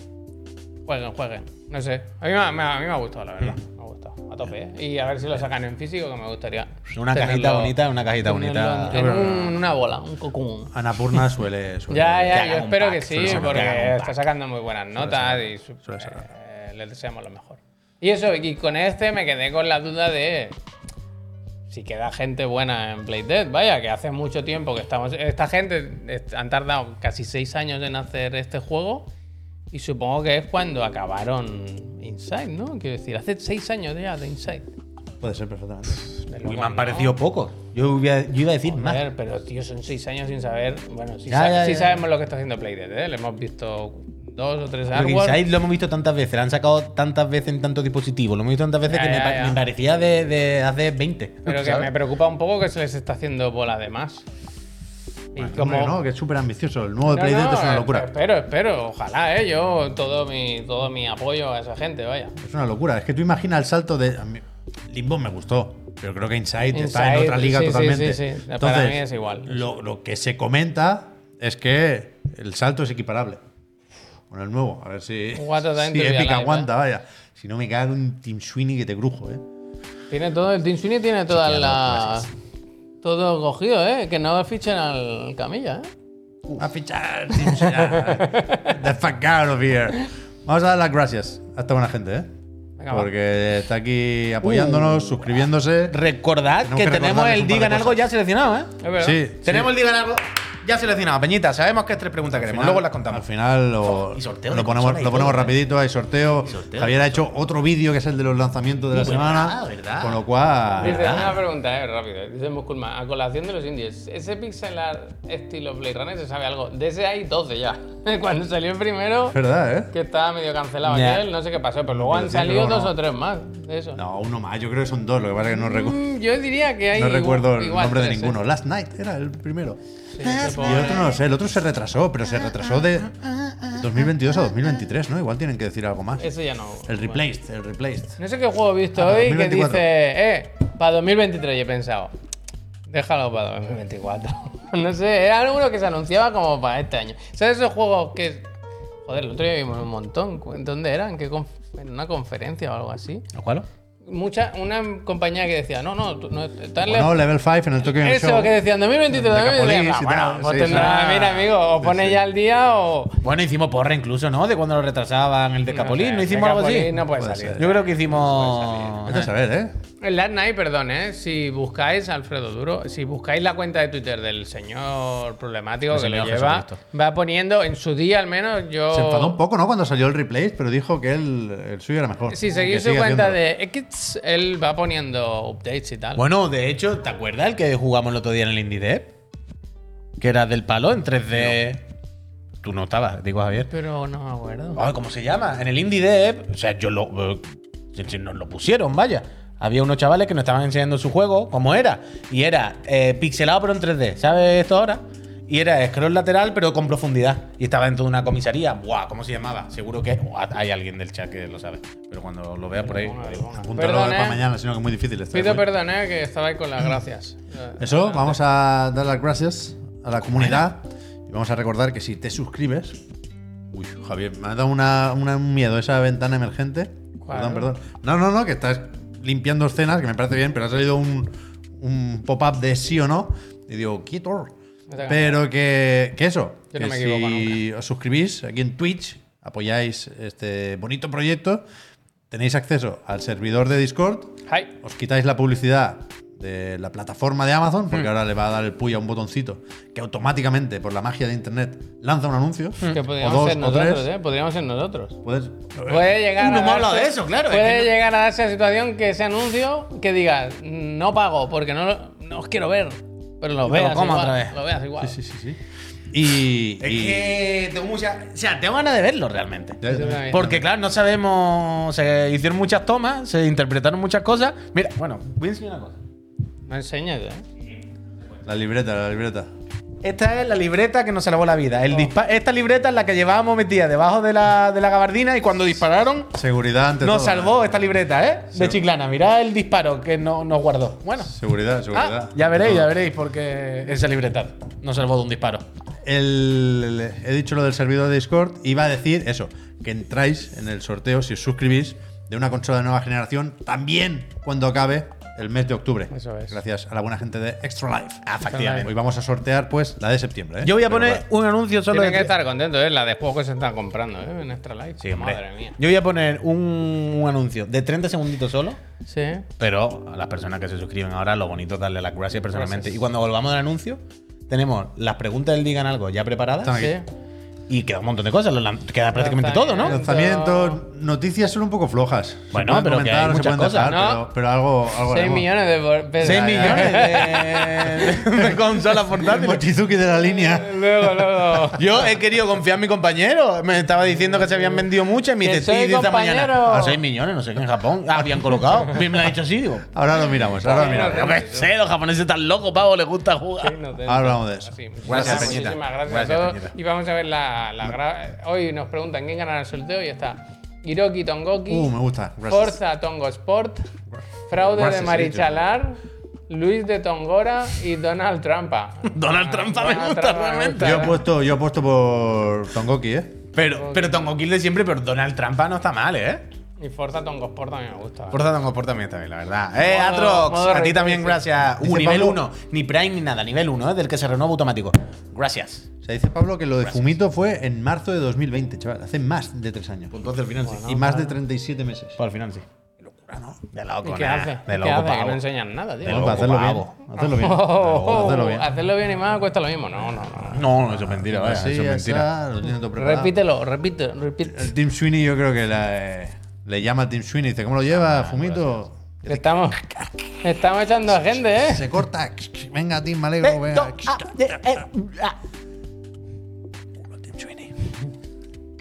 [SPEAKER 3] Jueguen, jueguen. No sé. A mí me, ha- me ha- a mí me ha gustado, la verdad.
[SPEAKER 4] Hmm.
[SPEAKER 3] Me ha gustado. A tope, ¿eh? Y a ver si lo sacan en físico, que me gustaría.
[SPEAKER 4] Una
[SPEAKER 3] tenerlo-
[SPEAKER 4] cajita bonita, una cajita
[SPEAKER 3] tenerlo
[SPEAKER 4] bonita.
[SPEAKER 3] En, en un- una bola, un cocún.
[SPEAKER 1] Anapurna suele. suele-
[SPEAKER 3] Ya,
[SPEAKER 4] Pues que
[SPEAKER 3] ya,
[SPEAKER 4] hagan
[SPEAKER 3] yo
[SPEAKER 4] un
[SPEAKER 3] espero que
[SPEAKER 4] pack,
[SPEAKER 3] sí,
[SPEAKER 4] suele sacar- que hagan
[SPEAKER 3] porque
[SPEAKER 4] un
[SPEAKER 3] está
[SPEAKER 4] pack.
[SPEAKER 3] sacando muy buenas notas y su-
[SPEAKER 1] suele sacar.
[SPEAKER 3] eh, les deseamos lo mejor. Y eso, y con este me quedé con la duda de si queda gente buena en Play Dead. Vaya, que hace mucho tiempo que estamos. Esta gente est- han tardado casi seis años en hacer este juego. Y supongo que es cuando acabaron Inside, ¿no? Quiero decir, hace seis años ya de Inside.
[SPEAKER 1] Puede ser perfectamente.
[SPEAKER 3] De
[SPEAKER 4] Uy,
[SPEAKER 3] loco,
[SPEAKER 4] Pues me han
[SPEAKER 3] ¿no?
[SPEAKER 4] parecido pocos. Yo, hubiera- yo iba a decir más.
[SPEAKER 3] Joder, pero tío, son seis años sin saber. Bueno, sí,
[SPEAKER 4] Ya,
[SPEAKER 3] sa-
[SPEAKER 4] ya,
[SPEAKER 3] sí
[SPEAKER 4] ya.
[SPEAKER 3] sabemos lo que está haciendo Playdead, ¿eh? Le hemos visto dos o tres
[SPEAKER 4] Porque
[SPEAKER 3] artworks.
[SPEAKER 4] Inside lo hemos visto tantas veces, lo han sacado tantas veces en tantos dispositivos, lo hemos visto tantas veces
[SPEAKER 3] Ya,
[SPEAKER 4] que me,
[SPEAKER 3] ya,
[SPEAKER 4] pa-
[SPEAKER 3] ya.
[SPEAKER 4] me parecía de, de hace 20.
[SPEAKER 3] Pero que
[SPEAKER 4] ¿sabes?
[SPEAKER 3] me preocupa un poco que se les está haciendo bola de más. Y
[SPEAKER 1] Hombre,
[SPEAKER 3] como.
[SPEAKER 1] no, que es súper ambicioso. El nuevo de
[SPEAKER 3] No,
[SPEAKER 1] Play Dead
[SPEAKER 3] no,
[SPEAKER 1] es una
[SPEAKER 3] eh,
[SPEAKER 1] locura.
[SPEAKER 3] Espero, espero. Ojalá, ¿eh? Yo todo mi, todo mi apoyo a esa gente, vaya.
[SPEAKER 1] Es una locura. Es que tú imaginas el salto de. a mí- Limbo me gustó, pero creo que Inside, está en
[SPEAKER 3] Inside,
[SPEAKER 1] otra liga
[SPEAKER 3] sí, sí,
[SPEAKER 1] totalmente.
[SPEAKER 3] sí, sí. Para mí es igual.
[SPEAKER 1] Lo, lo que se comenta es que el salto es equiparable con el nuevo. A ver si,
[SPEAKER 3] What a time
[SPEAKER 1] si
[SPEAKER 3] to be
[SPEAKER 1] Epic
[SPEAKER 3] alive,
[SPEAKER 1] aguanta, vaya. Si no me cago en Tim Sweeney que te crujo, ¿eh?
[SPEAKER 3] Tiene todo, el Team Sweeney tiene toda la. Todo cogido, ¿eh? Que no fichen al Camilla, ¿eh?
[SPEAKER 1] A fichar, Tim Sweeney. The fuck out of here. Vamos a dar las gracias a esta buena gente, ¿eh?
[SPEAKER 3] Venga, va. Uh.
[SPEAKER 1] Porque está aquí apoyándonos, suscribiéndose.
[SPEAKER 4] Recordad
[SPEAKER 1] Tenemos
[SPEAKER 4] que,
[SPEAKER 1] que
[SPEAKER 4] tenemos
[SPEAKER 1] recordarles
[SPEAKER 4] el
[SPEAKER 1] un par de
[SPEAKER 4] Digan Algo
[SPEAKER 1] cosas.
[SPEAKER 4] ya seleccionado, ¿eh?
[SPEAKER 3] Es verdad.
[SPEAKER 1] Sí, sí.
[SPEAKER 4] Tenemos el Digan Algo Ya seleccionado, Peñita. Sabemos que es tres preguntas que
[SPEAKER 1] Al
[SPEAKER 4] queremos.
[SPEAKER 1] final-
[SPEAKER 4] Luego las contamos.
[SPEAKER 1] Al final lo,
[SPEAKER 2] Y sorteo
[SPEAKER 1] lo
[SPEAKER 2] de
[SPEAKER 1] ponemos,
[SPEAKER 2] consola y
[SPEAKER 1] lo ponemos
[SPEAKER 2] todo, ¿eh?
[SPEAKER 1] rapidito, hay sorteo.
[SPEAKER 2] Y sorteo,
[SPEAKER 1] Javier ha hecho otro vídeo que es el de los lanzamientos de la
[SPEAKER 2] Muy
[SPEAKER 1] semana.
[SPEAKER 2] verdad, verdad.
[SPEAKER 1] Con lo cual.
[SPEAKER 3] Dice, una pregunta, eh, rápido. Dice Musculma, a colación de los indies, ¿ese pixel art estilo Blade Runner se sabe algo? De ese hay 12 ya. Cuando salió el primero,
[SPEAKER 1] Es verdad, ¿eh?
[SPEAKER 3] que estaba medio cancelado
[SPEAKER 4] Ya.
[SPEAKER 3] aquel, no sé qué pasó, pero luego
[SPEAKER 1] Pero
[SPEAKER 3] han
[SPEAKER 1] sí,
[SPEAKER 3] salido
[SPEAKER 1] luego no.
[SPEAKER 3] dos o tres más de eso.
[SPEAKER 1] No, uno más, yo creo que son dos, lo que pasa es que no, recu-
[SPEAKER 3] Mm, Yo diría que hay.
[SPEAKER 1] no
[SPEAKER 3] igual-
[SPEAKER 1] recuerdo el
[SPEAKER 3] igual
[SPEAKER 1] nombre de
[SPEAKER 3] tres, eh.
[SPEAKER 1] ninguno. Last Night era el primero.
[SPEAKER 3] Last
[SPEAKER 1] y el otro
[SPEAKER 2] Pues
[SPEAKER 1] no lo sé, el otro se retrasó, pero se retrasó de 2022 a 2023, ¿no? Igual tienen que decir algo más.
[SPEAKER 3] Ese ya no.
[SPEAKER 1] El
[SPEAKER 3] bueno.
[SPEAKER 1] Replaced, el Replaced.
[SPEAKER 3] No sé qué juego he visto
[SPEAKER 1] Ah,
[SPEAKER 3] hoy que
[SPEAKER 1] 2024.
[SPEAKER 3] dice, eh, para 2023 y he pensado, déjalo para 2024. no sé, era alguno que se anunciaba como para este año. ¿Sabes esos juegos que... Joder, el otro día vimos un montón. ¿Cu- ¿Dónde eran? ¿Qué conf- ¿En una conferencia o algo así?
[SPEAKER 4] ¿Cuál?
[SPEAKER 3] Mucha, una compañía que decía, no, no, tú- no está
[SPEAKER 1] O Pues no, Level 5 en el Tokyo Game
[SPEAKER 3] Eso
[SPEAKER 1] Show.
[SPEAKER 3] que decían, 2023,
[SPEAKER 1] De Capolis
[SPEAKER 3] 2023.
[SPEAKER 1] y
[SPEAKER 3] Bueno,
[SPEAKER 1] tal,
[SPEAKER 3] pues
[SPEAKER 1] sí,
[SPEAKER 3] tendrá,
[SPEAKER 4] sí.
[SPEAKER 3] mira, amigo, o
[SPEAKER 1] Sí,
[SPEAKER 3] pone
[SPEAKER 1] sí.
[SPEAKER 3] ya el día o...
[SPEAKER 4] Bueno, hicimos porra incluso, ¿no? De cuando lo retrasaban, el de Capolín.
[SPEAKER 3] sé,
[SPEAKER 4] ¿No,
[SPEAKER 3] de
[SPEAKER 4] hicimos algo así?
[SPEAKER 3] Capolín no puede
[SPEAKER 1] Puede
[SPEAKER 3] salir.
[SPEAKER 1] ser.
[SPEAKER 4] Yo creo que hicimos.
[SPEAKER 1] Vete a saber, ¿eh?
[SPEAKER 3] El Last Night, perdón, ¿eh? si buscáis, Alfredo Duro, si buscáis la cuenta de Twitter del señor problemático
[SPEAKER 4] El
[SPEAKER 3] que lo
[SPEAKER 4] señor
[SPEAKER 3] lleva,
[SPEAKER 4] Jesucristo.
[SPEAKER 3] va poniendo en su día al menos yo...
[SPEAKER 1] Se enfadó un poco, ¿no? Cuando salió el replay, pero dijo que el, el suyo era mejor.
[SPEAKER 3] Si
[SPEAKER 1] Que
[SPEAKER 3] seguís su
[SPEAKER 1] sigue
[SPEAKER 3] cuenta
[SPEAKER 1] haciéndolo.
[SPEAKER 3] de X, él va poniendo updates y tal.
[SPEAKER 4] Bueno, de hecho, ¿te acuerdas el que jugamos el otro día en el Indie Dev? Que era del palo en 3D. Tú no estabas, digo Javier.
[SPEAKER 3] Pero no me acuerdo.
[SPEAKER 4] Ay, ¿Cómo se llama? En el Indie Dev, o sea, yo lo. eh, si- si nos lo pusieron, vaya. Había unos chavales que nos estaban enseñando su juego, como era. Y era eh, pixelado pero en 3D, ¿sabes esto ahora? Y era scroll lateral pero con profundidad. Y estaba dentro de una comisaría. Buah, ¿cómo se llamaba? Seguro que buah, hay alguien del chat que lo sabe. Pero cuando lo vea por ahí. lo digo.
[SPEAKER 1] Apúntalo
[SPEAKER 3] Perdón,
[SPEAKER 1] para
[SPEAKER 3] ¿eh?
[SPEAKER 1] mañana, sino que es muy difícil. esto,
[SPEAKER 3] Pido
[SPEAKER 1] ¿eh?
[SPEAKER 3] perdón, ¿eh? que estaba ahí con las gracias.
[SPEAKER 1] Eso, vamos a dar las gracias a la comunidad y vamos a recordar que si te suscribes. Uy, Javier, me ha dado una, una- un miedo esa ventana emergente.
[SPEAKER 3] ¿Cuál?
[SPEAKER 1] Perdón, perdón. No, no, no, que estás limpiando escenas, que me parece bien, pero ha salido un, un pop-up de sí o no. Y digo, quieto.
[SPEAKER 3] tengo
[SPEAKER 1] Pero que, que eso,
[SPEAKER 3] Yo no
[SPEAKER 1] que
[SPEAKER 3] me equivoco
[SPEAKER 1] si os suscribís aquí en Twitch, apoyáis este bonito proyecto, tenéis acceso al servidor de Discord,
[SPEAKER 3] Hi.
[SPEAKER 1] os quitáis la publicidad de la plataforma de Amazon,
[SPEAKER 4] Hmm.
[SPEAKER 1] porque ahora le va a dar el puy a un botoncito que automáticamente, por la magia de internet, lanza un anuncio.
[SPEAKER 4] Hmm.
[SPEAKER 3] Que podríamos
[SPEAKER 1] o dos,
[SPEAKER 3] ser
[SPEAKER 1] o
[SPEAKER 3] nosotros,
[SPEAKER 1] tres.
[SPEAKER 3] ¿eh? Podríamos ser nosotros.
[SPEAKER 1] Puedes-
[SPEAKER 3] Puede llegar
[SPEAKER 4] No
[SPEAKER 3] a
[SPEAKER 4] hemos hablado
[SPEAKER 3] darse-
[SPEAKER 4] de eso, claro, es
[SPEAKER 3] Puede
[SPEAKER 4] que no-
[SPEAKER 3] llegar a darse la situación que ese anuncio que diga no pago porque no, lo- no os quiero ver. Pero lo
[SPEAKER 4] lo
[SPEAKER 3] veas
[SPEAKER 4] como
[SPEAKER 3] igual.
[SPEAKER 4] otra vez.
[SPEAKER 3] Lo veas igual.
[SPEAKER 1] Sí, sí, sí. sí. Y.
[SPEAKER 4] Es
[SPEAKER 1] y-
[SPEAKER 4] que tengo mucha. O sea, tengo ganas de verlo realmente.
[SPEAKER 1] Ya, ya.
[SPEAKER 4] Porque, claro, no sabemos. Se hicieron muchas tomas, se interpretaron muchas cosas. Mira, bueno, voy a enseñar una cosa.
[SPEAKER 3] Me enseñas, ¿eh?
[SPEAKER 1] La libreta, la libreta.
[SPEAKER 4] Esta es la libreta que nos salvó la vida. El dispa- esta libreta es la que llevábamos metida debajo de la, de la gabardina y cuando dispararon
[SPEAKER 1] Seguridad ante
[SPEAKER 4] nos
[SPEAKER 1] todo,
[SPEAKER 4] salvó
[SPEAKER 1] ¿eh?
[SPEAKER 4] esta libreta, ¿eh? De Chiclana. Mirad el disparo que no- nos guardó. Bueno.
[SPEAKER 1] ¿eh? Seguridad, seguridad.
[SPEAKER 4] Ah, ya
[SPEAKER 1] ante
[SPEAKER 4] veréis,
[SPEAKER 1] todo.
[SPEAKER 4] ya veréis, porque esa libreta nos salvó de un disparo.
[SPEAKER 1] El- he dicho lo del servidor de Discord. Iba a decir eso: que entráis en el sorteo si os suscribís de una consola de nueva generación también cuando acabe el mes de octubre.
[SPEAKER 3] Eso es.
[SPEAKER 1] Gracias a la buena gente de Extra Life.
[SPEAKER 4] Efectivamente.
[SPEAKER 1] Hoy vamos a sortear, pues, la de septiembre. ¿eh?
[SPEAKER 4] Yo voy a
[SPEAKER 1] Pero
[SPEAKER 4] poner
[SPEAKER 1] claro.
[SPEAKER 4] un anuncio solo
[SPEAKER 3] Tienen
[SPEAKER 4] de
[SPEAKER 3] que estar contentos, ¿eh? La de juegos que se están comprando, ¿eh? En Extra Life.
[SPEAKER 4] Sí, hombre.
[SPEAKER 3] Madre mía.
[SPEAKER 4] Yo voy a poner un, un anuncio de 30 segunditos solo.
[SPEAKER 3] Sí.
[SPEAKER 4] Pero a las personas que se suscriben ahora, lo bonito es darle las gracias personalmente. Y cuando volvamos del anuncio, tenemos las preguntas del Digan Algo ya preparadas.
[SPEAKER 1] Están
[SPEAKER 3] Sí.
[SPEAKER 4] Y queda un montón de cosas, lo lan- queda prácticamente todo, ¿no?
[SPEAKER 3] Lanzamiento.
[SPEAKER 1] Lanzamientos, noticias son un poco flojas. Se
[SPEAKER 4] Bueno,
[SPEAKER 1] pueden
[SPEAKER 4] pero que hay
[SPEAKER 1] no se
[SPEAKER 4] muchas
[SPEAKER 1] pueden
[SPEAKER 4] cosas,
[SPEAKER 1] dejar,
[SPEAKER 3] ¿no?
[SPEAKER 1] pero, pero algo. algo
[SPEAKER 3] 6
[SPEAKER 1] haremos.
[SPEAKER 3] millones de por- pesos.
[SPEAKER 4] 6
[SPEAKER 3] Ya, ya.
[SPEAKER 4] millones de, de consolas
[SPEAKER 1] El
[SPEAKER 4] portátiles.
[SPEAKER 1] Mochizuki de la línea.
[SPEAKER 3] Luego, luego.
[SPEAKER 4] Yo he querido confiar en mi compañero. Me estaba diciendo que se habían vendido muchas y me
[SPEAKER 3] Que
[SPEAKER 4] dice,
[SPEAKER 3] soy
[SPEAKER 4] "Sí, de esta
[SPEAKER 3] compañero".
[SPEAKER 4] mañana. A 6 millones, no sé qué, en Japón. Habían colocado. Me lo ha dicho así, digo.
[SPEAKER 1] Ahora lo miramos, ahora lo miramos.
[SPEAKER 4] Yo qué sé, los japoneses están locos, pavo, les gusta
[SPEAKER 3] Qué
[SPEAKER 4] jugar.
[SPEAKER 3] inocente.
[SPEAKER 1] Ahora hablamos de eso.
[SPEAKER 3] Sí, muchísimas-
[SPEAKER 4] Gracias, Peñita.
[SPEAKER 3] Muchísimas gracias,
[SPEAKER 4] Gracias,
[SPEAKER 3] a todos.
[SPEAKER 4] Peñita.
[SPEAKER 3] Y vamos a ver la, la gra- Hoy nos preguntan quién ganará el sorteo y está Hiroki Tongoki,
[SPEAKER 1] Uh, me gusta. Gracias.
[SPEAKER 3] Forza Tongo Sport, Fraude
[SPEAKER 1] Gracias,
[SPEAKER 3] de Marichalar, Luis de Tongora y Donald Trampa.
[SPEAKER 4] Donald Trump me gusta realmente.
[SPEAKER 1] Yo he puesto, yo he puesto por Tongoki, ¿eh?
[SPEAKER 4] Pero, pero Tongo Kill de siempre, pero Donald Trump no está mal, ¿eh?
[SPEAKER 3] Y Forza Tongo Sport también me gusta.
[SPEAKER 4] Forza Tongo Sport también está bien, la verdad. Eh,
[SPEAKER 3] Modo-
[SPEAKER 4] Atrox,
[SPEAKER 3] modo
[SPEAKER 4] a ti
[SPEAKER 3] replay,
[SPEAKER 4] también
[SPEAKER 3] sí.
[SPEAKER 4] gracias. Uh,
[SPEAKER 1] Dice
[SPEAKER 4] nivel
[SPEAKER 1] Pablo-
[SPEAKER 4] 1, ni Prime ni nada, nivel 1, ¿eh? Del que se renueva automático. Gracias.
[SPEAKER 1] O sea, dice Pablo que lo de Fumito fue en marzo de 2020, chaval. Hace más de tres años.
[SPEAKER 4] Punto hacia el final, sí.
[SPEAKER 1] y más de 37 meses.
[SPEAKER 4] Para el final, sí.
[SPEAKER 1] Ah, no, de loco,
[SPEAKER 3] ¿Y qué
[SPEAKER 1] nah,
[SPEAKER 3] hace?
[SPEAKER 1] De
[SPEAKER 3] ¿Qué
[SPEAKER 1] loco,
[SPEAKER 3] hace? Que
[SPEAKER 1] pavo.
[SPEAKER 3] no enseñan nada, tío.
[SPEAKER 1] De loco,
[SPEAKER 4] hacerlo
[SPEAKER 1] pavo. Hacerlo bien.
[SPEAKER 3] Oh, oh, oh,
[SPEAKER 1] Hacerlo bien.
[SPEAKER 3] Hacerlo bien y mal cuesta lo mismo. No, no, no.
[SPEAKER 4] No, no, eso es mentira, vaya,
[SPEAKER 1] Así,
[SPEAKER 4] eso es mentira.
[SPEAKER 1] esa, lo tiene todo preparado.
[SPEAKER 3] Repítelo, repite, repite.
[SPEAKER 1] El Team Sweeney yo creo que la, eh, le llama al Team Sweeney y dice, ¿cómo lo
[SPEAKER 4] Ah,
[SPEAKER 1] lleva, Fumito?
[SPEAKER 3] Estamos, estamos echando a gente, ¿eh?
[SPEAKER 1] Se corta. Venga, Team, me alegro. Venga.
[SPEAKER 2] ah.
[SPEAKER 4] ah, eh,
[SPEAKER 1] Team Sweeney.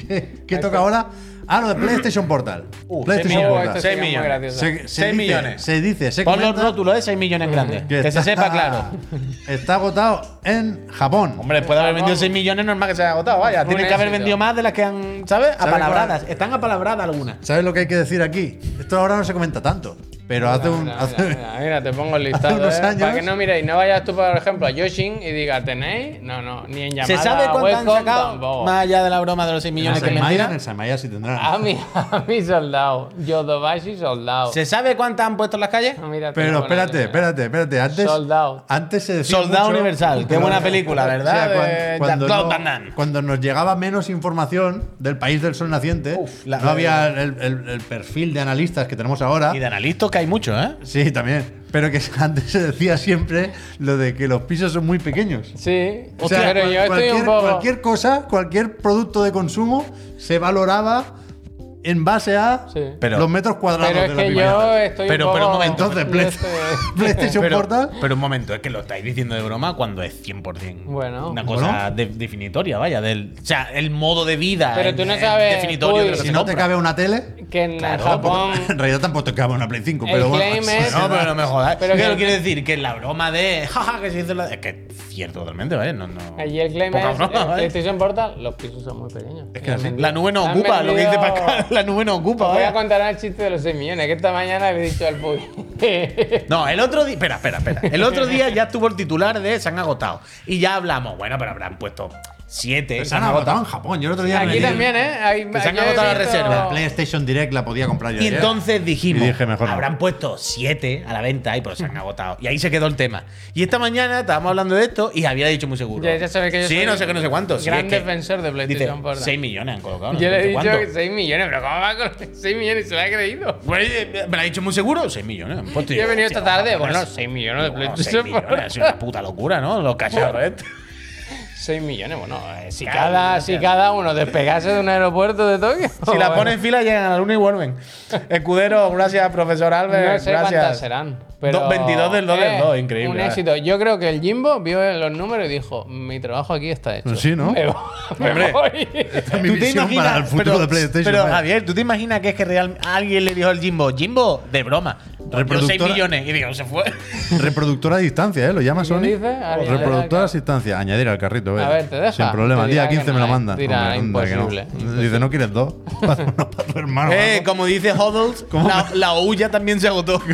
[SPEAKER 1] ¿Qué, qué toca ahora? Ah, lo de PlayStation Portal.
[SPEAKER 4] Uh,
[SPEAKER 1] PlayStation
[SPEAKER 4] seis
[SPEAKER 3] Oh,
[SPEAKER 1] Portal.
[SPEAKER 3] esto
[SPEAKER 4] Seis
[SPEAKER 3] sería muy
[SPEAKER 4] millones.
[SPEAKER 3] gracioso.
[SPEAKER 1] Se- se
[SPEAKER 4] seis
[SPEAKER 1] dice-
[SPEAKER 4] millones.
[SPEAKER 1] Se dice, se
[SPEAKER 4] Pon los
[SPEAKER 1] comenta
[SPEAKER 4] rótulos de 6 millones grandes. Que,
[SPEAKER 1] está-
[SPEAKER 4] se sepa claro.
[SPEAKER 1] Está agotado en Japón.
[SPEAKER 4] Hombre, después de haber vendido 6 millones, normal que se haya agotado, vaya.
[SPEAKER 3] Un
[SPEAKER 4] Tiene que haber
[SPEAKER 3] éxito.
[SPEAKER 4] vendido más de las que han, ¿sabes?
[SPEAKER 1] cuál?
[SPEAKER 4] Apalabradas. Están apalabradas algunas.
[SPEAKER 1] ¿Sabes lo que hay que decir aquí? Esto ahora no se comenta tanto. Pero hace un.
[SPEAKER 3] Mira,
[SPEAKER 1] hace-
[SPEAKER 3] mira, mira, mira, te pongo el listado.
[SPEAKER 1] unos
[SPEAKER 3] ¿eh?
[SPEAKER 1] años-
[SPEAKER 3] Para que no miréis, no vayas tú, por ejemplo, a Yoshin y digas, ¿tenéis? No, no, ni en llamada.
[SPEAKER 4] ¿Se sabe cuánto han
[SPEAKER 3] Wacom
[SPEAKER 4] sacado?
[SPEAKER 3] tampoco.
[SPEAKER 4] Más allá de la broma de los 6
[SPEAKER 1] en el
[SPEAKER 4] millones que es
[SPEAKER 1] Saimaya- en
[SPEAKER 4] mentira.
[SPEAKER 1] el Saimaya sí tendrán.
[SPEAKER 4] Ah,
[SPEAKER 3] A mi, a mi soldado. Yodobashi soldado.
[SPEAKER 4] ¿Se sabe cuántas han puesto en las calles?
[SPEAKER 3] Ah, mira, te
[SPEAKER 1] Pero
[SPEAKER 3] lo ponen,
[SPEAKER 1] espérate,
[SPEAKER 3] mira.
[SPEAKER 1] espérate, espérate. Antes,
[SPEAKER 3] Soldado.
[SPEAKER 1] antes se decía
[SPEAKER 4] Soldado
[SPEAKER 1] mucho-
[SPEAKER 4] Universal. Qué buena película,
[SPEAKER 1] O sea,
[SPEAKER 4] ¿verdad? De
[SPEAKER 1] cuan- cuando,
[SPEAKER 4] Jean-Claude
[SPEAKER 1] no-
[SPEAKER 4] Van Damme.
[SPEAKER 1] cuando nos llegaba menos información del país del sol naciente,
[SPEAKER 4] Uf, la-
[SPEAKER 1] no había el, el- el perfil de analistas que tenemos ahora.
[SPEAKER 4] Y de analistas que hay muchos, ¿eh?
[SPEAKER 1] Sí, también. Pero que antes se decía siempre lo de que los pisos son muy pequeños.
[SPEAKER 3] Sí,
[SPEAKER 1] O sea,
[SPEAKER 3] pero
[SPEAKER 1] cual-
[SPEAKER 3] yo estoy
[SPEAKER 1] cualquier,
[SPEAKER 3] un poco.
[SPEAKER 1] cualquier cosa, cualquier producto de consumo se valoraba en base a
[SPEAKER 3] Sí.
[SPEAKER 4] Pero-
[SPEAKER 1] los metros cuadrados
[SPEAKER 3] Pero es
[SPEAKER 1] de la
[SPEAKER 3] que
[SPEAKER 1] vivienda.
[SPEAKER 3] yo eh, estoy
[SPEAKER 4] Pero-
[SPEAKER 3] un poco.
[SPEAKER 4] pero un momento,
[SPEAKER 1] Entonces,
[SPEAKER 3] yo
[SPEAKER 1] Play-
[SPEAKER 3] estoy-
[SPEAKER 1] PlayStation
[SPEAKER 4] pero,
[SPEAKER 1] Portal
[SPEAKER 4] pero un momento, es que lo estáis diciendo de broma cuando es 100%
[SPEAKER 3] Bueno.
[SPEAKER 4] una cosa de- definitoria, vaya. Del, o sea, el modo de vida
[SPEAKER 3] Pero
[SPEAKER 4] es-
[SPEAKER 3] tú no
[SPEAKER 4] es
[SPEAKER 3] sabes,
[SPEAKER 4] definitorio
[SPEAKER 3] uy.
[SPEAKER 4] de lo que
[SPEAKER 1] Si
[SPEAKER 4] se
[SPEAKER 1] no te
[SPEAKER 4] compra.
[SPEAKER 1] cabe una tele, pues,
[SPEAKER 3] Que en
[SPEAKER 4] Claro,
[SPEAKER 3] Japón.
[SPEAKER 1] en realidad tampoco te cabe una Play 5,
[SPEAKER 3] El
[SPEAKER 1] pero bueno. pues,
[SPEAKER 3] claim es-
[SPEAKER 4] No, pero no me jodas.
[SPEAKER 3] Pero
[SPEAKER 4] Pero
[SPEAKER 3] que-
[SPEAKER 4] quiero decir que la broma de jaja que se hizo la. Es que es cierto totalmente, ¿vale? No, no.
[SPEAKER 3] Allí el claim
[SPEAKER 4] Poca
[SPEAKER 3] es.
[SPEAKER 4] broma,
[SPEAKER 3] eh,
[SPEAKER 4] ¿vale?
[SPEAKER 3] PlayStation Portal, los pisos son muy pequeños.
[SPEAKER 1] Es que así-
[SPEAKER 4] La nube no
[SPEAKER 3] Han
[SPEAKER 4] ocupa, lo que dice
[SPEAKER 3] vendido-
[SPEAKER 4] Pascal, la nube no ocupa,
[SPEAKER 3] Voy a
[SPEAKER 4] ¿vale?
[SPEAKER 3] contar el chiste de los 6 millones, que esta mañana le he dicho al Puy.
[SPEAKER 4] No, el otro día. Espera, espera, espera. El otro día ya estuvo el titular de se han agotado. Y ya hablamos, bueno, pero habrán puesto siete.
[SPEAKER 1] Se han agotado en Japón. Yo el otro día me
[SPEAKER 3] Aquí
[SPEAKER 1] di-
[SPEAKER 3] también, ¿eh? Hay,
[SPEAKER 4] Que se han
[SPEAKER 3] yo he
[SPEAKER 4] agotado las
[SPEAKER 3] visto-
[SPEAKER 4] reservas.
[SPEAKER 1] La PlayStation Direct la podía comprar yo.
[SPEAKER 4] Y
[SPEAKER 1] ayer.
[SPEAKER 4] entonces dijimos,
[SPEAKER 1] Y dije, mejor no.
[SPEAKER 4] habrán puesto siete a la venta y pues se han agotado. Y ahí se quedó el tema. Y esta mañana estábamos hablando de esto y había dicho muy seguro.
[SPEAKER 3] Ya- ya sabes que yo
[SPEAKER 4] sí,
[SPEAKER 3] soy
[SPEAKER 4] no sé qué, no sé cuánto. Sí,
[SPEAKER 3] gran
[SPEAKER 4] es que-
[SPEAKER 3] defensor de PlayStation
[SPEAKER 4] dice,
[SPEAKER 3] Portal.
[SPEAKER 4] 6 millones han colocado. no
[SPEAKER 3] Yo
[SPEAKER 4] sé
[SPEAKER 3] le he
[SPEAKER 4] qué
[SPEAKER 3] dicho
[SPEAKER 4] cuánto.
[SPEAKER 3] que 6 millones, pero ¿cómo va con 6 millones? ¿Se lo ha creído?
[SPEAKER 4] Pues, eh, me lo ha dicho muy seguro, 6 millones. han puesto.
[SPEAKER 3] Yo he venido esta tarde,
[SPEAKER 4] joder,
[SPEAKER 3] bueno,
[SPEAKER 4] es-
[SPEAKER 3] 6 millones de
[SPEAKER 4] bueno,
[SPEAKER 3] PlayStation
[SPEAKER 4] 6 millones,
[SPEAKER 3] Portal.
[SPEAKER 4] es una puta locura, ¿no? Los cacharros estos.
[SPEAKER 3] 6 millones, bueno, eh, si
[SPEAKER 4] Claro,
[SPEAKER 3] cada, si cada uno despegase de un aeropuerto de Tokio.
[SPEAKER 4] Si la
[SPEAKER 3] bueno,
[SPEAKER 4] ponen en fila, llegan a la luna y vuelven. Escudero, gracias, profesor Albert.
[SPEAKER 3] No sé cuántas
[SPEAKER 4] gracias.
[SPEAKER 3] serán. Pero
[SPEAKER 4] Dos- 22 del dos del
[SPEAKER 3] eh,
[SPEAKER 4] dos, increíble,
[SPEAKER 3] Un
[SPEAKER 4] eh.
[SPEAKER 3] éxito. Yo creo que el Jimbo vio los números y dijo: Mi trabajo aquí está hecho.
[SPEAKER 1] Pues sí, ¿no?
[SPEAKER 3] Me, voy- me
[SPEAKER 4] Hombre.
[SPEAKER 3] voy.
[SPEAKER 1] Esta es mi
[SPEAKER 4] ¿Tú te
[SPEAKER 1] visión
[SPEAKER 4] imaginas,
[SPEAKER 1] para el futuro
[SPEAKER 4] pero,
[SPEAKER 1] de PlayStation.
[SPEAKER 4] pero,
[SPEAKER 1] vaya.
[SPEAKER 4] Javier, ¿tú te imaginas que es que real, alguien le dijo al Jimbo, Jimbo, de broma, reproductor 6
[SPEAKER 1] Reproductora.
[SPEAKER 4] millones? Y digo, se fue.
[SPEAKER 1] Reproductora a distancia, ¿eh? Lo llama
[SPEAKER 3] ¿Qué
[SPEAKER 1] Sony.
[SPEAKER 3] dice? Añadir al
[SPEAKER 1] Reproductora a
[SPEAKER 3] carro.
[SPEAKER 1] distancia. Añadir al carrito, ¿eh?
[SPEAKER 3] A ver, te deja.
[SPEAKER 1] Sin problema.
[SPEAKER 3] Te
[SPEAKER 1] El día
[SPEAKER 3] dirá que
[SPEAKER 1] 15 me
[SPEAKER 3] no
[SPEAKER 1] lo
[SPEAKER 3] hay.
[SPEAKER 1] manda.
[SPEAKER 3] Dirá,
[SPEAKER 1] anda que no.
[SPEAKER 3] imposible.
[SPEAKER 1] Dice, ¿no quieres dos? Para uno para tu hermano.
[SPEAKER 4] eh,
[SPEAKER 1] algo.
[SPEAKER 4] como dice Huddles,
[SPEAKER 1] ¿Cómo
[SPEAKER 4] la,
[SPEAKER 1] me-
[SPEAKER 4] la olla también se agotó.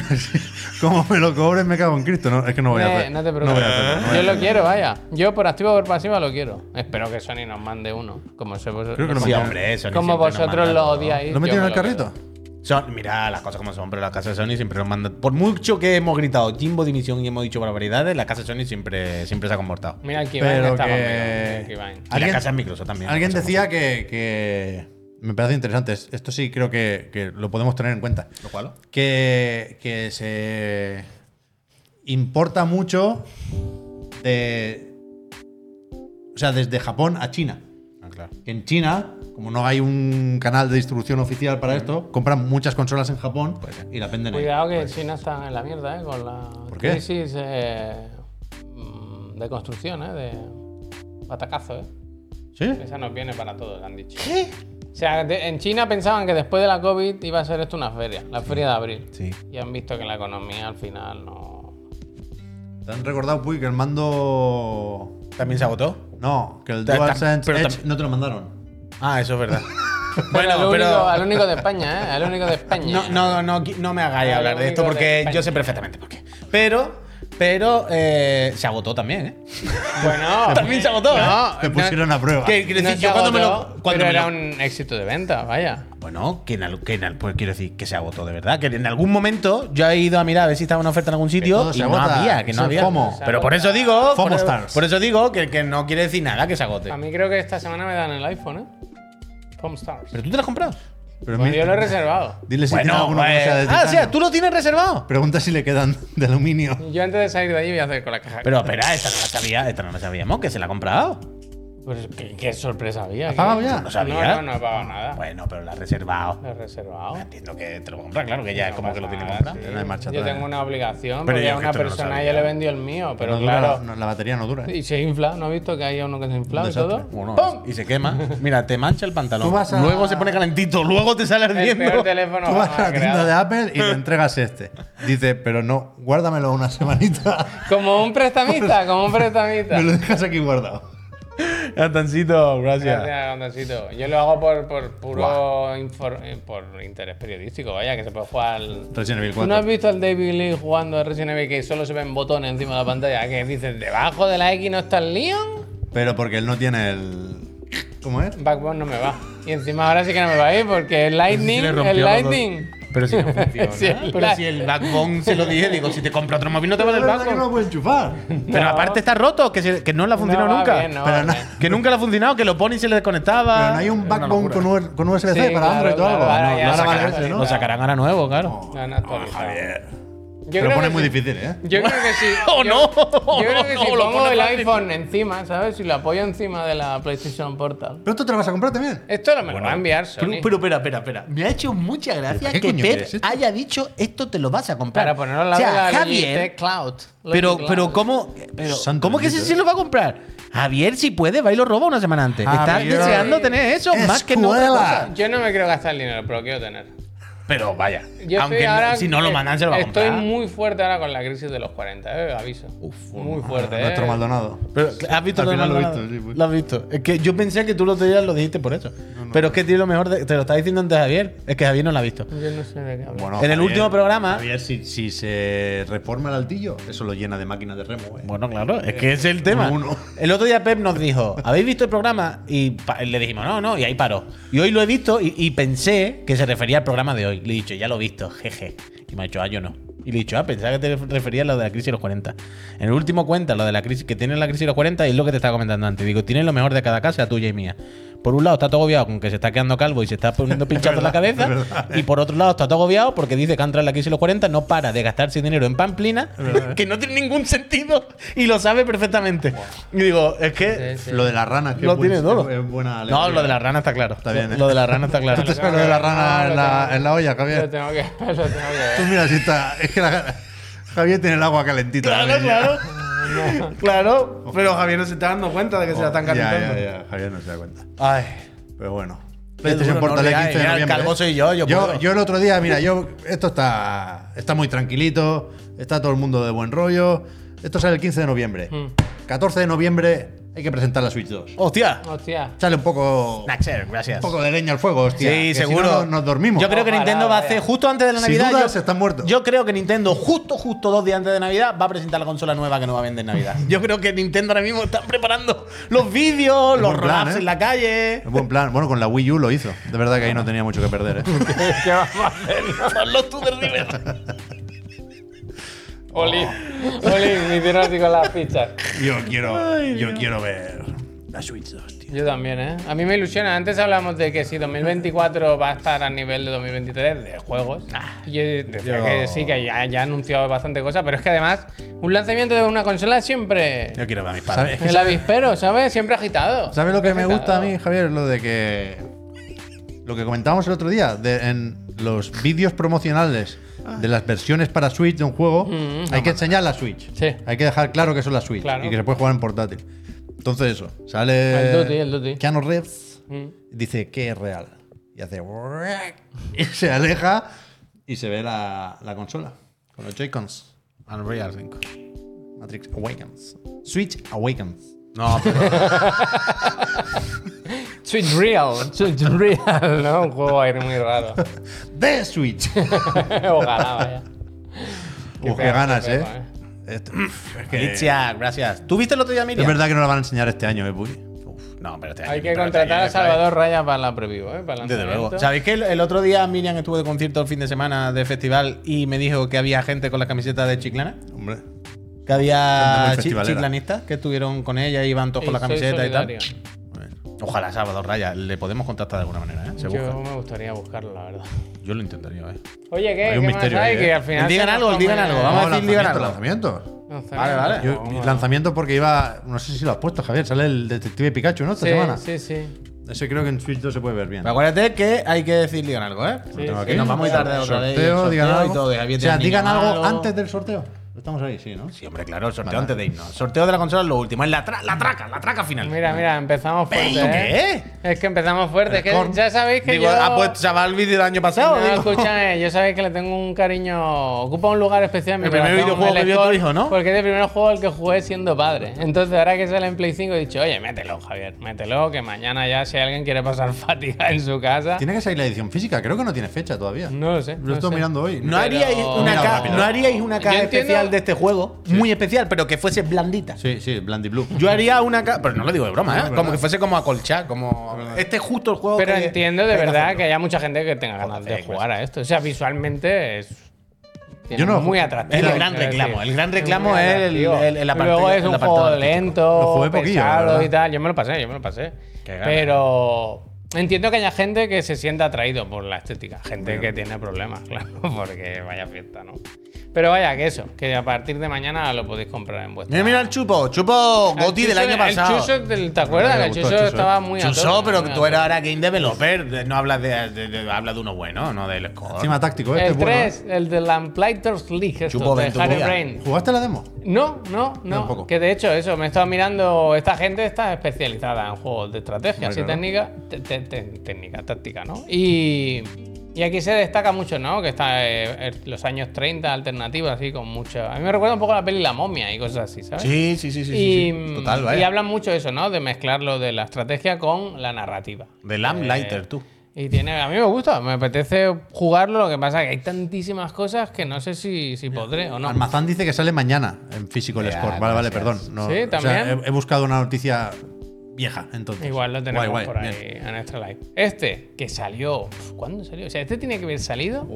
[SPEAKER 1] Como me lo cobres, me cago en Cristo. No, es que no voy a
[SPEAKER 3] Eh,
[SPEAKER 1] hacer.
[SPEAKER 3] no te
[SPEAKER 1] voy
[SPEAKER 3] preocupes.
[SPEAKER 1] a hacerlo, no voy a
[SPEAKER 3] Yo lo
[SPEAKER 1] hacerlo.
[SPEAKER 3] quiero, vaya. Yo por activa o por pasiva lo quiero. Espero que Sony nos mande uno. Como, se,
[SPEAKER 1] Creo que no me
[SPEAKER 4] Sí,
[SPEAKER 1] quiero.
[SPEAKER 4] hombre, Sony
[SPEAKER 3] como
[SPEAKER 4] siempre nos
[SPEAKER 3] vosotros
[SPEAKER 4] manda
[SPEAKER 3] lo
[SPEAKER 4] todo.
[SPEAKER 3] odiáis.
[SPEAKER 1] ¿Lo
[SPEAKER 3] yo
[SPEAKER 1] metieron
[SPEAKER 3] me
[SPEAKER 1] en el
[SPEAKER 3] quedo.
[SPEAKER 1] carrito?
[SPEAKER 4] Son- mira las cosas como son, pero la casa de Sony siempre nos manda. Por mucho que hemos gritado Jimbo dimisión y hemos dicho barbaridades, la casa de Sony siempre, siempre se ha comportado.
[SPEAKER 3] Mira el Kibain que
[SPEAKER 1] Pero
[SPEAKER 3] está conmigo. Mira el
[SPEAKER 1] que.
[SPEAKER 3] Kibain.
[SPEAKER 4] Y la casa de Microsoft también.
[SPEAKER 1] Alguien
[SPEAKER 4] la casa
[SPEAKER 1] decía que, que- Me parece interesante. es- Esto sí creo que, que lo podemos tener en cuenta.
[SPEAKER 4] como- ¿Lo cual?
[SPEAKER 1] Que, que se importa mucho de. O sea, desde Japón a China.
[SPEAKER 4] Ah, claro.
[SPEAKER 1] Que en China, como no hay un canal de distribución oficial para esto, compran muchas consolas en Japón
[SPEAKER 4] Pues
[SPEAKER 1] y la venden ahí.
[SPEAKER 3] Cuidado que China está en la mierda, ¿eh? Con la
[SPEAKER 1] ¿Por qué?
[SPEAKER 3] crisis eh, mm, de construcción, ¿eh? De patacazo, ¿eh?
[SPEAKER 1] ¿Sí?
[SPEAKER 3] Esa nos viene para todos, han dicho. ¿Qué? O sea, de- en China pensaban que después de la COVID iba a ser esto una feria, la feria de abril.
[SPEAKER 1] Sí.
[SPEAKER 3] Y han visto que la economía al final no.
[SPEAKER 1] ¿Te han recordado, Puy, que el mando.
[SPEAKER 4] ¿También se agotó?
[SPEAKER 1] No, que el
[SPEAKER 4] Pero tam-
[SPEAKER 1] DualSense
[SPEAKER 4] pero tam-
[SPEAKER 1] Edge no te lo mandaron.
[SPEAKER 4] Ah, eso es verdad.
[SPEAKER 3] al,
[SPEAKER 4] bueno,
[SPEAKER 3] único,
[SPEAKER 4] pero.
[SPEAKER 3] al único de España, ¿eh? Al único de España.
[SPEAKER 4] No, no, no, qui- no me hagáis
[SPEAKER 3] Era
[SPEAKER 4] hablar
[SPEAKER 3] lo
[SPEAKER 4] de esto
[SPEAKER 3] único de
[SPEAKER 4] porque
[SPEAKER 3] España.
[SPEAKER 4] yo sé perfectamente por qué. Pero, pero eh, se agotó también, ¿eh?
[SPEAKER 3] Bueno.
[SPEAKER 4] También se agotó,
[SPEAKER 3] No,
[SPEAKER 1] Te pusieron a prueba.
[SPEAKER 4] Que, quiero
[SPEAKER 3] ¿eh? no
[SPEAKER 4] decir,
[SPEAKER 3] se
[SPEAKER 4] yo cuando me
[SPEAKER 3] agotó,
[SPEAKER 4] lo.
[SPEAKER 3] pero
[SPEAKER 4] Cuando me
[SPEAKER 3] era
[SPEAKER 4] lo-
[SPEAKER 3] un éxito de venta, vaya.
[SPEAKER 4] Bueno, que en, al- que en al- pues quiero decir que se agotó de verdad. Que en algún momento yo he ido a mirar a ver si estaba una oferta en algún sitio
[SPEAKER 1] todo se
[SPEAKER 4] y no
[SPEAKER 1] agota.
[SPEAKER 4] había, que
[SPEAKER 1] Es
[SPEAKER 4] no
[SPEAKER 1] el
[SPEAKER 4] había.
[SPEAKER 1] FOMO.
[SPEAKER 4] Pero por eso digo.
[SPEAKER 1] FOMO
[SPEAKER 4] por,
[SPEAKER 1] Stars.
[SPEAKER 4] por eso digo que, que no quiere decir nada que se agote.
[SPEAKER 3] A mí creo que esta semana me dan el iPhone, ¿eh? Home Stars.
[SPEAKER 4] Pero tú te lo has comprado.
[SPEAKER 1] Pero
[SPEAKER 3] Pues
[SPEAKER 1] mira-
[SPEAKER 3] yo lo he reservado.
[SPEAKER 1] Dile si
[SPEAKER 4] Bueno,
[SPEAKER 1] tiene alguno que
[SPEAKER 4] pues-
[SPEAKER 1] sea de
[SPEAKER 4] Ah, o sea,
[SPEAKER 1] titanio.
[SPEAKER 4] tú lo tienes reservado.
[SPEAKER 1] Pregunta si le quedan de aluminio.
[SPEAKER 3] Yo antes de salir de allí voy a hacer con la caja.
[SPEAKER 4] Pero espera, esta no la sabía, esta no la sabíamos, que se la ha comprado.
[SPEAKER 3] Pues, ¿qué, qué sorpresa había?
[SPEAKER 1] ¿Has pagado ya?
[SPEAKER 4] No
[SPEAKER 3] No,
[SPEAKER 4] sabía.
[SPEAKER 3] no, no he pagado nada.
[SPEAKER 4] Bueno, pero la ha reservado.
[SPEAKER 3] Lo he reservado.
[SPEAKER 4] Entiendo que te lo compra, claro que ya es
[SPEAKER 3] No
[SPEAKER 4] como
[SPEAKER 3] pasa
[SPEAKER 4] que lo tiene
[SPEAKER 3] nada,
[SPEAKER 4] comprado.
[SPEAKER 3] sí.
[SPEAKER 1] No hay marcha
[SPEAKER 3] Yo
[SPEAKER 1] atrás.
[SPEAKER 3] tengo una obligación,
[SPEAKER 4] Pero
[SPEAKER 3] porque
[SPEAKER 4] yo
[SPEAKER 3] a
[SPEAKER 4] que
[SPEAKER 3] una
[SPEAKER 4] esto no lo
[SPEAKER 3] persona
[SPEAKER 4] sabía.
[SPEAKER 3] yo le vendí el mío, pero
[SPEAKER 1] No dura
[SPEAKER 3] claro.
[SPEAKER 1] la, no, la batería no dura. ¿eh?
[SPEAKER 3] Y se infla, ¿no has visto que hay uno que se infla y
[SPEAKER 1] Desastre.
[SPEAKER 3] todo?
[SPEAKER 4] Bueno,
[SPEAKER 3] ¡Pum!
[SPEAKER 4] y se quema. Mira, te mancha el pantalón.
[SPEAKER 1] Tú vas a-
[SPEAKER 4] Luego se pone calentito, luego te sale
[SPEAKER 3] El
[SPEAKER 4] ardiendo.
[SPEAKER 3] peor teléfono
[SPEAKER 1] Tú vas a
[SPEAKER 3] jamás
[SPEAKER 1] la tienda
[SPEAKER 3] creado.
[SPEAKER 1] de Apple y le entregas este. Dice, pero no, guárdamelo una semanita.
[SPEAKER 3] Como un prestamista, como un prestamista.
[SPEAKER 1] Me lo dejas aquí guardado.
[SPEAKER 4] Gatancito, gracias.
[SPEAKER 3] Gracias, Gondosito. Yo lo hago por, por puro infor- eh, por interés periodístico, vaya, que se puede jugar al.
[SPEAKER 1] Resident Evil
[SPEAKER 3] ¿Tú no
[SPEAKER 1] 4.
[SPEAKER 3] has visto al David Lee jugando a Resident Evil que solo se ven botones encima de la pantalla? Que dices, ¿debajo de la X no está el Leon?
[SPEAKER 1] Pero porque él no tiene el. ¿Cómo es?
[SPEAKER 3] Backbone no me va. Y encima ahora sí que no me va a ir porque el Lightning,
[SPEAKER 4] le rompió
[SPEAKER 3] el
[SPEAKER 4] los dos.
[SPEAKER 3] Lightning.
[SPEAKER 4] Pero si no funciona.
[SPEAKER 3] Sí, el
[SPEAKER 4] pero
[SPEAKER 3] back-
[SPEAKER 4] si el backbone se lo dije, digo, si te compra otro móvil no te va del
[SPEAKER 1] Es verdad que no
[SPEAKER 4] backbone.
[SPEAKER 1] lo puedo enchufar.
[SPEAKER 4] Pero
[SPEAKER 3] No.
[SPEAKER 4] aparte está roto, que, se- que no le ha funcionado
[SPEAKER 3] va
[SPEAKER 4] nunca.
[SPEAKER 3] bien, no
[SPEAKER 1] Pero
[SPEAKER 3] va
[SPEAKER 1] no-
[SPEAKER 3] bien.
[SPEAKER 4] Que nunca le ha funcionado, que lo pone y se le desconectaba.
[SPEAKER 1] Pero no hay un backbone con, U- con USB-C
[SPEAKER 3] Sí,
[SPEAKER 1] para
[SPEAKER 3] claro,
[SPEAKER 1] Android o
[SPEAKER 3] claro,
[SPEAKER 1] algo.
[SPEAKER 3] ahora ya
[SPEAKER 1] no,
[SPEAKER 3] lo
[SPEAKER 1] ahora vale
[SPEAKER 3] sacarán,
[SPEAKER 1] ese, ¿no?
[SPEAKER 4] Lo sacarán ahora nuevo, claro.
[SPEAKER 3] No, no actualizado.
[SPEAKER 1] Te
[SPEAKER 3] Yo
[SPEAKER 1] lo
[SPEAKER 3] creo
[SPEAKER 1] pone
[SPEAKER 3] que
[SPEAKER 1] muy
[SPEAKER 3] sí.
[SPEAKER 1] difícil, ¿eh?
[SPEAKER 3] Yo creo que sí.
[SPEAKER 4] ¡Oh,
[SPEAKER 3] yo,
[SPEAKER 4] no!
[SPEAKER 3] Yo creo que si
[SPEAKER 4] No, lo
[SPEAKER 3] pongo
[SPEAKER 4] pone
[SPEAKER 3] el
[SPEAKER 4] fácil.
[SPEAKER 3] iPhone encima, ¿sabes? Si lo apoyo encima de la PlayStation Portal.
[SPEAKER 1] Pero tú te lo vas a comprar también.
[SPEAKER 3] Esto no me lo va a enviar Sony.
[SPEAKER 4] Pero, pero, espera, espera, espera. Me ha hecho mucha gracia
[SPEAKER 1] ¿Para qué
[SPEAKER 4] que
[SPEAKER 1] coño
[SPEAKER 4] Pep
[SPEAKER 1] quieres esto?
[SPEAKER 4] haya dicho esto te lo vas a comprar.
[SPEAKER 3] para ponerlo al lado
[SPEAKER 4] o sea,
[SPEAKER 3] de la
[SPEAKER 4] Javier,
[SPEAKER 3] Logitech Cloud.
[SPEAKER 4] pero,
[SPEAKER 3] Logitech
[SPEAKER 4] pero
[SPEAKER 3] Cloud.
[SPEAKER 4] ¿cómo, pero,
[SPEAKER 1] Santo
[SPEAKER 4] ¿cómo que ese
[SPEAKER 1] bendito.
[SPEAKER 4] sí lo va a comprar? Javier, si puede, va y lo roba una semana antes. Estás
[SPEAKER 1] Javier.
[SPEAKER 4] deseando tener eso más que no otra
[SPEAKER 1] Escuela.
[SPEAKER 4] cosa.
[SPEAKER 3] Yo no me quiero gastar el dinero, pero lo quiero tener.
[SPEAKER 4] Pero vaya,
[SPEAKER 3] Yo
[SPEAKER 4] aunque
[SPEAKER 3] estoy
[SPEAKER 4] no-
[SPEAKER 3] ahora-
[SPEAKER 4] si no lo mandan, se lo va a
[SPEAKER 3] Estoy
[SPEAKER 4] comprar.
[SPEAKER 3] muy fuerte ahora con la crisis de los 40, eh, aviso. muy fuerte, eh.
[SPEAKER 1] Nuestro Maldonado.
[SPEAKER 4] Pero, ¿Has visto
[SPEAKER 1] Al
[SPEAKER 4] lo de
[SPEAKER 1] final lo he
[SPEAKER 4] Maldonado?
[SPEAKER 1] visto, sí, pues.
[SPEAKER 4] Lo has visto. Es que yo pensé que tú lo tenías, lo dijiste por eso. Pero es que tiene lo mejor. de- te lo está diciendo antes Javier. Es que Javier no lo ha visto.
[SPEAKER 3] Yo no sé de qué hablar.
[SPEAKER 1] Bueno,
[SPEAKER 4] En el último programa-
[SPEAKER 1] Javier, si, si se reforma el altillo, eso lo llena de máquinas de remo. ¿eh?
[SPEAKER 4] Bueno, claro, es que es el tema.
[SPEAKER 1] uno.
[SPEAKER 4] El otro día Pep nos dijo, ¿habéis visto el programa? Y pa- le dijimos, no, no, y ahí paró. Y hoy lo he visto y, y pensé que se refería al programa de hoy. Le he dicho, ya lo he visto, jeje. Y me ha dicho, ah, yo no. Y le he dicho, ah, pensaba que te referías a lo de la crisis de los 40. En el último cuenta, lo de la crisis que tiene la crisis de los 40 y es lo que te estaba comentando antes. Digo, tiene lo mejor de cada casa, tuya y mía. Por un lado está todo agobiado con que se está quedando calvo y se está poniendo pinchazo en la cabeza. Y por otro lado está todo agobiado porque dice que ha entrado en la crisis de los 40, no para de gastarse dinero en pamplina,
[SPEAKER 1] ¿eh?
[SPEAKER 4] que no tiene ningún sentido y lo sabe perfectamente. Y digo, es que.
[SPEAKER 3] Sí, sí.
[SPEAKER 1] Lo de la rana, que
[SPEAKER 4] Lo
[SPEAKER 1] es buen-
[SPEAKER 4] tiene todo.
[SPEAKER 1] Es buena
[SPEAKER 4] No, lo de la rana está claro.
[SPEAKER 1] Está bien, ¿eh?
[SPEAKER 4] Lo de la rana está claro.
[SPEAKER 1] ¿Tú te sabes lo de la rana
[SPEAKER 3] Ah,
[SPEAKER 1] en
[SPEAKER 3] lo
[SPEAKER 1] la,
[SPEAKER 3] tengo.
[SPEAKER 1] en la olla,
[SPEAKER 4] eh.
[SPEAKER 3] Lo
[SPEAKER 1] Javier?
[SPEAKER 3] tengo que ver, lo tengo que
[SPEAKER 1] Tú
[SPEAKER 3] ver.
[SPEAKER 1] mira si está. Es que la, Javier tiene el agua calentita.
[SPEAKER 4] Claro,
[SPEAKER 1] también, ya.
[SPEAKER 4] claro. Claro, pero Javier no se está dando cuenta de que se la están
[SPEAKER 1] Ya,
[SPEAKER 4] calentando.
[SPEAKER 1] ya, ya, Javier no se da cuenta.
[SPEAKER 4] Ay.
[SPEAKER 1] Pero bueno.
[SPEAKER 4] duro,
[SPEAKER 1] PlayStation
[SPEAKER 4] no
[SPEAKER 1] Portal
[SPEAKER 4] olvidáis,
[SPEAKER 1] 15 de
[SPEAKER 4] mira, el
[SPEAKER 1] noviembre.
[SPEAKER 4] calvo
[SPEAKER 1] ¿eh?
[SPEAKER 4] soy yo, yo puedo.
[SPEAKER 1] yo el otro día, mira, yo esto está está muy tranquilito, está todo el mundo de buen rollo. Esto sale el 15 de noviembre.
[SPEAKER 4] Hmm.
[SPEAKER 1] 14 de noviembre hay que presentar la Switch 2.
[SPEAKER 4] Hostia.
[SPEAKER 3] Hostia.
[SPEAKER 1] Sale un poco
[SPEAKER 4] Naxer, gracias.
[SPEAKER 1] un poco de leña al fuego, hostia.
[SPEAKER 4] Sí,
[SPEAKER 1] que si no
[SPEAKER 4] seguro.
[SPEAKER 1] no- nos dormimos.
[SPEAKER 4] Yo creo que
[SPEAKER 3] Ojalá,
[SPEAKER 4] Nintendo va a
[SPEAKER 3] vaya.
[SPEAKER 4] hacer justo antes de la
[SPEAKER 1] Sin
[SPEAKER 4] Navidad.
[SPEAKER 1] duda,
[SPEAKER 4] yo,
[SPEAKER 1] se están muertos.
[SPEAKER 4] Yo creo que Nintendo, justo, justo dos días antes de Navidad, va a presentar la consola nueva que no va a vender en Navidad. Yo creo que Nintendo ahora mismo están preparando los vídeos, los
[SPEAKER 1] buen plan,
[SPEAKER 4] roll-ups
[SPEAKER 1] ¿eh?
[SPEAKER 4] en la calle.
[SPEAKER 1] Es buen plan. Bueno, con la Wii U lo hizo. De verdad que ahí no tenía mucho que perder. ¿eh?
[SPEAKER 3] ¿Qué vamos a hacer?
[SPEAKER 4] Los tú del River. Oh.
[SPEAKER 3] Oli, Oli, me hicieron así con las fichas.
[SPEAKER 1] Yo quiero, yo quiero ver la Switch 2, tío.
[SPEAKER 3] Yo también, ¿eh? A mí me ilusiona. Antes hablamos de que si 2024 va a estar al nivel de 2023 de juegos. Y yo decía
[SPEAKER 1] yo-
[SPEAKER 3] que sí, que ya, ya ha anunciado bastante cosas, pero es que además, un lanzamiento de una consola es siempre
[SPEAKER 4] Yo quiero ver a mis
[SPEAKER 1] ¿Sabes?
[SPEAKER 4] padres.
[SPEAKER 3] el avispero, ¿sabes? Siempre agitado.
[SPEAKER 1] ¿Sabes lo que me
[SPEAKER 3] Agitado.
[SPEAKER 1] gusta a mí, Javier? Lo de que. Lo que comentábamos el otro día, de- en los vídeos promocionales de las versiones para Switch de un
[SPEAKER 3] Mm,
[SPEAKER 1] juego, hay que enseñar la Switch.
[SPEAKER 3] Sí.
[SPEAKER 1] Hay que dejar claro que son la Switch
[SPEAKER 3] Claro.
[SPEAKER 1] y que se puede jugar en portátil. Entonces, eso.
[SPEAKER 3] El Duty,
[SPEAKER 1] Sale.
[SPEAKER 3] el Duty.
[SPEAKER 1] Keanu Reeves
[SPEAKER 3] Mm.
[SPEAKER 1] dice que es real. Y hace. Y se aleja y se ve la, la consola con los Joy-Cons.
[SPEAKER 4] Unreal 5.
[SPEAKER 1] Matrix Awakens. Switch Awakens.
[SPEAKER 4] No, pero
[SPEAKER 3] Switch Real, Switch Real, ¿no? Un juego ahí muy raro.
[SPEAKER 1] The Switch.
[SPEAKER 3] Ojalá, vaya. Qué
[SPEAKER 1] Uf, qué
[SPEAKER 3] pedazo
[SPEAKER 1] ganas,
[SPEAKER 3] de
[SPEAKER 1] eh.
[SPEAKER 3] juego,
[SPEAKER 1] Esto- uf, es que-
[SPEAKER 4] Alicia, gracias. ¿Tú viste el otro día, Miriam?
[SPEAKER 1] Es verdad que no la van a enseñar este año, ¿eh, Puy?
[SPEAKER 4] Uf, no, pero este
[SPEAKER 3] Hay
[SPEAKER 4] año-
[SPEAKER 3] que
[SPEAKER 4] pero este
[SPEAKER 3] contratar
[SPEAKER 4] año
[SPEAKER 3] a
[SPEAKER 4] es
[SPEAKER 3] Salvador Raya para la preview, ¿eh? Para el
[SPEAKER 4] Desde luego.
[SPEAKER 3] lanzamiento.
[SPEAKER 4] ¿Sabéis que el, el otro día Miriam estuvo de concierto el fin de semana de festival y me dijo que había gente con la camiseta de Chiclana?
[SPEAKER 1] Hombre.
[SPEAKER 4] Que había
[SPEAKER 1] Gente muy
[SPEAKER 4] chi-
[SPEAKER 1] festivalera.
[SPEAKER 4] chiclanistas que estuvieron con ella y iban todos con la
[SPEAKER 3] soy
[SPEAKER 4] camiseta y tal.
[SPEAKER 3] solidario.
[SPEAKER 4] Bueno. Ojalá Salvador Raya, le podemos contactar de alguna manera, ¿eh? Se
[SPEAKER 3] Yo
[SPEAKER 4] busca.
[SPEAKER 3] me gustaría buscarlo, la verdad.
[SPEAKER 4] Yo lo intentaría, ¿eh?
[SPEAKER 3] Oye, ¿qué,
[SPEAKER 1] Hay
[SPEAKER 3] ¿qué
[SPEAKER 1] un
[SPEAKER 3] más
[SPEAKER 1] misterio
[SPEAKER 3] hay?
[SPEAKER 1] ahí,
[SPEAKER 3] Que
[SPEAKER 1] ¿eh?
[SPEAKER 3] al final se
[SPEAKER 4] Digan
[SPEAKER 3] nos
[SPEAKER 4] algo,
[SPEAKER 3] come-
[SPEAKER 4] digan algo, vamos. a decir ligar
[SPEAKER 1] lanzamientos,
[SPEAKER 4] algo.
[SPEAKER 1] lanzamientos.
[SPEAKER 3] Nos
[SPEAKER 4] Vale, vale.
[SPEAKER 3] come-
[SPEAKER 1] Yo-
[SPEAKER 3] Vamos a-
[SPEAKER 1] lanzamientos porque iba. No sé si lo has puesto, Javier. Sale el detective Pikachu, ¿no? Esta semana.
[SPEAKER 3] Sí, sí, sí.
[SPEAKER 1] Ese creo que en Switch 2 se puede ver bien.
[SPEAKER 4] Acuérdate que hay que decir digan algo, ¿eh?
[SPEAKER 3] Sí,
[SPEAKER 1] Tengo
[SPEAKER 3] sí.
[SPEAKER 1] aquí.
[SPEAKER 4] nos vamos a ir tarde otra vez,
[SPEAKER 1] Sorteo,
[SPEAKER 4] el
[SPEAKER 1] digan
[SPEAKER 4] sorteo y
[SPEAKER 1] algo.
[SPEAKER 4] todo, y Javier
[SPEAKER 1] o sea,
[SPEAKER 4] tiene
[SPEAKER 1] digan
[SPEAKER 4] niño
[SPEAKER 1] algo
[SPEAKER 4] malo.
[SPEAKER 1] antes del sorteo. Estamos ahí, sí, ¿no?
[SPEAKER 4] Sí, hombre, claro, el sorteo
[SPEAKER 1] Vale.
[SPEAKER 4] antes de irnos. Sorteo de la consola es lo último, es la, tra- la traca, la traca final.
[SPEAKER 3] Mira, mira, empezamos fuerte.
[SPEAKER 4] ¿Qué?
[SPEAKER 3] ¿eh? Es que empezamos fuerte. Es que
[SPEAKER 1] Corn.
[SPEAKER 3] ya sabéis que
[SPEAKER 4] Digo,
[SPEAKER 3] yo. pues-
[SPEAKER 4] ah, pues se va el vídeo del año pasado.
[SPEAKER 3] No,
[SPEAKER 4] digo.
[SPEAKER 3] escúchame, yo sabéis que le tengo un cariño. Ocupa un lugar especial en mi
[SPEAKER 4] El primer
[SPEAKER 3] corazón,
[SPEAKER 4] videojuego
[SPEAKER 3] el
[SPEAKER 4] que vio tu
[SPEAKER 3] Scorn,
[SPEAKER 4] hijo, ¿no?
[SPEAKER 3] Porque es el primer juego al que jugué siendo padre. Entonces, ahora que sale en Play 5, he dicho, oye, mételo, Javier, mételo, que mañana ya, si alguien quiere pasar fatiga en su casa.
[SPEAKER 1] Tiene que salir la edición física. Creo que no tiene fecha todavía.
[SPEAKER 3] No lo sé.
[SPEAKER 1] Lo
[SPEAKER 3] no
[SPEAKER 1] estoy
[SPEAKER 3] sé.
[SPEAKER 1] mirando hoy.
[SPEAKER 4] ¿No haríais, una
[SPEAKER 1] Mira,
[SPEAKER 4] ca-
[SPEAKER 1] rápido.
[SPEAKER 4] ¿No haríais una
[SPEAKER 3] Yo
[SPEAKER 4] caja
[SPEAKER 3] entiendo-
[SPEAKER 4] especial de este juego? Muy especial, pero que fuese blandita.
[SPEAKER 1] Sí, sí, Blandy Blue.
[SPEAKER 4] Yo haría una caja. Pero no lo digo de broma,
[SPEAKER 1] No,
[SPEAKER 4] ¿eh?
[SPEAKER 1] es verdad.
[SPEAKER 4] como que fuese como a colchar. Como... Este es justo el juego
[SPEAKER 3] Pero
[SPEAKER 4] que-
[SPEAKER 3] entiendo de
[SPEAKER 4] hay que
[SPEAKER 3] verdad
[SPEAKER 4] hacerlo.
[SPEAKER 3] que haya mucha gente que tenga ganas de
[SPEAKER 4] Joder, pues.
[SPEAKER 3] jugar a esto. O sea, visualmente es. tiene
[SPEAKER 1] Yo no-
[SPEAKER 3] muy
[SPEAKER 4] Es
[SPEAKER 3] atractivo.
[SPEAKER 4] el gran
[SPEAKER 3] quiero
[SPEAKER 4] reclamo.
[SPEAKER 3] decir.
[SPEAKER 4] El gran
[SPEAKER 3] Es muy
[SPEAKER 4] reclamo es el,
[SPEAKER 3] atractivo.
[SPEAKER 4] el, el
[SPEAKER 3] Y
[SPEAKER 4] apartado-
[SPEAKER 3] Luego es
[SPEAKER 4] el
[SPEAKER 3] un
[SPEAKER 4] apartado
[SPEAKER 3] juego
[SPEAKER 4] artístico.
[SPEAKER 3] lento,
[SPEAKER 1] Lo jugué poquillo, la
[SPEAKER 3] pesado y
[SPEAKER 1] verdad.
[SPEAKER 3] tal. Yo me lo pasé, yo me lo pasé.
[SPEAKER 4] Qué gana.
[SPEAKER 3] Pero entiendo que haya gente que se sienta atraído por la estética. Gente que tiene problemas, claro, porque vaya fiesta, ¿no? Pero vaya, que eso, que a partir de mañana lo podéis comprar en vuestra.
[SPEAKER 4] Mira, mira el chupo. Chupo
[SPEAKER 3] El
[SPEAKER 4] Goti del
[SPEAKER 3] Chuso-
[SPEAKER 4] año
[SPEAKER 3] El
[SPEAKER 4] pasado.
[SPEAKER 3] Chuso del- ¿te acuerdas?
[SPEAKER 1] Me
[SPEAKER 3] Que el
[SPEAKER 1] gustó
[SPEAKER 3] Chuso
[SPEAKER 1] el Chuso,
[SPEAKER 3] estaba
[SPEAKER 1] eh.
[SPEAKER 3] muy a
[SPEAKER 4] Chuso,
[SPEAKER 3] tope,
[SPEAKER 4] pero
[SPEAKER 3] muy a
[SPEAKER 4] tú eres
[SPEAKER 3] tope.
[SPEAKER 4] ahora game developer. No hablas de, de- de- hablas de uno bueno, no del score.
[SPEAKER 1] Encima táctico, este
[SPEAKER 3] El
[SPEAKER 1] es bueno.
[SPEAKER 3] 3, el de Lamplighters League, esto,
[SPEAKER 4] Chupo
[SPEAKER 3] de
[SPEAKER 4] Ventura.
[SPEAKER 3] Harry Brain.
[SPEAKER 1] ¿eh? ¿Jugaste la demo?
[SPEAKER 3] No, no, no.
[SPEAKER 1] Tampoco.
[SPEAKER 3] Que de hecho, eso, me he estado mirando. Esta gente está especializada en juegos de estrategia,
[SPEAKER 1] Hombre,
[SPEAKER 3] y
[SPEAKER 1] claro.
[SPEAKER 3] técnica, te- te- te- técnica, táctica, ¿no? Y, y aquí se destaca mucho, ¿no? Que está eh, el- los años 30, alternativos, así, con mucho. A mí me recuerda un poco a la peli La momia y cosas así, ¿sabes?
[SPEAKER 4] Sí, sí, sí, sí, sí,
[SPEAKER 3] Y,
[SPEAKER 4] sí.
[SPEAKER 3] mm,
[SPEAKER 4] Total,
[SPEAKER 3] y
[SPEAKER 4] vaya.
[SPEAKER 3] hablan mucho de eso, ¿no? De mezclar lo de la estrategia con la narrativa.
[SPEAKER 4] De Lamp Lighter, tú.
[SPEAKER 3] Y tiene, a mí me gusta, me apetece jugarlo, lo que pasa es que hay tantísimas cosas que no sé si, si podré o no.
[SPEAKER 1] Almazán dice que sale mañana en físico el
[SPEAKER 4] Ya,
[SPEAKER 1] score. Vale, vale, perdón.
[SPEAKER 4] gracias.
[SPEAKER 1] No,
[SPEAKER 3] Sí,
[SPEAKER 1] o sea,
[SPEAKER 3] también.
[SPEAKER 1] he, he buscado una noticia vieja, entonces.
[SPEAKER 3] Igual lo tenemos
[SPEAKER 1] Guay, guay,
[SPEAKER 3] por ahí
[SPEAKER 1] bien.
[SPEAKER 3] en extra live. Este, que salió. uf, ¿Cuándo salió? O sea, este tenía que haber salido.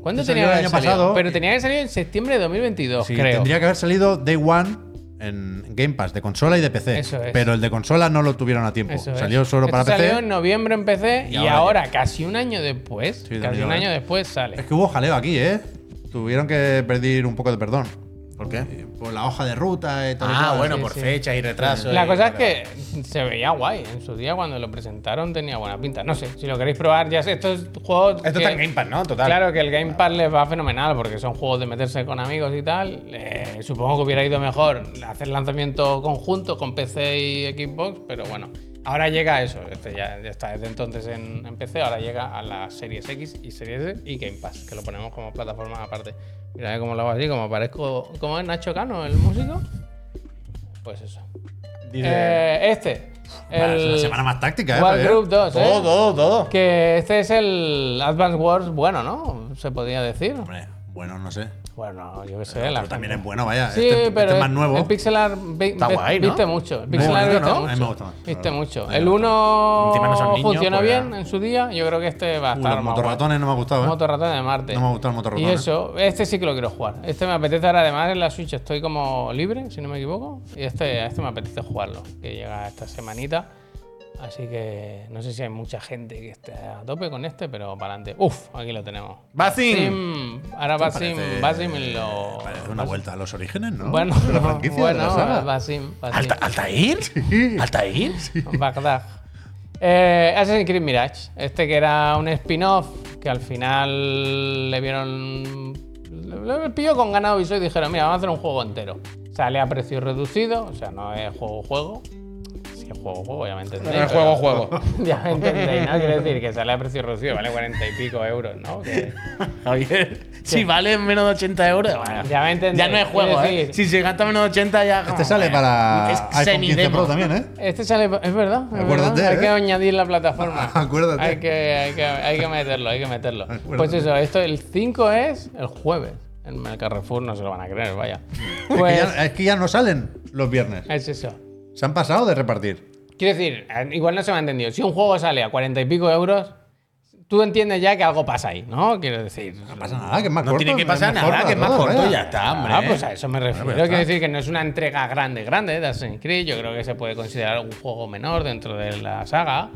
[SPEAKER 3] ¿Cuándo
[SPEAKER 1] Este salió
[SPEAKER 3] tenía que
[SPEAKER 1] el
[SPEAKER 3] haber
[SPEAKER 1] año
[SPEAKER 3] salido?
[SPEAKER 1] pasado.
[SPEAKER 3] Pero tenía que haber salido en septiembre de 2022,
[SPEAKER 1] Sí,
[SPEAKER 3] creo.
[SPEAKER 1] tendría que haber salido Day One en Game Pass, de consola y de PC.
[SPEAKER 3] Eso es.
[SPEAKER 1] Pero el de consola no lo tuvieron a tiempo.
[SPEAKER 3] Eso es.
[SPEAKER 1] salió solo
[SPEAKER 3] Este
[SPEAKER 1] para PC.
[SPEAKER 3] Salió en noviembre en PC y,
[SPEAKER 1] Y
[SPEAKER 3] ahora,
[SPEAKER 1] ahora
[SPEAKER 3] casi un año después,
[SPEAKER 1] Sí,
[SPEAKER 3] casi
[SPEAKER 1] también,
[SPEAKER 3] un año
[SPEAKER 1] ¿eh?
[SPEAKER 3] después sale.
[SPEAKER 1] Es que hubo jaleo aquí, ¿eh? Tuvieron que pedir un poco de perdón. ¿Por qué? Por la hoja de ruta y tal. y
[SPEAKER 4] Ah,
[SPEAKER 1] cual.
[SPEAKER 4] bueno,
[SPEAKER 3] sí,
[SPEAKER 4] por
[SPEAKER 3] sí.
[SPEAKER 4] fechas y retrasos.
[SPEAKER 3] La
[SPEAKER 4] y-
[SPEAKER 3] cosa es
[SPEAKER 4] vale,
[SPEAKER 3] que se veía guay. En su día, cuando lo presentaron, tenía buena pinta. No sé, si lo queréis probar, ya sé, estos juegos.
[SPEAKER 4] Esto
[SPEAKER 3] que-
[SPEAKER 4] está en Game Pass, ¿no? Total.
[SPEAKER 3] Claro que el Game Pass les va fenomenal porque son juegos de meterse con amigos y tal. Eh, supongo que hubiera ido mejor hacer lanzamiento conjunto con PC y Xbox, pero bueno. Ahora llega eso, este ya, ya está desde entonces en, en PC, ahora llega a las Series X y Series S y Game Pass, que lo ponemos como plataforma aparte. Mira eh, cómo lo hago así, como parezco. ¿Cómo es Nacho Cano, el músico? Pues eso.
[SPEAKER 4] Dice-
[SPEAKER 3] Eh, este.
[SPEAKER 1] Vale, es
[SPEAKER 3] el
[SPEAKER 1] una semana más táctica, ¿eh?
[SPEAKER 3] War
[SPEAKER 1] Javier?
[SPEAKER 3] Group 2, ¿eh?
[SPEAKER 4] Todo, todo, todo.
[SPEAKER 3] Que este es el Advance Wars bueno, ¿no? Se podría decir.
[SPEAKER 1] Hombre, bueno, no sé.
[SPEAKER 3] Bueno, yo qué sé. la
[SPEAKER 1] Pero
[SPEAKER 3] gente-
[SPEAKER 1] también es bueno, vaya.
[SPEAKER 3] Sí,
[SPEAKER 1] este, este
[SPEAKER 3] pero
[SPEAKER 1] es más nuevo.
[SPEAKER 3] El pixel art vi-
[SPEAKER 4] Está
[SPEAKER 3] vi-
[SPEAKER 4] guay, ¿no?
[SPEAKER 3] viste mucho. El
[SPEAKER 1] Muy
[SPEAKER 3] pixel art
[SPEAKER 1] bonito,
[SPEAKER 3] viste
[SPEAKER 1] ¿no? A
[SPEAKER 3] mucho.
[SPEAKER 1] mí me gusta más.
[SPEAKER 3] Viste mucho.
[SPEAKER 1] A mí me
[SPEAKER 3] El
[SPEAKER 1] gusta
[SPEAKER 3] 1
[SPEAKER 4] Encima no son niños,
[SPEAKER 3] funcionó
[SPEAKER 4] pues ya.
[SPEAKER 3] bien en su día. Yo creo que este va a
[SPEAKER 1] Uh,
[SPEAKER 3] estar
[SPEAKER 1] los
[SPEAKER 3] más guay.
[SPEAKER 1] motorratones no me ha gustado, ¿eh?
[SPEAKER 3] Motorratón de Marte.
[SPEAKER 1] No me ha gustado el motorratón,
[SPEAKER 3] Y
[SPEAKER 1] ¿eh?
[SPEAKER 3] eso, este sí que lo quiero jugar. Este me apetece ahora, además en la Switch estoy como libre, si no me equivoco. Y este, este me apetece jugarlo, que llega esta semanita. Así que no sé si hay mucha gente que esté a tope con este, pero para adelante. Uf, aquí lo tenemos.
[SPEAKER 4] Basim.
[SPEAKER 3] Basim. Ahora Basim,
[SPEAKER 1] Este Parece-
[SPEAKER 3] Basim lo.
[SPEAKER 1] Parece una vuelta a los orígenes, ¿no?
[SPEAKER 3] Bueno,
[SPEAKER 1] De la franquicia, de la
[SPEAKER 3] bueno,
[SPEAKER 1] saga.
[SPEAKER 3] Basim, Basim.
[SPEAKER 4] ¿Alta, ¿Altair? ¿Altair?
[SPEAKER 3] Bagdad. Eh, Assassin's Creed Mirage. Este que era un spin-off que al final le vieron. Le, le pilló con ganado y y dijeron: Mira, vamos a hacer un juego entero. Sale a precio reducido, o sea, no es juego-juego. Si es juego-juego, ya me entendéis.
[SPEAKER 4] No es
[SPEAKER 3] pero-
[SPEAKER 4] juego-juego.
[SPEAKER 3] Ya me entendéis, ¿no? Quiero decir que sale a precio reducido, vale 40 y pico euros, ¿no? Que-
[SPEAKER 4] Javier, si vale menos de 80 euros, bueno,
[SPEAKER 3] Ya me entendéis.
[SPEAKER 4] Ah. ya no es juego,
[SPEAKER 3] Quiero
[SPEAKER 4] ¿eh?
[SPEAKER 3] decir-
[SPEAKER 4] Si se gasta menos de 80 ya...
[SPEAKER 1] Este sale para
[SPEAKER 4] Es
[SPEAKER 1] iPhone 15 Pro
[SPEAKER 4] semidemo.
[SPEAKER 1] también, ¿eh?
[SPEAKER 3] Este sale, es verdad, es
[SPEAKER 1] Acuérdate,
[SPEAKER 3] verdad, Hay
[SPEAKER 1] ¿eh?
[SPEAKER 3] que añadir la plataforma.
[SPEAKER 1] Acuérdate.
[SPEAKER 3] Hay que, hay que, hay que meterlo, hay que meterlo.
[SPEAKER 1] Acuérdate.
[SPEAKER 3] Pues eso, esto, el 5 es el jueves. En el Carrefour no se lo van a creer, vaya.
[SPEAKER 1] Es,
[SPEAKER 3] Pues
[SPEAKER 1] que ya, es que ya no salen los viernes.
[SPEAKER 3] es eso.
[SPEAKER 1] Se han pasado de repartir.
[SPEAKER 3] Quiero decir, eh, igual no se me ha entendido. Si un juego sale a 40 y pico euros, tú entiendes ya que algo pasa ahí, ¿no? Quiero decir.
[SPEAKER 1] No pasa nada, que es más
[SPEAKER 4] No
[SPEAKER 1] corto.
[SPEAKER 4] tiene que pasar
[SPEAKER 1] es mejor
[SPEAKER 4] nada,
[SPEAKER 1] para
[SPEAKER 4] que es más
[SPEAKER 1] todos,
[SPEAKER 4] corto
[SPEAKER 1] vaya.
[SPEAKER 4] y ya está, hombre.
[SPEAKER 3] Ah, pues a eso me refiero.
[SPEAKER 1] ¿eh? Bueno, ya
[SPEAKER 3] Quiero
[SPEAKER 1] está.
[SPEAKER 3] decir que no es una entrega grande, grande de Assassin's Creed. Yo creo que se puede considerar un juego menor dentro de la saga.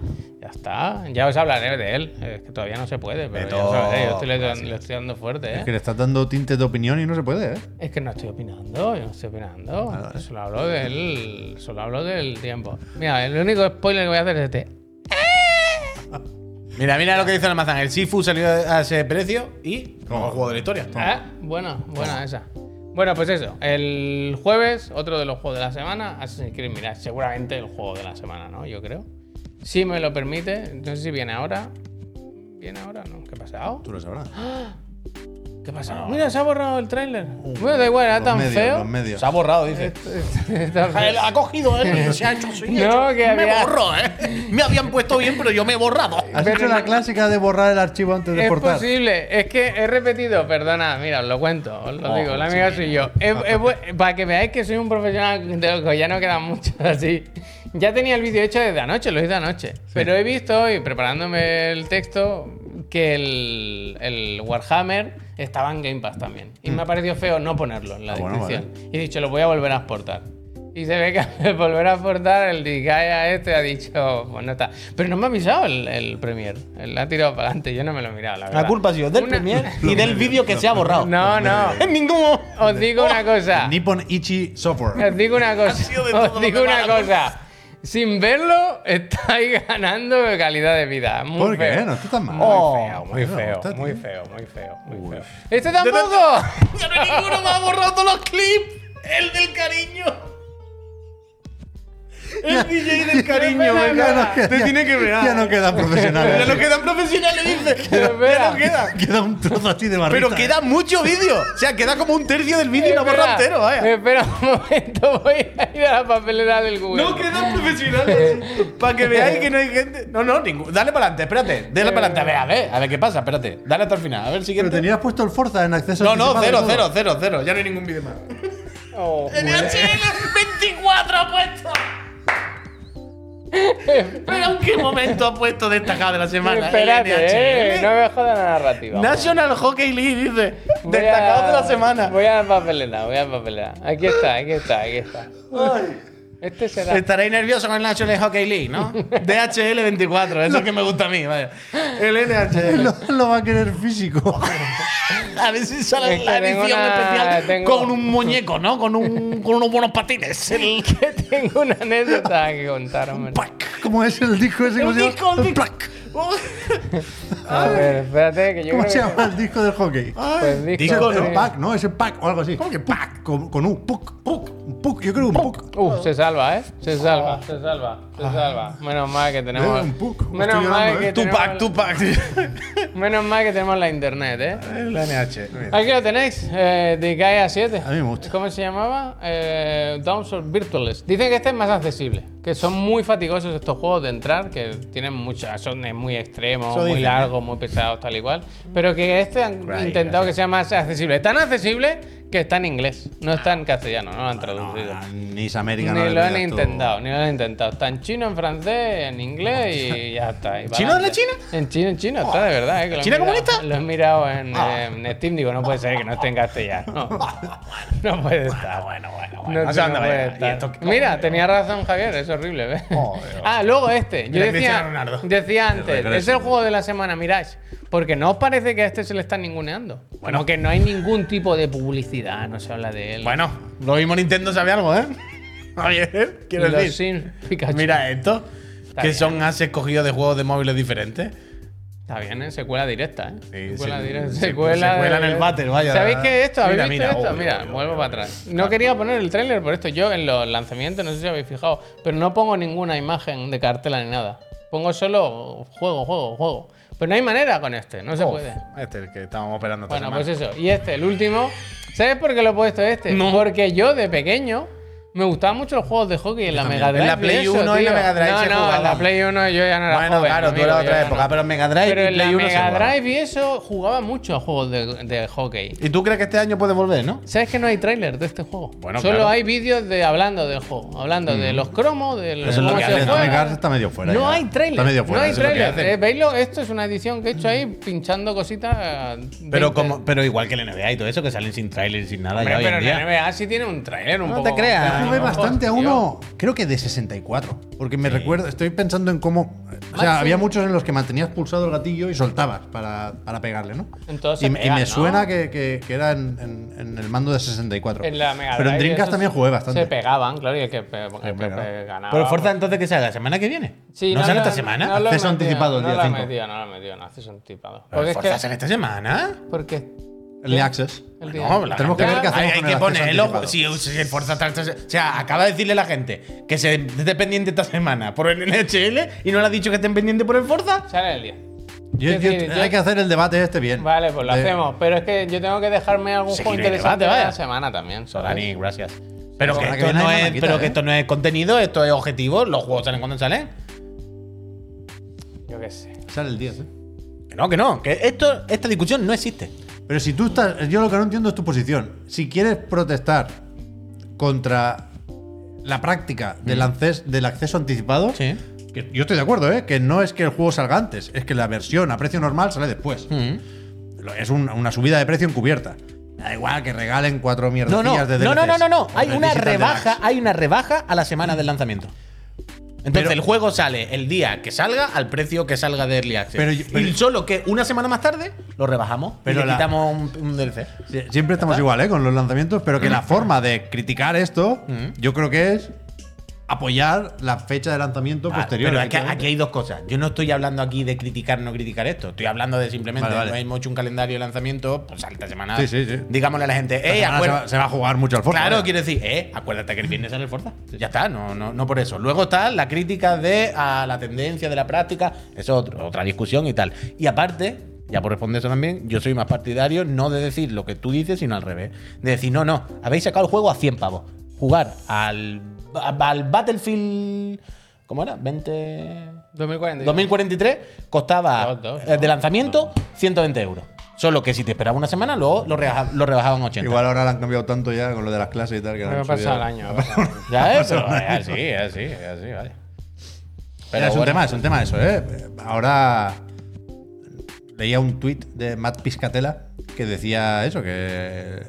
[SPEAKER 3] Ya está. Ya os hablaré de él. Es que todavía no se puede, pero ya os
[SPEAKER 4] Beto,
[SPEAKER 3] hablaré. Yo estoy, le, le estoy dando fuerte, ¿eh?
[SPEAKER 1] Es que le estás dando tintes de opinión y no se puede, ¿eh?
[SPEAKER 3] Es que no estoy opinando, yo no estoy opinando. Solo hablo del. Solo hablo del tiempo. Mira, el único spoiler que voy a hacer es este.
[SPEAKER 4] Mira, mira lo que dice Almazán. El Sifu salió a ese precio y como juego de la historia.
[SPEAKER 3] Ah, Buena, buena esa. Bueno, pues eso. El jueves, otro de los juegos de la semana, Assassin's Creed Mirage. Seguramente el juego de la semana, ¿no? Yo creo. Si me lo permite, no sé si viene ahora. ¿Viene ahora? No. ¿Qué ha pasado?
[SPEAKER 1] Tú lo sabrás.
[SPEAKER 3] ¿Qué ha pasado? Mira, se ha borrado el tráiler. Bueno, da igual, era
[SPEAKER 1] Uh, Los
[SPEAKER 3] tan
[SPEAKER 1] medios,
[SPEAKER 3] feo.
[SPEAKER 1] Los medios.
[SPEAKER 4] Se ha borrado, dice.
[SPEAKER 3] Tan feo.
[SPEAKER 4] Él ha cogido él y se ha hecho así.
[SPEAKER 3] No,
[SPEAKER 4] hecho.
[SPEAKER 3] que había-
[SPEAKER 4] Me borró, ¿eh? Me habían puesto bien, pero yo me he borrado.
[SPEAKER 1] Has
[SPEAKER 3] Pero
[SPEAKER 1] hecho
[SPEAKER 3] no-
[SPEAKER 1] la clásica de borrar el archivo antes de
[SPEAKER 3] Es
[SPEAKER 1] exportar.
[SPEAKER 3] posible, es que he repetido, perdona, mira, os lo cuento, os
[SPEAKER 1] Oh,
[SPEAKER 3] lo digo, la amiga soy yo. He- he vu- para que veáis que soy un profesional de los que ya no quedan muchos así. Ya tenía el vídeo hecho desde anoche, lo hice anoche. Pero he visto, y preparándome el texto, que el, el Warhammer estaba en Game Pass también. Y me ha parecido feo no ponerlo en la
[SPEAKER 1] Mm. Ah, bueno,
[SPEAKER 3] descripción. Y he dicho, lo voy a volver a exportar. Y se ve que al volver a exportar, el Disgaea este ha dicho, pues no está. Pero no me ha avisado el, el Premier. Él la ha tirado para adelante, yo no me lo he mirado, la verdad.
[SPEAKER 4] La culpa ha sido del
[SPEAKER 3] Una-
[SPEAKER 4] Premier y del vídeo que se ha borrado.
[SPEAKER 3] No, no.
[SPEAKER 4] En ningún
[SPEAKER 3] Os digo una cosa.
[SPEAKER 1] Nippon Ichi Software.
[SPEAKER 3] Os digo una
[SPEAKER 4] sido de
[SPEAKER 3] cosa.
[SPEAKER 4] todo
[SPEAKER 3] Os digo
[SPEAKER 4] lo que
[SPEAKER 3] una
[SPEAKER 4] va la
[SPEAKER 3] cosa. Sin verlo, estáis ganando de calidad de vida. Muy
[SPEAKER 1] ¿Por qué?
[SPEAKER 3] feo.
[SPEAKER 1] No está tan mal.
[SPEAKER 4] Oh,
[SPEAKER 3] Muy feo, muy
[SPEAKER 1] bueno,
[SPEAKER 3] feo,
[SPEAKER 1] está
[SPEAKER 3] muy
[SPEAKER 1] bien.
[SPEAKER 3] feo, muy feo, muy feo. ¡Este tampoco!
[SPEAKER 4] Ya no hay ninguno me ha borrado todos los clips. El del cariño. El DJ del cariño,
[SPEAKER 3] Espera,
[SPEAKER 4] venga.
[SPEAKER 3] espera.
[SPEAKER 4] Te tiene que ver.
[SPEAKER 1] Ya no quedan
[SPEAKER 4] Ya no
[SPEAKER 1] profesionales.
[SPEAKER 4] quedan profesionales, dice. Ya
[SPEAKER 3] espera.
[SPEAKER 4] no queda.
[SPEAKER 1] Queda un trozo así de barrita. ¿eh?
[SPEAKER 4] Pero queda mucho vídeo. O sea, queda como un tercio del vídeo y lo ha borrado
[SPEAKER 3] Espera,
[SPEAKER 4] entero, vaya.
[SPEAKER 3] Espera un momento, voy a ir a la papelera del Google.
[SPEAKER 4] No quedan profesionales. Para que veáis que no hay gente. No, no, ningún. Dale para adelante, espérate. Dale para adelante. A ver, a ver, a ver qué pasa, espérate. Dale hasta el final. A ver,
[SPEAKER 1] Pero
[SPEAKER 4] siguiente.
[SPEAKER 1] tenías puesto el Forza en acceso
[SPEAKER 4] No, no,
[SPEAKER 1] anticipado
[SPEAKER 4] cero,
[SPEAKER 1] y todo.
[SPEAKER 4] cero, cero, cero. Ya no hay ningún vídeo más.
[SPEAKER 3] Oh,
[SPEAKER 4] NHL 24 ha puesto. Pero ¿en qué momento ha puesto destacado de la semana?
[SPEAKER 3] espérate, eh,
[SPEAKER 4] NHL.
[SPEAKER 3] no me jodan la narrativa.
[SPEAKER 4] National Hockey League dice.
[SPEAKER 3] Voy a-
[SPEAKER 4] Destacado de la semana.
[SPEAKER 3] Voy a la papelera, voy a la papelera. Aquí está, aquí está, aquí está. Este será.
[SPEAKER 4] Estaréis nervioso con el National Hockey League, ¿no? DHL 24, eso es que me gusta a mí, vaya. El NHL.
[SPEAKER 1] Lo, lo va a querer físico.
[SPEAKER 4] A ver si sale
[SPEAKER 3] Es que
[SPEAKER 4] la
[SPEAKER 3] tengo
[SPEAKER 4] edición
[SPEAKER 3] una-
[SPEAKER 4] especial
[SPEAKER 3] tengo-
[SPEAKER 4] con un muñeco, ¿no? Con, un, con unos buenos patines. El
[SPEAKER 3] Tengo una anécdota que contar, hombre.
[SPEAKER 4] pack.
[SPEAKER 1] ¿Cómo es el disco ese? ¿Cómo
[SPEAKER 4] El
[SPEAKER 1] se llama?
[SPEAKER 4] disco, el disco.
[SPEAKER 1] Plac.
[SPEAKER 3] A ver, espérate, que yo
[SPEAKER 1] ¿Cómo
[SPEAKER 3] creo
[SPEAKER 1] se
[SPEAKER 3] que-
[SPEAKER 1] llama el disco del hockey?
[SPEAKER 4] Ah,
[SPEAKER 3] Pues disco,
[SPEAKER 1] Ese-
[SPEAKER 4] disco,
[SPEAKER 1] el
[SPEAKER 4] ¿no?
[SPEAKER 1] pack, ¿no? Ese pack o algo así. Eh, ¿Cómo que pack? Con, con un puck, puck, un puck. Yo creo un puck.
[SPEAKER 3] Uh, se salva, ¿eh? Se salva, se salva, se salva. Menos mal que tenemos.
[SPEAKER 1] Ah. Eh, un poco, estoy
[SPEAKER 3] Menos mal
[SPEAKER 1] llorando,
[SPEAKER 3] que
[SPEAKER 1] eh.
[SPEAKER 4] Tu
[SPEAKER 3] tenemos-
[SPEAKER 4] pack, tu pack.
[SPEAKER 3] Menos mal que tenemos la internet, ¿eh?
[SPEAKER 4] El NH.
[SPEAKER 3] Aquí lo tenéis, eh, de Gaia 7.
[SPEAKER 1] A mí me gusta.
[SPEAKER 3] ¿Cómo se llamaba? Eh, Downsor Virtuales. Dicen que este es más accesible, que son muy fatigosos estos juegos de entrar, que tienen muchas, son de muy extremos,
[SPEAKER 4] Eso
[SPEAKER 3] muy
[SPEAKER 4] dicen, ¿eh?
[SPEAKER 3] largos, muy pesados, tal y cual. Pero que este han
[SPEAKER 1] Right,
[SPEAKER 3] intentado que sea más accesible. Tan accesible que está en inglés, no está en castellano, no lo han
[SPEAKER 1] No,
[SPEAKER 3] traducido.
[SPEAKER 1] Ah, ni es América no
[SPEAKER 3] Ni
[SPEAKER 1] le
[SPEAKER 3] lo han
[SPEAKER 1] pidas tú.
[SPEAKER 3] intentado, ni lo han intentado. Está en chino, en francés, en inglés y ya está. y para
[SPEAKER 4] ¿Chino de la
[SPEAKER 3] adelante.
[SPEAKER 4] China? Oh,
[SPEAKER 3] En chino, en chino, está de verdad. eh, que lo he
[SPEAKER 4] ¿China
[SPEAKER 3] mirado-
[SPEAKER 4] comunista? Ah.
[SPEAKER 3] Lo he mirado en, eh, en Steam, digo, no puede ser que no esté en castellano. No, no puede estar.
[SPEAKER 4] Ah, Bueno, bueno,
[SPEAKER 3] No,
[SPEAKER 4] No sé
[SPEAKER 3] no
[SPEAKER 4] dónde
[SPEAKER 3] puede
[SPEAKER 4] vaya.
[SPEAKER 3] estar.
[SPEAKER 4] Y esto- Oh,
[SPEAKER 3] Mira, tenía razón Javier, es horrible. ¿ves?
[SPEAKER 4] Joder.
[SPEAKER 3] ah, luego este. Yo
[SPEAKER 4] Mira,
[SPEAKER 3] decía,
[SPEAKER 4] Cristiano Ronaldo.
[SPEAKER 3] decía antes,
[SPEAKER 1] regreso.
[SPEAKER 3] es el juego de la semana, Mirage. Porque no os parece que a este se le está ninguneando. Bueno, que no hay ningún tipo de publicidad, no se habla de él.
[SPEAKER 4] Bueno, lo mismo Nintendo sabe algo, ¿eh? Javier, quiero
[SPEAKER 3] Los
[SPEAKER 4] decir.
[SPEAKER 3] Sims, Pikachu.
[SPEAKER 4] Mira esto,
[SPEAKER 3] Está
[SPEAKER 4] que
[SPEAKER 3] bien.
[SPEAKER 4] son assets cogidos de juegos de móviles diferentes.
[SPEAKER 3] Está bien, ¿eh? Secuela directa, ¿eh?
[SPEAKER 4] Sí,
[SPEAKER 3] secuela
[SPEAKER 4] sí,
[SPEAKER 3] directa.
[SPEAKER 4] sí,
[SPEAKER 3] Secuela,
[SPEAKER 4] secuela en el váter, vaya.
[SPEAKER 3] ¿Sabéis qué es esto? ¿Habéis
[SPEAKER 4] Mira,
[SPEAKER 3] visto
[SPEAKER 4] mira,
[SPEAKER 3] esto?
[SPEAKER 4] obvio,
[SPEAKER 3] mira,
[SPEAKER 4] obvio,
[SPEAKER 3] vuelvo
[SPEAKER 4] obvio,
[SPEAKER 3] para atrás. No quería poner el tráiler por esto. Yo en los lanzamientos, no sé si habéis fijado, pero no pongo ninguna imagen de cartela ni nada. Pongo solo juego, juego, juego. Pero no hay manera con este, no se puede.
[SPEAKER 4] Este es el que estábamos operando esta
[SPEAKER 3] Bueno,
[SPEAKER 4] semana.
[SPEAKER 3] pues eso. Y este, el último. ¿Sabes por qué lo he puesto este? Porque yo de pequeño Me gustaban mucho los juegos de hockey en la
[SPEAKER 4] también.
[SPEAKER 3] Mega
[SPEAKER 4] En
[SPEAKER 3] Drive.
[SPEAKER 4] la Play
[SPEAKER 3] y eso,
[SPEAKER 4] 1 y la
[SPEAKER 3] tío.
[SPEAKER 4] Mega Drive
[SPEAKER 3] No, no,
[SPEAKER 4] se
[SPEAKER 3] en la
[SPEAKER 4] jugaban.
[SPEAKER 3] Play 1 yo ya no era
[SPEAKER 4] Bueno,
[SPEAKER 3] joven,
[SPEAKER 4] claro, tú
[SPEAKER 3] amigo,
[SPEAKER 4] eras
[SPEAKER 3] yo
[SPEAKER 4] otra
[SPEAKER 3] ya
[SPEAKER 4] época,
[SPEAKER 3] no.
[SPEAKER 4] pero en Mega Drive
[SPEAKER 3] Pero
[SPEAKER 4] y
[SPEAKER 3] en la
[SPEAKER 4] Play 1 se
[SPEAKER 3] Mega
[SPEAKER 4] jugaban.
[SPEAKER 3] Drive y eso jugaba mucho a juegos de, de hockey.
[SPEAKER 4] ¿Y tú crees que este año puede volver, no?
[SPEAKER 3] ¿Sabes que no hay tráiler de este juego?
[SPEAKER 4] Bueno,
[SPEAKER 3] Solo
[SPEAKER 4] claro. Mm.
[SPEAKER 3] hay vídeos de hablando del juego, hablando de los cromos, de los
[SPEAKER 1] Eso es lo
[SPEAKER 3] cómo
[SPEAKER 1] que
[SPEAKER 3] se
[SPEAKER 1] hace.
[SPEAKER 3] juega.
[SPEAKER 1] Atomic Heart está medio fuera.
[SPEAKER 3] No
[SPEAKER 1] ya.
[SPEAKER 3] hay trailer.
[SPEAKER 1] Está medio fuera.
[SPEAKER 3] no hay
[SPEAKER 1] eso es lo que
[SPEAKER 3] trailer.
[SPEAKER 1] hace.
[SPEAKER 3] Eh, veislo, esto es una edición que he hecho ahí pinchando cositas. eh,
[SPEAKER 4] Pero,
[SPEAKER 3] 20.
[SPEAKER 4] como, pero igual que el NBA y todo eso, que salen sin trailer, sin nada.
[SPEAKER 3] Hombre,
[SPEAKER 4] ya hoy en
[SPEAKER 3] pero
[SPEAKER 4] día.
[SPEAKER 3] la NBA sí tiene un trailer un
[SPEAKER 4] No
[SPEAKER 3] poco.
[SPEAKER 4] te creas.
[SPEAKER 3] Ay,
[SPEAKER 1] Yo jugué
[SPEAKER 3] no,
[SPEAKER 1] bastante a
[SPEAKER 3] tío.
[SPEAKER 1] uno, creo que de 64. Porque me recuerdo, estoy pensando en cómo. O sea, había muchos en los que mantenías pulsado el gatillo y soltabas para, para pegarle, ¿no?
[SPEAKER 3] Entonces
[SPEAKER 1] y,
[SPEAKER 3] se
[SPEAKER 1] me- y
[SPEAKER 3] pega,
[SPEAKER 1] me
[SPEAKER 3] ¿no?
[SPEAKER 1] suena que, que- que era en, en- en el mando de 64.
[SPEAKER 3] En la Mega
[SPEAKER 1] Pero en
[SPEAKER 3] Drive
[SPEAKER 1] Dreamcast
[SPEAKER 3] eso
[SPEAKER 1] también
[SPEAKER 3] se-
[SPEAKER 1] jugué bastante.
[SPEAKER 3] Se pegaban, claro, y el que, pe- el que
[SPEAKER 1] pegaba.
[SPEAKER 3] pe- ganaba.
[SPEAKER 4] Pero fuerza
[SPEAKER 3] pues-
[SPEAKER 4] entonces que se haga la semana que viene.
[SPEAKER 3] Sí,
[SPEAKER 4] ¿No, sale
[SPEAKER 3] lo-
[SPEAKER 4] esta semana?
[SPEAKER 3] no lo he
[SPEAKER 1] Acceso
[SPEAKER 3] metido,
[SPEAKER 1] anticipado el
[SPEAKER 3] no
[SPEAKER 1] día
[SPEAKER 3] lo he
[SPEAKER 1] cinco.
[SPEAKER 3] metido, No lo he metido, no acceso anticipado.
[SPEAKER 4] Pero
[SPEAKER 3] Porque es
[SPEAKER 4] ¿Forza
[SPEAKER 3] que.
[SPEAKER 4] sale esta semana?
[SPEAKER 3] Porque.
[SPEAKER 1] El Access.
[SPEAKER 3] El día-
[SPEAKER 4] No, la
[SPEAKER 1] Tenemos que
[SPEAKER 4] gente-
[SPEAKER 1] ver qué hacemos
[SPEAKER 4] Hay, hay
[SPEAKER 1] con
[SPEAKER 4] que
[SPEAKER 1] el acceso
[SPEAKER 4] ponerlo. Si,
[SPEAKER 1] anticipado.
[SPEAKER 4] si el Forza está esta se- O sea, acaba de decirle a la gente que se esté pendiente esta semana por el NHL y no le ha dicho que estén pendientes por el Forza.
[SPEAKER 3] Sale el día.
[SPEAKER 1] Yo-
[SPEAKER 3] Es
[SPEAKER 1] yo-
[SPEAKER 3] decir, yo-
[SPEAKER 1] hay que hacer el debate este bien.
[SPEAKER 3] Vale, pues lo
[SPEAKER 1] De-
[SPEAKER 3] hacemos. Pero es que yo tengo que dejarme algún
[SPEAKER 4] Eh. Sí,
[SPEAKER 3] juego
[SPEAKER 4] no hay
[SPEAKER 3] interesante
[SPEAKER 4] debate,
[SPEAKER 3] de la
[SPEAKER 4] vaya.
[SPEAKER 3] semana también. ¿sabes?
[SPEAKER 4] Solani, gracias. Pero, que
[SPEAKER 1] Ojalá que
[SPEAKER 4] esto,
[SPEAKER 1] viene
[SPEAKER 4] no
[SPEAKER 1] hay
[SPEAKER 4] es,
[SPEAKER 1] maqueta,
[SPEAKER 4] pero que
[SPEAKER 1] ¿eh?
[SPEAKER 4] esto no es contenido, esto es objetivo. Los juegos salen cuando salen.
[SPEAKER 3] Yo qué sé.
[SPEAKER 1] Sale el 10, ¿eh?
[SPEAKER 4] Que no, que no. Que esto, esta discusión no existe.
[SPEAKER 1] Pero si tú estás. Yo lo que no entiendo es tu posición. Si quieres protestar contra la práctica del, acces- del acceso anticipado.
[SPEAKER 4] Mm. Sí.
[SPEAKER 1] que yo estoy de acuerdo, ¿eh? Que no es que el juego salga antes, es que la versión a precio normal sale después.
[SPEAKER 4] Mm.
[SPEAKER 1] Lo- Es una, una subida de precio encubierta. Da igual que regalen cuatro
[SPEAKER 4] No,
[SPEAKER 1] mierdecillas
[SPEAKER 4] no,
[SPEAKER 1] de
[SPEAKER 4] no, no,
[SPEAKER 1] DLCs,
[SPEAKER 4] no, no, no.
[SPEAKER 1] o
[SPEAKER 4] Hay
[SPEAKER 1] del
[SPEAKER 4] una
[SPEAKER 1] Digital
[SPEAKER 4] rebaja,
[SPEAKER 1] Deluxe.
[SPEAKER 4] hay una rebaja a la semana del lanzamiento. Entonces
[SPEAKER 1] Pero-
[SPEAKER 4] el juego sale el día que salga al precio que salga de Early Access.
[SPEAKER 1] Pero yo- pero-
[SPEAKER 4] y solo que una semana más tarde lo rebajamos
[SPEAKER 1] Pero
[SPEAKER 4] y le
[SPEAKER 1] la-
[SPEAKER 4] quitamos un, un DLC.
[SPEAKER 1] Sie- Siempre estamos igual, ¿eh? Con los lanzamientos, pero que
[SPEAKER 4] Mm.
[SPEAKER 1] la forma de criticar esto, yo creo que es apoyar la fecha de lanzamiento
[SPEAKER 4] Vale,
[SPEAKER 1] posterior.
[SPEAKER 4] Ah, pero es que
[SPEAKER 1] efectivamente.
[SPEAKER 4] aquí hay dos cosas. Yo no estoy hablando aquí de criticar no criticar esto. Estoy hablando de simplemente
[SPEAKER 1] Vale, vale.
[SPEAKER 4] no hemos hecho un calendario de lanzamiento, pues esta semana.
[SPEAKER 1] Sí, sí, sí.
[SPEAKER 4] Digámosle a la gente,
[SPEAKER 1] Esta
[SPEAKER 4] "Eh, "Ey,
[SPEAKER 1] semana se,
[SPEAKER 4] acuérdate-
[SPEAKER 1] va, se va a jugar mucho al Forza.
[SPEAKER 4] Claro,
[SPEAKER 1] vaya.
[SPEAKER 4] quiero decir, eh, acuérdate que el viernes sale el Forza. Ya está, no, no, no por eso. Luego está la crítica de a la tendencia de la práctica, eso es otro- otra discusión y tal. Y aparte, ya por responder eso también, yo soy más partidario no de decir lo que tú dices, sino al revés. De decir, no, no, habéis sacado el juego a 100 pavos. Jugar al, al Battlefield. ¿Cómo era? 20.
[SPEAKER 3] 2040.
[SPEAKER 4] 2043 costaba
[SPEAKER 3] Dos, dos,
[SPEAKER 4] eh, de lanzamiento 120 euros. Solo que si te esperaba una semana, luego lo, rebaja- lo rebajaban 80.
[SPEAKER 1] Igual ahora la han cambiado tanto ya con lo de las clases y tal. Que la
[SPEAKER 3] Me
[SPEAKER 1] han
[SPEAKER 3] ha pasado el
[SPEAKER 1] subido.
[SPEAKER 3] año. ha pasado el año.
[SPEAKER 4] Ya, eh, pero es así, es así, es así, vale.
[SPEAKER 1] Mira, es un
[SPEAKER 4] bueno.
[SPEAKER 1] tema, es un tema eso, ¿eh? Ahora leía un tuit de Matt Piscatella que decía eso, que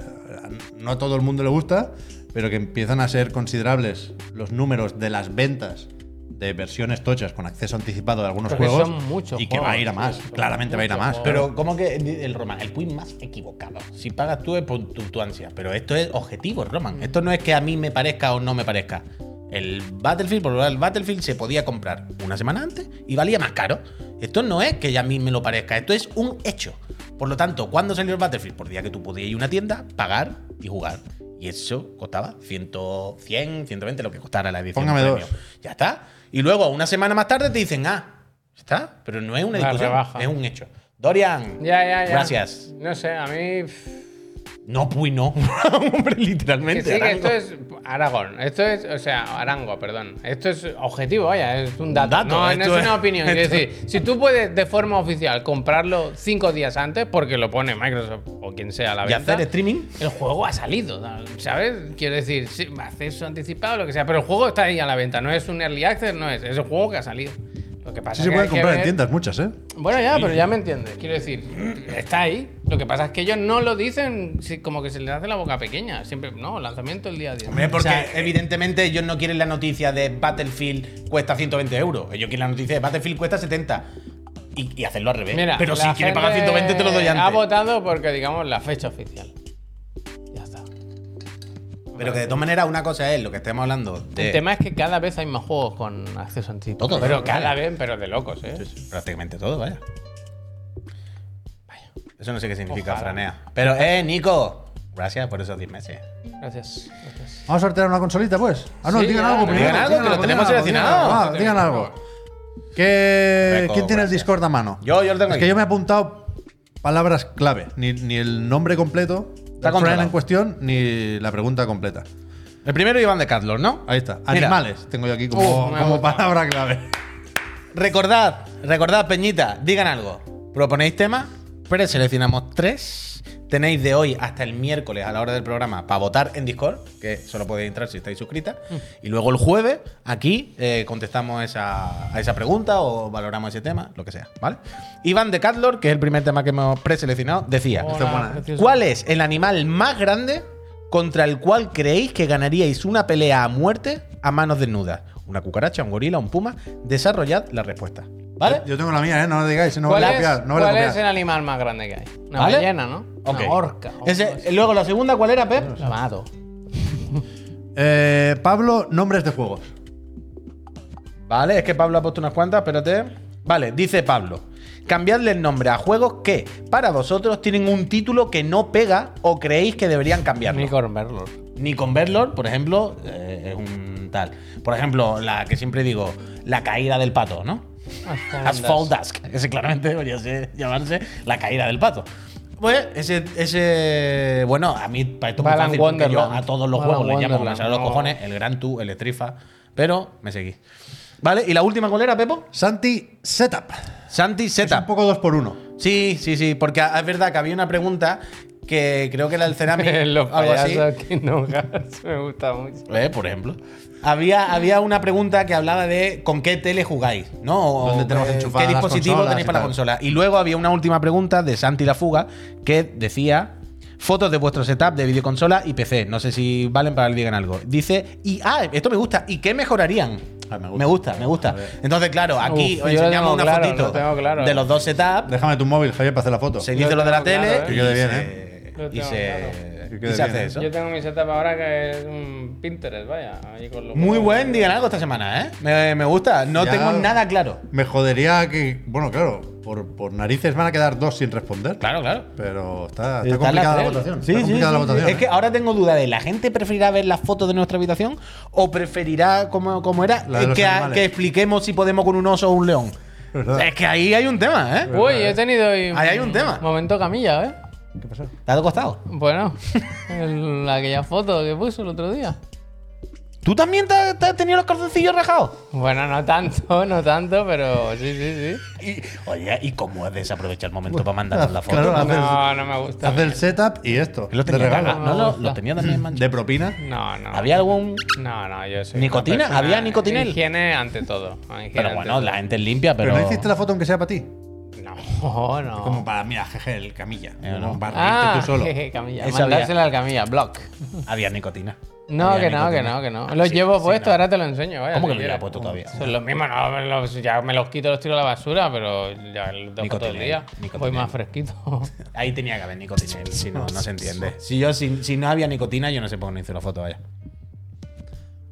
[SPEAKER 1] no a todo el mundo le gusta, pero que empiezan a ser considerables los números de las ventas de versiones tochas con acceso anticipado de algunos
[SPEAKER 3] Porque
[SPEAKER 1] juegos
[SPEAKER 3] son muchos
[SPEAKER 1] y que va a ir a
[SPEAKER 3] juegos,
[SPEAKER 1] más,
[SPEAKER 3] tío, son
[SPEAKER 1] claramente va a ir a
[SPEAKER 3] muchos
[SPEAKER 1] más.
[SPEAKER 4] Pero como que el Roman, el quiz más equivocado. Si pagas tú es por tu, tu ansia, pero esto es objetivo, Roman. Esto no es que a mí me parezca o no me parezca. El Battlefield, por lo menos el Battlefield se podía comprar una semana antes y valía más caro. Esto no es que ya a mí me lo parezca, esto es un hecho. Por lo tanto, cuando salió el Battlefield? Por día que tú podías ir a una tienda, pagar y jugar. Y eso costaba 100, 100, 120, lo que costara la edición.
[SPEAKER 1] Póngame
[SPEAKER 4] premium.
[SPEAKER 1] dos.
[SPEAKER 4] Ya está. Y luego, una semana más tarde, te dicen, ah, está. Pero no es una
[SPEAKER 3] Una
[SPEAKER 4] discusión,
[SPEAKER 3] rebaja.
[SPEAKER 4] es un hecho. Dorian,
[SPEAKER 3] Ya, ya, ya.
[SPEAKER 4] Gracias.
[SPEAKER 3] No sé, a mí. pff,
[SPEAKER 4] No, pues no. Hombre,
[SPEAKER 3] Que
[SPEAKER 4] literalmente.
[SPEAKER 3] sí, que
[SPEAKER 4] Arango.
[SPEAKER 3] esto es Aragón. Esto es, o sea, Arango, perdón. Esto es objetivo, vaya, es un dato.
[SPEAKER 4] dato,
[SPEAKER 3] no, no
[SPEAKER 4] esto
[SPEAKER 3] es una
[SPEAKER 4] es-
[SPEAKER 3] opinión. Es decir, si tú puedes de forma oficial comprarlo cinco días antes, porque lo pone Microsoft o quien sea a la
[SPEAKER 4] Y
[SPEAKER 3] venta.
[SPEAKER 4] hacer streaming.
[SPEAKER 3] El juego ha salido, ¿sabes? Quiero decir, sí, acceso anticipado, lo que sea, pero el juego está ahí a la venta, no es un early access, no es, es un juego que ha salido. Lo que pasa
[SPEAKER 1] sí
[SPEAKER 3] es
[SPEAKER 1] se
[SPEAKER 3] que
[SPEAKER 1] pueden
[SPEAKER 3] hay que
[SPEAKER 1] comprar en
[SPEAKER 3] ver-
[SPEAKER 1] tiendas muchas, ¿eh?
[SPEAKER 3] Bueno, ya, pero ya me entiendes. Quiero decir, está ahí. Lo que pasa es que ellos no lo dicen si- como que se les hace la boca pequeña. Siempre, no, lanzamiento el día 10.
[SPEAKER 4] Hombre, porque evidentemente ellos no quieren la noticia de Battlefield cuesta 120 euros. Ellos quieren la noticia de Battlefield cuesta 70. Y, y hacerlo al revés. eh, Pero si
[SPEAKER 3] la
[SPEAKER 4] quieres pagar
[SPEAKER 3] gente
[SPEAKER 4] 120, te lo doy
[SPEAKER 3] Ha
[SPEAKER 4] antes.
[SPEAKER 3] votado porque, digamos, la fecha oficial. Ya está.
[SPEAKER 4] Pero que de todas maneras, una cosa es lo que estemos hablando de.
[SPEAKER 3] El tema es que cada vez hay más juegos con acceso anticipado.
[SPEAKER 4] Todo,
[SPEAKER 3] pero
[SPEAKER 4] todo,
[SPEAKER 3] cada
[SPEAKER 4] claro.
[SPEAKER 3] vez, pero de locos, ¿eh?
[SPEAKER 4] Prácticamente todo, vaya. Vaya. Eso no sé qué significa,
[SPEAKER 3] Ojalá.
[SPEAKER 4] franea. Pero, eh, Nico. Gracias por esos 10 meses.
[SPEAKER 3] Gracias. gracias.
[SPEAKER 1] Vamos a sortear una consolita, pues. Ah, no,
[SPEAKER 3] Sí,
[SPEAKER 1] digan
[SPEAKER 3] ya,
[SPEAKER 1] algo
[SPEAKER 3] no,
[SPEAKER 1] primero.
[SPEAKER 4] digan algo, que lo tenemos seleccionado.
[SPEAKER 1] Ah, digan algo. ¿Qué-
[SPEAKER 4] Peco,
[SPEAKER 1] ¿Quién tiene el
[SPEAKER 4] gracias.
[SPEAKER 1] Discord a mano?
[SPEAKER 4] Yo, yo lo tengo
[SPEAKER 1] Es
[SPEAKER 4] aquí.
[SPEAKER 1] que yo me he apuntado palabras clave, ni, ni el nombre completo del friend
[SPEAKER 4] controlado.
[SPEAKER 1] en cuestión, ni la pregunta completa.
[SPEAKER 4] El primero Iván de Catlor, ¿no?
[SPEAKER 1] Ahí está.
[SPEAKER 4] Mira.
[SPEAKER 1] Animales tengo yo aquí como,
[SPEAKER 3] Uh, me
[SPEAKER 1] como
[SPEAKER 3] gusta.
[SPEAKER 1] palabra clave.
[SPEAKER 4] Recordad, recordad, Peñita, digan algo. Proponéis temas, preseleccionamos tres. Tenéis de hoy hasta el miércoles a la hora del programa para votar en Discord, que solo podéis entrar si estáis suscritas. Y luego el jueves, aquí, eh, contestamos esa, a esa pregunta o valoramos ese tema, lo que sea, ¿vale? Iván de Catlor, que es el primer tema que hemos preseleccionado, decía:
[SPEAKER 3] Hola,
[SPEAKER 1] Esta es buena.
[SPEAKER 3] precioso.
[SPEAKER 4] ¿Cuál es el animal más grande contra el cual creéis que ganaríais una pelea a muerte a manos desnudas? ¿Una cucaracha, un gorila, un puma? Desarrollad la respuesta. ¿Vale?
[SPEAKER 1] Yo tengo la mía, ¿eh? No la digáis, no
[SPEAKER 3] ¿Cuál,
[SPEAKER 1] vale a
[SPEAKER 3] es,
[SPEAKER 1] copiar. No vale a
[SPEAKER 3] cuál
[SPEAKER 1] copiar.
[SPEAKER 3] es el animal más grande que hay? Una
[SPEAKER 4] ¿Vale?
[SPEAKER 3] ballena, ¿no?
[SPEAKER 4] Ok.
[SPEAKER 3] Una orca. o
[SPEAKER 4] Ese-
[SPEAKER 3] algo así.
[SPEAKER 4] luego, la segunda, ¿cuál era, Pep?
[SPEAKER 3] Lavado.
[SPEAKER 1] Eh, Pablo, nombres de juegos.
[SPEAKER 4] Vale, es que Pablo ha puesto unas cuantas, espérate. Vale, dice Pablo. Cambiadle el nombre a juegos que, para vosotros, tienen un título que no pega o creéis que deberían cambiarlo.
[SPEAKER 3] Unicorn Berlor.
[SPEAKER 4] Ni con Verlor, por ejemplo, eh, es un tal. Por ejemplo, la que siempre digo, la caída del pato, ¿no? Asphalt Dusk. Ese claramente debería ser- llamarse la caída del pato. Pues ese, ese bueno, a mí para esto es muy
[SPEAKER 3] Balan
[SPEAKER 4] fácil porque yo
[SPEAKER 3] Wonderland.
[SPEAKER 4] a todos los
[SPEAKER 3] Balan
[SPEAKER 4] juegos les llamo como me
[SPEAKER 3] Wonderland,
[SPEAKER 4] salen los
[SPEAKER 3] no.
[SPEAKER 4] cojones, el Gran Tour, el Estrifa, pero me seguí. Vale, y la última cuál era, Pepo?
[SPEAKER 1] Santi, setup.
[SPEAKER 4] Santi
[SPEAKER 1] Es un
[SPEAKER 4] Zeta.
[SPEAKER 1] poco dos por uno.
[SPEAKER 4] Sí, sí, sí, porque es verdad que había una pregunta que creo que era el Ceramic,
[SPEAKER 3] Los
[SPEAKER 4] algo así.
[SPEAKER 3] payasos Kingdom Hearts me gusta mucho.
[SPEAKER 4] Eh, por ejemplo. Había, había una pregunta que hablaba de con qué tele jugáis, ¿no? O,
[SPEAKER 1] ¿Dónde tenemos
[SPEAKER 4] eh,
[SPEAKER 1] enchufadas
[SPEAKER 4] ¿Qué
[SPEAKER 1] las
[SPEAKER 4] dispositivo
[SPEAKER 1] consolas y
[SPEAKER 4] tenéis para la
[SPEAKER 1] tal?
[SPEAKER 4] consola? Y luego había una última pregunta de Santi La Fuga que decía fotos de vuestro setup de videoconsola y PC. No sé si valen para que digan algo. Dice, y ah, esto me gusta, ¿y qué mejorarían?
[SPEAKER 1] Ah, me gusta.
[SPEAKER 4] me gusta, me gusta. Entonces, claro, aquí
[SPEAKER 3] Uf,
[SPEAKER 4] os
[SPEAKER 3] yo lo
[SPEAKER 4] enseñamos
[SPEAKER 3] tengo
[SPEAKER 4] una
[SPEAKER 3] claro,
[SPEAKER 4] fotito
[SPEAKER 3] lo tengo claro.
[SPEAKER 4] de los dos setups.
[SPEAKER 1] Déjame tu móvil, Javier, para hacer la foto.
[SPEAKER 4] Se
[SPEAKER 3] Yo
[SPEAKER 4] dice lo de la
[SPEAKER 3] tengo claro,
[SPEAKER 4] tele
[SPEAKER 3] eh.
[SPEAKER 1] Que quede
[SPEAKER 4] y
[SPEAKER 1] bien,
[SPEAKER 4] se-
[SPEAKER 3] Lo
[SPEAKER 4] y
[SPEAKER 3] tengo
[SPEAKER 4] se-
[SPEAKER 1] claro.
[SPEAKER 4] y se hace
[SPEAKER 1] Yo ¿eh?
[SPEAKER 4] eso.
[SPEAKER 3] Yo tengo mi setup ahora que es un Pinterest, vaya. ahí con los
[SPEAKER 4] Muy
[SPEAKER 3] juegos.
[SPEAKER 4] buen digan algo esta semana, ¿eh? Me, me gusta. No
[SPEAKER 1] Ya.
[SPEAKER 4] tengo nada claro.
[SPEAKER 1] Me jodería que. Bueno, claro, por, por narices van a quedar dos sin responder.
[SPEAKER 4] Claro, claro.
[SPEAKER 1] Pero está, está
[SPEAKER 4] Están
[SPEAKER 1] complicada la
[SPEAKER 4] las tres.
[SPEAKER 1] votación.
[SPEAKER 4] Sí,
[SPEAKER 1] está
[SPEAKER 4] sí,
[SPEAKER 1] complicada
[SPEAKER 4] sí,
[SPEAKER 1] la
[SPEAKER 4] sí.
[SPEAKER 1] votación.
[SPEAKER 4] Es que
[SPEAKER 1] ¿eh?
[SPEAKER 4] ahora tengo duda de la gente preferirá ver las fotos de nuestra habitación o preferirá, como, como era, Eh,
[SPEAKER 1] La de los
[SPEAKER 4] que,
[SPEAKER 1] animales.
[SPEAKER 4] que expliquemos si podemos con un oso o un león.
[SPEAKER 1] Verdad.
[SPEAKER 4] Es que ahí hay un tema, ¿eh?
[SPEAKER 3] Uy, he tenido hoy.
[SPEAKER 4] Ahí hay un tema.
[SPEAKER 3] Momento camilla, ¿eh?
[SPEAKER 4] ¿Te ha costado?
[SPEAKER 3] Bueno, el- aquella foto que puso el otro día.
[SPEAKER 4] ¿Tú también te, has- te has tenido los calzoncillos rajados?
[SPEAKER 3] Bueno, no tanto, no tanto, pero sí, sí, sí.
[SPEAKER 4] Y, oye, ¿y cómo es desaprovechar el momento para mandarnos la foto?
[SPEAKER 1] Claro, hace,
[SPEAKER 3] No, no me gusta.
[SPEAKER 1] hace el setup y esto.
[SPEAKER 4] Los
[SPEAKER 1] de
[SPEAKER 4] tenía,
[SPEAKER 1] regalo.
[SPEAKER 4] no,
[SPEAKER 3] Me
[SPEAKER 4] los,
[SPEAKER 3] gusta.
[SPEAKER 4] los tenía también manchados.
[SPEAKER 1] De propina.
[SPEAKER 3] No, no.
[SPEAKER 4] ¿Había algún...?
[SPEAKER 3] No, no, yo soy.
[SPEAKER 4] ¿Nicotina?
[SPEAKER 3] una persona-
[SPEAKER 4] ¿Había nicotina?
[SPEAKER 3] Higiene ante todo. higiene
[SPEAKER 4] Pero
[SPEAKER 3] ante
[SPEAKER 4] bueno,
[SPEAKER 3] todo.
[SPEAKER 4] la gente es limpia,
[SPEAKER 1] Pero,
[SPEAKER 4] pero...
[SPEAKER 1] no hiciste la foto aunque sea para ti.
[SPEAKER 3] No, no.
[SPEAKER 1] Como para, mira, jeje, el camilla.
[SPEAKER 4] Eh, no.
[SPEAKER 1] Como para
[SPEAKER 3] Ah,
[SPEAKER 1] reírte tú solo.
[SPEAKER 3] jeje, camilla.
[SPEAKER 4] Esa
[SPEAKER 3] Mandársela al camilla, block.
[SPEAKER 4] Había nicotina.
[SPEAKER 3] No,
[SPEAKER 4] Había
[SPEAKER 3] que no, que
[SPEAKER 4] nicotina.
[SPEAKER 3] no, que no.
[SPEAKER 4] Ah,
[SPEAKER 3] Los
[SPEAKER 4] sí,
[SPEAKER 3] llevo
[SPEAKER 4] sí,
[SPEAKER 3] puestos,
[SPEAKER 4] no.
[SPEAKER 3] ahora te lo enseño. Vaya,
[SPEAKER 4] ¿Cómo
[SPEAKER 3] si
[SPEAKER 4] que lo
[SPEAKER 3] quieres.
[SPEAKER 4] lleva puesto todavía?
[SPEAKER 3] Son los mismos, no, me los- ya me los quito, los tiro a la basura, pero ya los dejo todo el
[SPEAKER 4] Nicotina,
[SPEAKER 3] día.
[SPEAKER 4] nicotina.
[SPEAKER 3] Voy más fresquito.
[SPEAKER 4] Ahí tenía que haber nicotina, si no, no se entiende. Si yo si, si no había nicotina, yo no sé por qué no hice la foto, vaya.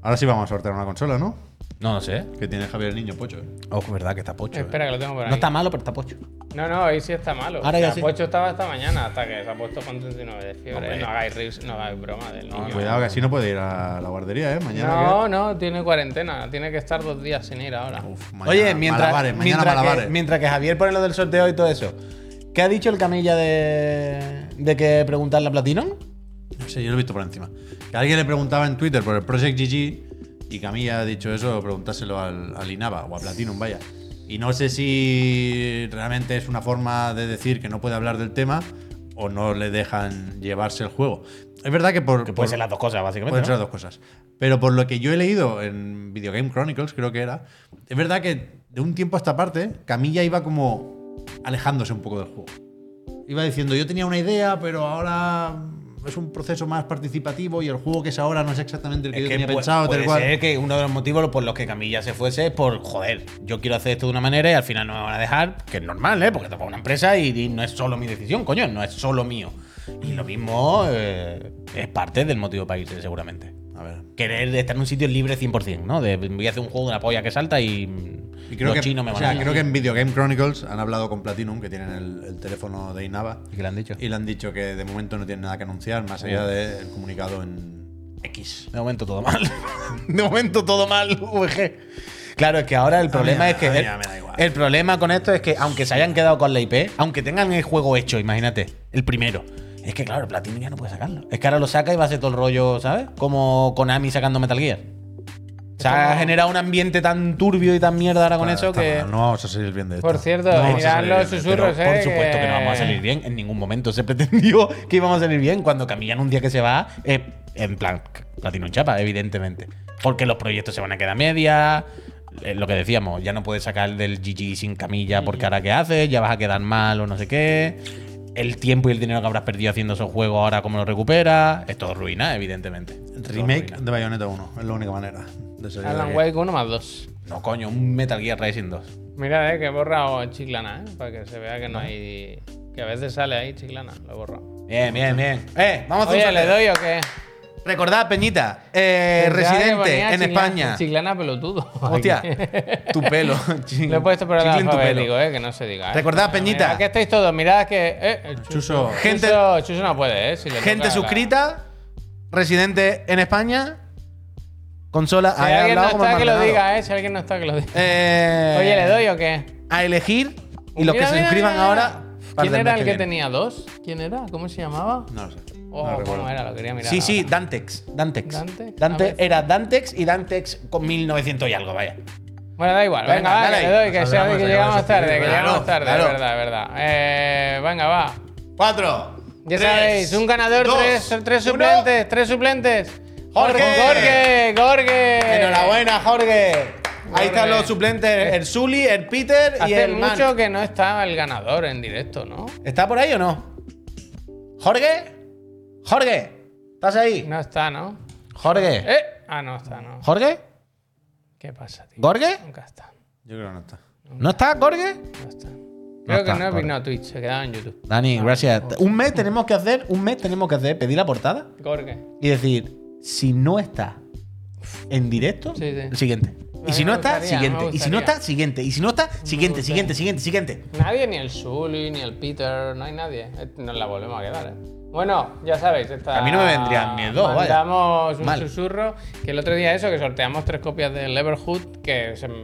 [SPEAKER 1] Ahora sí vamos a sortear una consola, ¿no?
[SPEAKER 4] No lo sé.
[SPEAKER 1] Que tiene Javier el niño, pocho. ¿eh?
[SPEAKER 4] Oh, es verdad que está pocho. eh.
[SPEAKER 3] Espera, que lo tengo por ahí.
[SPEAKER 4] No está malo, pero está pocho.
[SPEAKER 3] No, no, hoy sí está malo.
[SPEAKER 4] Ahora
[SPEAKER 3] O sea,
[SPEAKER 4] ya sí.
[SPEAKER 3] Pocho estaba esta mañana hasta que se ha puesto con 39 de fiebre.
[SPEAKER 4] Hombre.
[SPEAKER 3] No hagáis ris- no hagáis broma del niño.
[SPEAKER 1] Ah, Cuidado que así no puede ir a la guardería, ¿eh? Mañana.
[SPEAKER 3] No, no, tiene cuarentena. Tiene que estar dos días sin ir ahora.
[SPEAKER 1] que- Uf, mañana
[SPEAKER 4] Oye, mientras,
[SPEAKER 1] malabares, mañana
[SPEAKER 4] mientras,
[SPEAKER 1] malabares.
[SPEAKER 4] que, mientras que Javier pone lo del sorteo y todo eso, ¿qué ha dicho el camilla de, de que preguntarle a Platinum?
[SPEAKER 1] No sé, yo lo he visto por encima. Que alguien le preguntaba en Twitter por el Project GG y Camilla ha dicho eso, preguntárselo al, al Inaba o a Platinum, vaya. Y no sé si realmente es una forma de decir que no puede hablar del tema o no le dejan llevarse el juego. Es verdad que por.
[SPEAKER 4] Que
[SPEAKER 1] por-
[SPEAKER 4] pueden ser las dos cosas, básicamente.
[SPEAKER 1] Pueden ser
[SPEAKER 4] ¿no?
[SPEAKER 1] las dos cosas. Pero por lo que yo he leído en Video Game Chronicles, creo que era, es verdad que de un tiempo a esta parte, Camilla iba como alejándose un poco del juego. Iba diciendo, yo tenía una idea, pero ahora es un proceso más participativo y el juego que es ahora no es exactamente el que
[SPEAKER 4] Es
[SPEAKER 1] yo
[SPEAKER 4] que
[SPEAKER 1] tenía
[SPEAKER 4] pu-
[SPEAKER 1] pensado.
[SPEAKER 4] puede
[SPEAKER 1] tal cual.
[SPEAKER 4] ser que uno de los motivos por los que Camilla se fuese es por, joder, yo quiero hacer esto de una manera y al final no me van a dejar, que es normal, ¿eh? Porque tampoco es una empresa y, y no es solo mi decisión, coño, no es solo mío. Y lo mismo eh, es parte del motivo para irse, seguramente.
[SPEAKER 1] A ver.
[SPEAKER 4] Querer estar en un sitio libre 100%, ¿no? De, voy a hacer un juego de una polla que salta y,
[SPEAKER 1] Y creo,
[SPEAKER 4] los
[SPEAKER 1] que,
[SPEAKER 4] chinos me
[SPEAKER 1] o
[SPEAKER 4] van
[SPEAKER 1] sea,
[SPEAKER 4] a
[SPEAKER 1] creo que en Video Game Chronicles han hablado con Platinum, que tienen el, el teléfono de Inaba,
[SPEAKER 4] ¿Y qué le han dicho?
[SPEAKER 1] y le han dicho que de momento no tienen nada que anunciar, más allá del comunicado en X.
[SPEAKER 4] De momento todo mal. De momento todo mal, VG. Claro, es que ahora el problema
[SPEAKER 1] mí-
[SPEAKER 4] es que.
[SPEAKER 1] a mí
[SPEAKER 4] el,
[SPEAKER 1] ya me da igual.
[SPEAKER 4] el problema con esto es que, aunque se hayan quedado con la IP, aunque tengan el juego hecho, imagínate, el primero. Es Es que claro, Platinum ya no puede sacarlo. Es que ahora lo saca y va a ser todo el rollo, ¿sabes? Como Konami sacando Metal Gear. O sea, ha generado un ambiente tan turbio y tan mierda ahora con
[SPEAKER 1] Está-
[SPEAKER 4] eso
[SPEAKER 1] está
[SPEAKER 4] que.
[SPEAKER 1] mal, No vamos a salir bien de esto.
[SPEAKER 3] Por cierto, eh,
[SPEAKER 1] No vamos a
[SPEAKER 3] mirad
[SPEAKER 1] salir
[SPEAKER 3] los
[SPEAKER 1] bien de-
[SPEAKER 3] susurros,
[SPEAKER 4] Pero,
[SPEAKER 3] eh,
[SPEAKER 4] Por supuesto que no vamos a salir bien. En ningún momento se pretendió que íbamos a salir bien. Cuando Camilla un día que se va, eh, en plan, platino en chapa, evidentemente. Porque los proyectos se van a quedar media. eh, lo que decíamos, ya no puedes sacar del GG sin camilla porque ahora qué haces, ya vas a quedar mal o no sé qué. El tiempo y el dinero que habrás perdido haciendo esos juegos ahora, ¿cómo lo recuperas? Es todo ruina, evidentemente. Es todo
[SPEAKER 1] Remake
[SPEAKER 4] ruina.
[SPEAKER 1] de Bayonetta 1. Es la única manera de salir de
[SPEAKER 3] Alan
[SPEAKER 1] aquí.
[SPEAKER 3] Wake 1 más 2.
[SPEAKER 4] No, coño, un Metal Gear Rising 2.
[SPEAKER 3] Mira, eh, que he borrado chiclana, eh, para que se vea
[SPEAKER 4] Ah.
[SPEAKER 3] que no hay. Que a veces sale ahí chiclana, lo he borrado.
[SPEAKER 4] Bien, bien, bien. Eh, vamos a hacer
[SPEAKER 3] Oye,
[SPEAKER 4] un
[SPEAKER 3] ¿le
[SPEAKER 4] sorteo.
[SPEAKER 3] doy o qué?
[SPEAKER 4] Recordad, Peñita, eh,
[SPEAKER 3] Pensaba que
[SPEAKER 4] residente
[SPEAKER 3] ponía
[SPEAKER 4] en
[SPEAKER 3] chiclana-
[SPEAKER 4] España.
[SPEAKER 3] Chiclana pelotudo.
[SPEAKER 4] Hostia, tu pelo.
[SPEAKER 3] Lo he puesto por el
[SPEAKER 4] Chicle en tu pelo.
[SPEAKER 3] alfabético, eh, que no se diga. eh.
[SPEAKER 4] Recordad,
[SPEAKER 3] Mirad,
[SPEAKER 4] Peñita.
[SPEAKER 3] mirad que estáis todos, mirad que. Eh, el
[SPEAKER 1] Chuso.
[SPEAKER 4] Gente-
[SPEAKER 3] Chuso, Chuso no puede, eh. si le toca
[SPEAKER 4] Gente
[SPEAKER 3] la-
[SPEAKER 4] suscrita, residente en España, consola.
[SPEAKER 3] Si
[SPEAKER 4] ahí al
[SPEAKER 3] alguien no
[SPEAKER 4] lado como el
[SPEAKER 3] está, que lo
[SPEAKER 4] Maldonado.
[SPEAKER 3] diga, eh. Si alguien no está, que lo diga.
[SPEAKER 4] Eh,
[SPEAKER 3] Oye, ¿le doy o qué?
[SPEAKER 4] A elegir y los que
[SPEAKER 3] Mira,
[SPEAKER 4] se
[SPEAKER 3] mira,
[SPEAKER 4] suscriban
[SPEAKER 3] mira, mira.
[SPEAKER 4] ahora. para
[SPEAKER 3] ¿Quién era
[SPEAKER 4] mes
[SPEAKER 3] el que
[SPEAKER 4] viene.
[SPEAKER 3] tenía dos? ¿Quién era? ¿Cómo se llamaba?
[SPEAKER 1] No lo sé.
[SPEAKER 3] Oh,
[SPEAKER 1] no lo recuerdo.
[SPEAKER 3] bueno, era, lo quería mirar.
[SPEAKER 4] Sí, sí,
[SPEAKER 3] ahora.
[SPEAKER 4] Dantex. Dantex.
[SPEAKER 3] Dantex,
[SPEAKER 4] Dante-
[SPEAKER 3] a ver.
[SPEAKER 4] era Dantex y Dantex con 1900 y algo, vaya.
[SPEAKER 3] Bueno, da igual,
[SPEAKER 4] Venga,
[SPEAKER 3] venga, va,
[SPEAKER 4] dale
[SPEAKER 3] que
[SPEAKER 4] ahí.
[SPEAKER 3] le doy, que,
[SPEAKER 1] Nos
[SPEAKER 3] sea,
[SPEAKER 1] hablamos,
[SPEAKER 3] que
[SPEAKER 1] acaba
[SPEAKER 3] llegamos
[SPEAKER 1] de
[SPEAKER 3] tarde, que
[SPEAKER 1] suscribir,
[SPEAKER 3] llegamos tarde,
[SPEAKER 4] claro, claro.
[SPEAKER 3] es verdad, es verdad. Eh, venga, va.
[SPEAKER 4] Cuatro.
[SPEAKER 3] Ya
[SPEAKER 4] tres,
[SPEAKER 3] sabéis, un ganador,
[SPEAKER 4] dos,
[SPEAKER 3] tres, tres
[SPEAKER 4] uno.
[SPEAKER 3] suplentes, tres suplentes.
[SPEAKER 4] Jorge.
[SPEAKER 3] Jorge, Jorge.
[SPEAKER 4] Enhorabuena, Jorge. Ahí están
[SPEAKER 3] Jorge.
[SPEAKER 4] los suplentes, el Zully, el Peter y
[SPEAKER 3] Hace
[SPEAKER 4] el
[SPEAKER 3] mucho
[SPEAKER 4] Mancho.
[SPEAKER 3] que no estaba el ganador en directo, ¿no?
[SPEAKER 4] ¿Está por ahí o no? ¿Jorge? ¿Jorge? ¿Estás ahí?
[SPEAKER 3] No está, ¿no?
[SPEAKER 4] ¿Jorge?
[SPEAKER 3] Eh. Ah, no está, no.
[SPEAKER 4] ¿Jorge?
[SPEAKER 3] ¿Qué pasa, tío?
[SPEAKER 4] ¿Gorge?
[SPEAKER 3] Nunca está,
[SPEAKER 1] Yo creo que no está.
[SPEAKER 3] Eh,
[SPEAKER 4] ¿No está Jorge?
[SPEAKER 3] no está. Creo
[SPEAKER 4] está,
[SPEAKER 3] que no
[SPEAKER 4] Jorge.
[SPEAKER 3] vino a Twitch, se quedaba en YouTube.
[SPEAKER 4] Dani, gracias. Un mes tenemos que hacer, un mes tenemos que hacer, pedir la portada
[SPEAKER 3] Jorge.
[SPEAKER 4] y decir, si no está en directo,
[SPEAKER 3] Sí, sí.
[SPEAKER 4] siguiente.
[SPEAKER 3] mí
[SPEAKER 4] Y si no
[SPEAKER 3] me
[SPEAKER 4] está,
[SPEAKER 3] gustaría,
[SPEAKER 4] siguiente.
[SPEAKER 3] me
[SPEAKER 4] Y si no
[SPEAKER 3] gustaría.
[SPEAKER 4] está, siguiente. Y si no está, siguiente, siguiente, siguiente, siguiente.
[SPEAKER 3] Nadie, ni el Sully, ni el Peter, no hay nadie. Eh, Nos la volvemos a quedar, ¿eh? Bueno, ya sabéis, esta.
[SPEAKER 4] A mí no me vendrían mis dos, vaya.
[SPEAKER 3] Mandamos un
[SPEAKER 4] Mal.
[SPEAKER 3] susurro. Que el otro día, eso, que sorteamos tres copias del Everhood, que se m-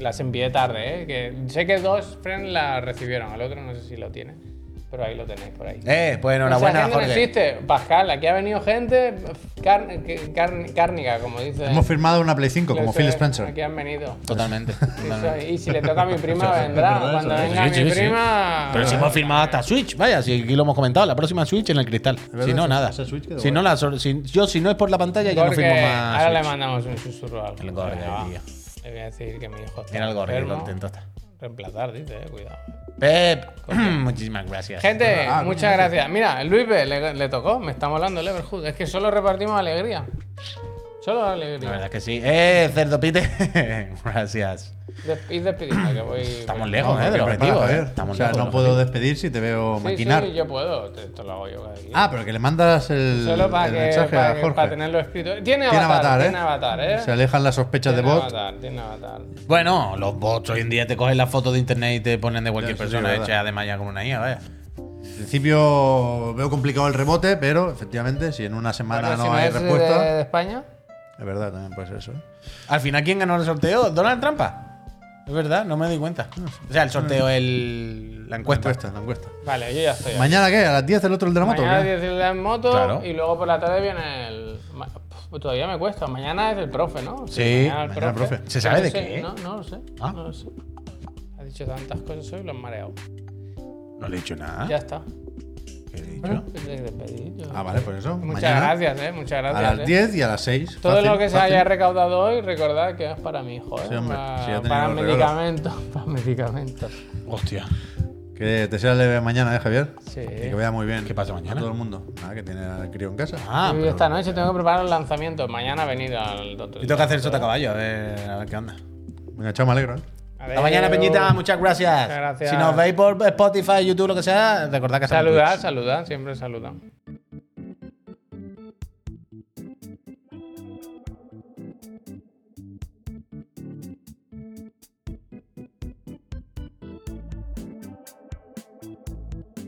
[SPEAKER 3] las envié tarde, ¿eh? Que sé que dos friends las recibieron, el otro no sé si lo tiene. Pero ahí lo tenéis por ahí.
[SPEAKER 4] Eh, pues
[SPEAKER 3] Esa
[SPEAKER 4] enhorabuena,
[SPEAKER 3] gente no
[SPEAKER 4] Jorge.
[SPEAKER 3] existe. Pascal, aquí ha venido gente car- que- car- cárnica, como dice.
[SPEAKER 1] Hemos firmado una Play 5 como
[SPEAKER 3] Los,
[SPEAKER 1] Phil
[SPEAKER 3] eh,
[SPEAKER 1] Spencer.
[SPEAKER 3] Aquí han venido.
[SPEAKER 4] Totalmente.
[SPEAKER 3] Eso, y si le toca a mi prima, vendrá.
[SPEAKER 1] verdad,
[SPEAKER 3] Cuando
[SPEAKER 1] eso.
[SPEAKER 3] venga
[SPEAKER 4] Sí, sí,
[SPEAKER 3] mi
[SPEAKER 4] sí.
[SPEAKER 3] prima.
[SPEAKER 4] Pero si hemos firmado hasta Switch, vaya, si aquí lo hemos comentado, la próxima Switch en el cristal.
[SPEAKER 1] verdad,
[SPEAKER 4] Si no,
[SPEAKER 1] esa-
[SPEAKER 4] nada.
[SPEAKER 1] esa Switch quedó
[SPEAKER 4] Si no, la, sor- si- yo si no es por la pantalla, ya no
[SPEAKER 3] Porque
[SPEAKER 4] firmo más.
[SPEAKER 3] ahora le
[SPEAKER 4] Switch.
[SPEAKER 3] mandamos un susurro al
[SPEAKER 4] El Gorge,
[SPEAKER 3] Venga, va.
[SPEAKER 4] tío.
[SPEAKER 3] Le voy a decir que mi hijo está
[SPEAKER 4] Mira el gorro, qué
[SPEAKER 3] enfermo.
[SPEAKER 4] contento está.
[SPEAKER 3] Reemplazar, dice, eh, cuidado.
[SPEAKER 4] Pep, muchísimas gracias.
[SPEAKER 3] Gente,
[SPEAKER 1] Ah,
[SPEAKER 3] muchas gracias. Mira, el Luis B, le, le tocó, me está molando el Everhood. Es que solo repartimos alegría. Solo
[SPEAKER 4] La
[SPEAKER 3] alegría.
[SPEAKER 4] verdad es que sí. Eh, cerdo pite. gracias.
[SPEAKER 3] Des- Y despidiendo, que voy.
[SPEAKER 4] Estamos
[SPEAKER 3] voy-
[SPEAKER 4] lejos,
[SPEAKER 1] No,
[SPEAKER 4] eh, del
[SPEAKER 1] porque prepara,
[SPEAKER 4] objetivo. eh.
[SPEAKER 1] Javier.
[SPEAKER 4] Estamos
[SPEAKER 1] o sea,
[SPEAKER 4] lejos
[SPEAKER 1] no
[SPEAKER 4] del
[SPEAKER 1] puedo
[SPEAKER 4] objetivo.
[SPEAKER 1] despedir si te veo
[SPEAKER 3] Sí,
[SPEAKER 1] maquinar.
[SPEAKER 3] Sí, yo puedo, te- esto lo hago yo. cada día.
[SPEAKER 1] Ah, pero que le mandas el,
[SPEAKER 3] Solo para
[SPEAKER 1] el
[SPEAKER 3] que,
[SPEAKER 1] mensaje
[SPEAKER 3] para
[SPEAKER 1] a
[SPEAKER 3] que-
[SPEAKER 1] Jorge.
[SPEAKER 3] para tenerlo escrito. Tiene
[SPEAKER 1] tiene
[SPEAKER 3] avatar,
[SPEAKER 1] avatar, ¿eh?
[SPEAKER 3] tiene avatar, ¿eh?
[SPEAKER 1] Se alejan las sospechas de
[SPEAKER 3] Tiene
[SPEAKER 1] bot.
[SPEAKER 3] avatar, tiene avatar.
[SPEAKER 4] Bueno, los bots hoy en día te cogen las fotos de internet y te ponen de cualquier
[SPEAKER 1] Eso sí,
[SPEAKER 4] persona
[SPEAKER 1] verdad.
[SPEAKER 4] hecha además ya con una IA, vaya.
[SPEAKER 1] En principio veo complicado el rebote, pero efectivamente, si en una semana
[SPEAKER 3] Bueno,
[SPEAKER 1] no
[SPEAKER 3] si
[SPEAKER 1] hay
[SPEAKER 3] es eh, de-
[SPEAKER 1] respuesta.
[SPEAKER 3] de España?
[SPEAKER 1] Es verdad, también puede ser eso. ¿eh?
[SPEAKER 4] Al final, ¿quién ganó el sorteo? ¿Donald Trampa? Es verdad, no me di cuenta. O sea, el sorteo, el, la encuesta.
[SPEAKER 1] La encuesta, la encuesta.
[SPEAKER 3] Vale, yo ya estoy. aquí.
[SPEAKER 1] ¿Mañana qué? ¿A las 10 el otro el de la moto? o
[SPEAKER 3] Mañana
[SPEAKER 1] qué?
[SPEAKER 3] 10 de la moto
[SPEAKER 4] Claro.
[SPEAKER 3] y luego por la tarde viene el. ma- Pff, Todavía me cuesta. Mañana es el profe, ¿no?
[SPEAKER 4] Sí,
[SPEAKER 1] mañana el profe.
[SPEAKER 4] ¿Se sabe
[SPEAKER 3] No
[SPEAKER 4] de
[SPEAKER 3] sé,
[SPEAKER 4] qué?
[SPEAKER 3] No, no lo sé.
[SPEAKER 4] Ah.
[SPEAKER 3] No lo sé. Ha dicho tantas cosas hoy, lo han mareado.
[SPEAKER 4] No le he dicho nada.
[SPEAKER 3] Ya está.
[SPEAKER 4] ¿Qué he dicho?
[SPEAKER 3] Te- te despedí, yo-
[SPEAKER 1] Ah, vale, pues eso.
[SPEAKER 3] Muchas
[SPEAKER 1] Mañana
[SPEAKER 3] gracias, eh. Muchas gracias.
[SPEAKER 1] A
[SPEAKER 3] eh.
[SPEAKER 1] las 10 y a las 6.
[SPEAKER 3] Todo
[SPEAKER 1] Fácil,
[SPEAKER 3] lo que se
[SPEAKER 1] fácil.
[SPEAKER 3] haya recaudado hoy, recordad que es para mi hijo, ¿eh?
[SPEAKER 1] Sí, hombre,
[SPEAKER 3] para,
[SPEAKER 1] si ya tenía
[SPEAKER 3] para
[SPEAKER 1] los regalos.
[SPEAKER 3] medicamentos, para medicamentos.
[SPEAKER 4] Hostia.
[SPEAKER 1] Que te sea leve mañana, ¿eh, Javier?
[SPEAKER 3] Sí.
[SPEAKER 1] Y que vaya muy bien.
[SPEAKER 4] ¿Qué pasa mañana?
[SPEAKER 1] A todo el mundo. Nada, que tiene al crío en casa.
[SPEAKER 4] Ah,
[SPEAKER 3] y esta noche tengo que preparar el lanzamiento. Mañana venid al doctor.
[SPEAKER 4] Yo tengo que hacer el sotacaballo, a ver, a ver qué onda.
[SPEAKER 1] Venga, chao, me alegro. ¿eh?
[SPEAKER 4] Hasta mañana, Peñita, muchas gracias.
[SPEAKER 3] Muchas gracias.
[SPEAKER 4] Si nos veis por Spotify, YouTube, lo que sea, recordad que estamos en Twitch.
[SPEAKER 3] Saludad, saludad, siempre saludad.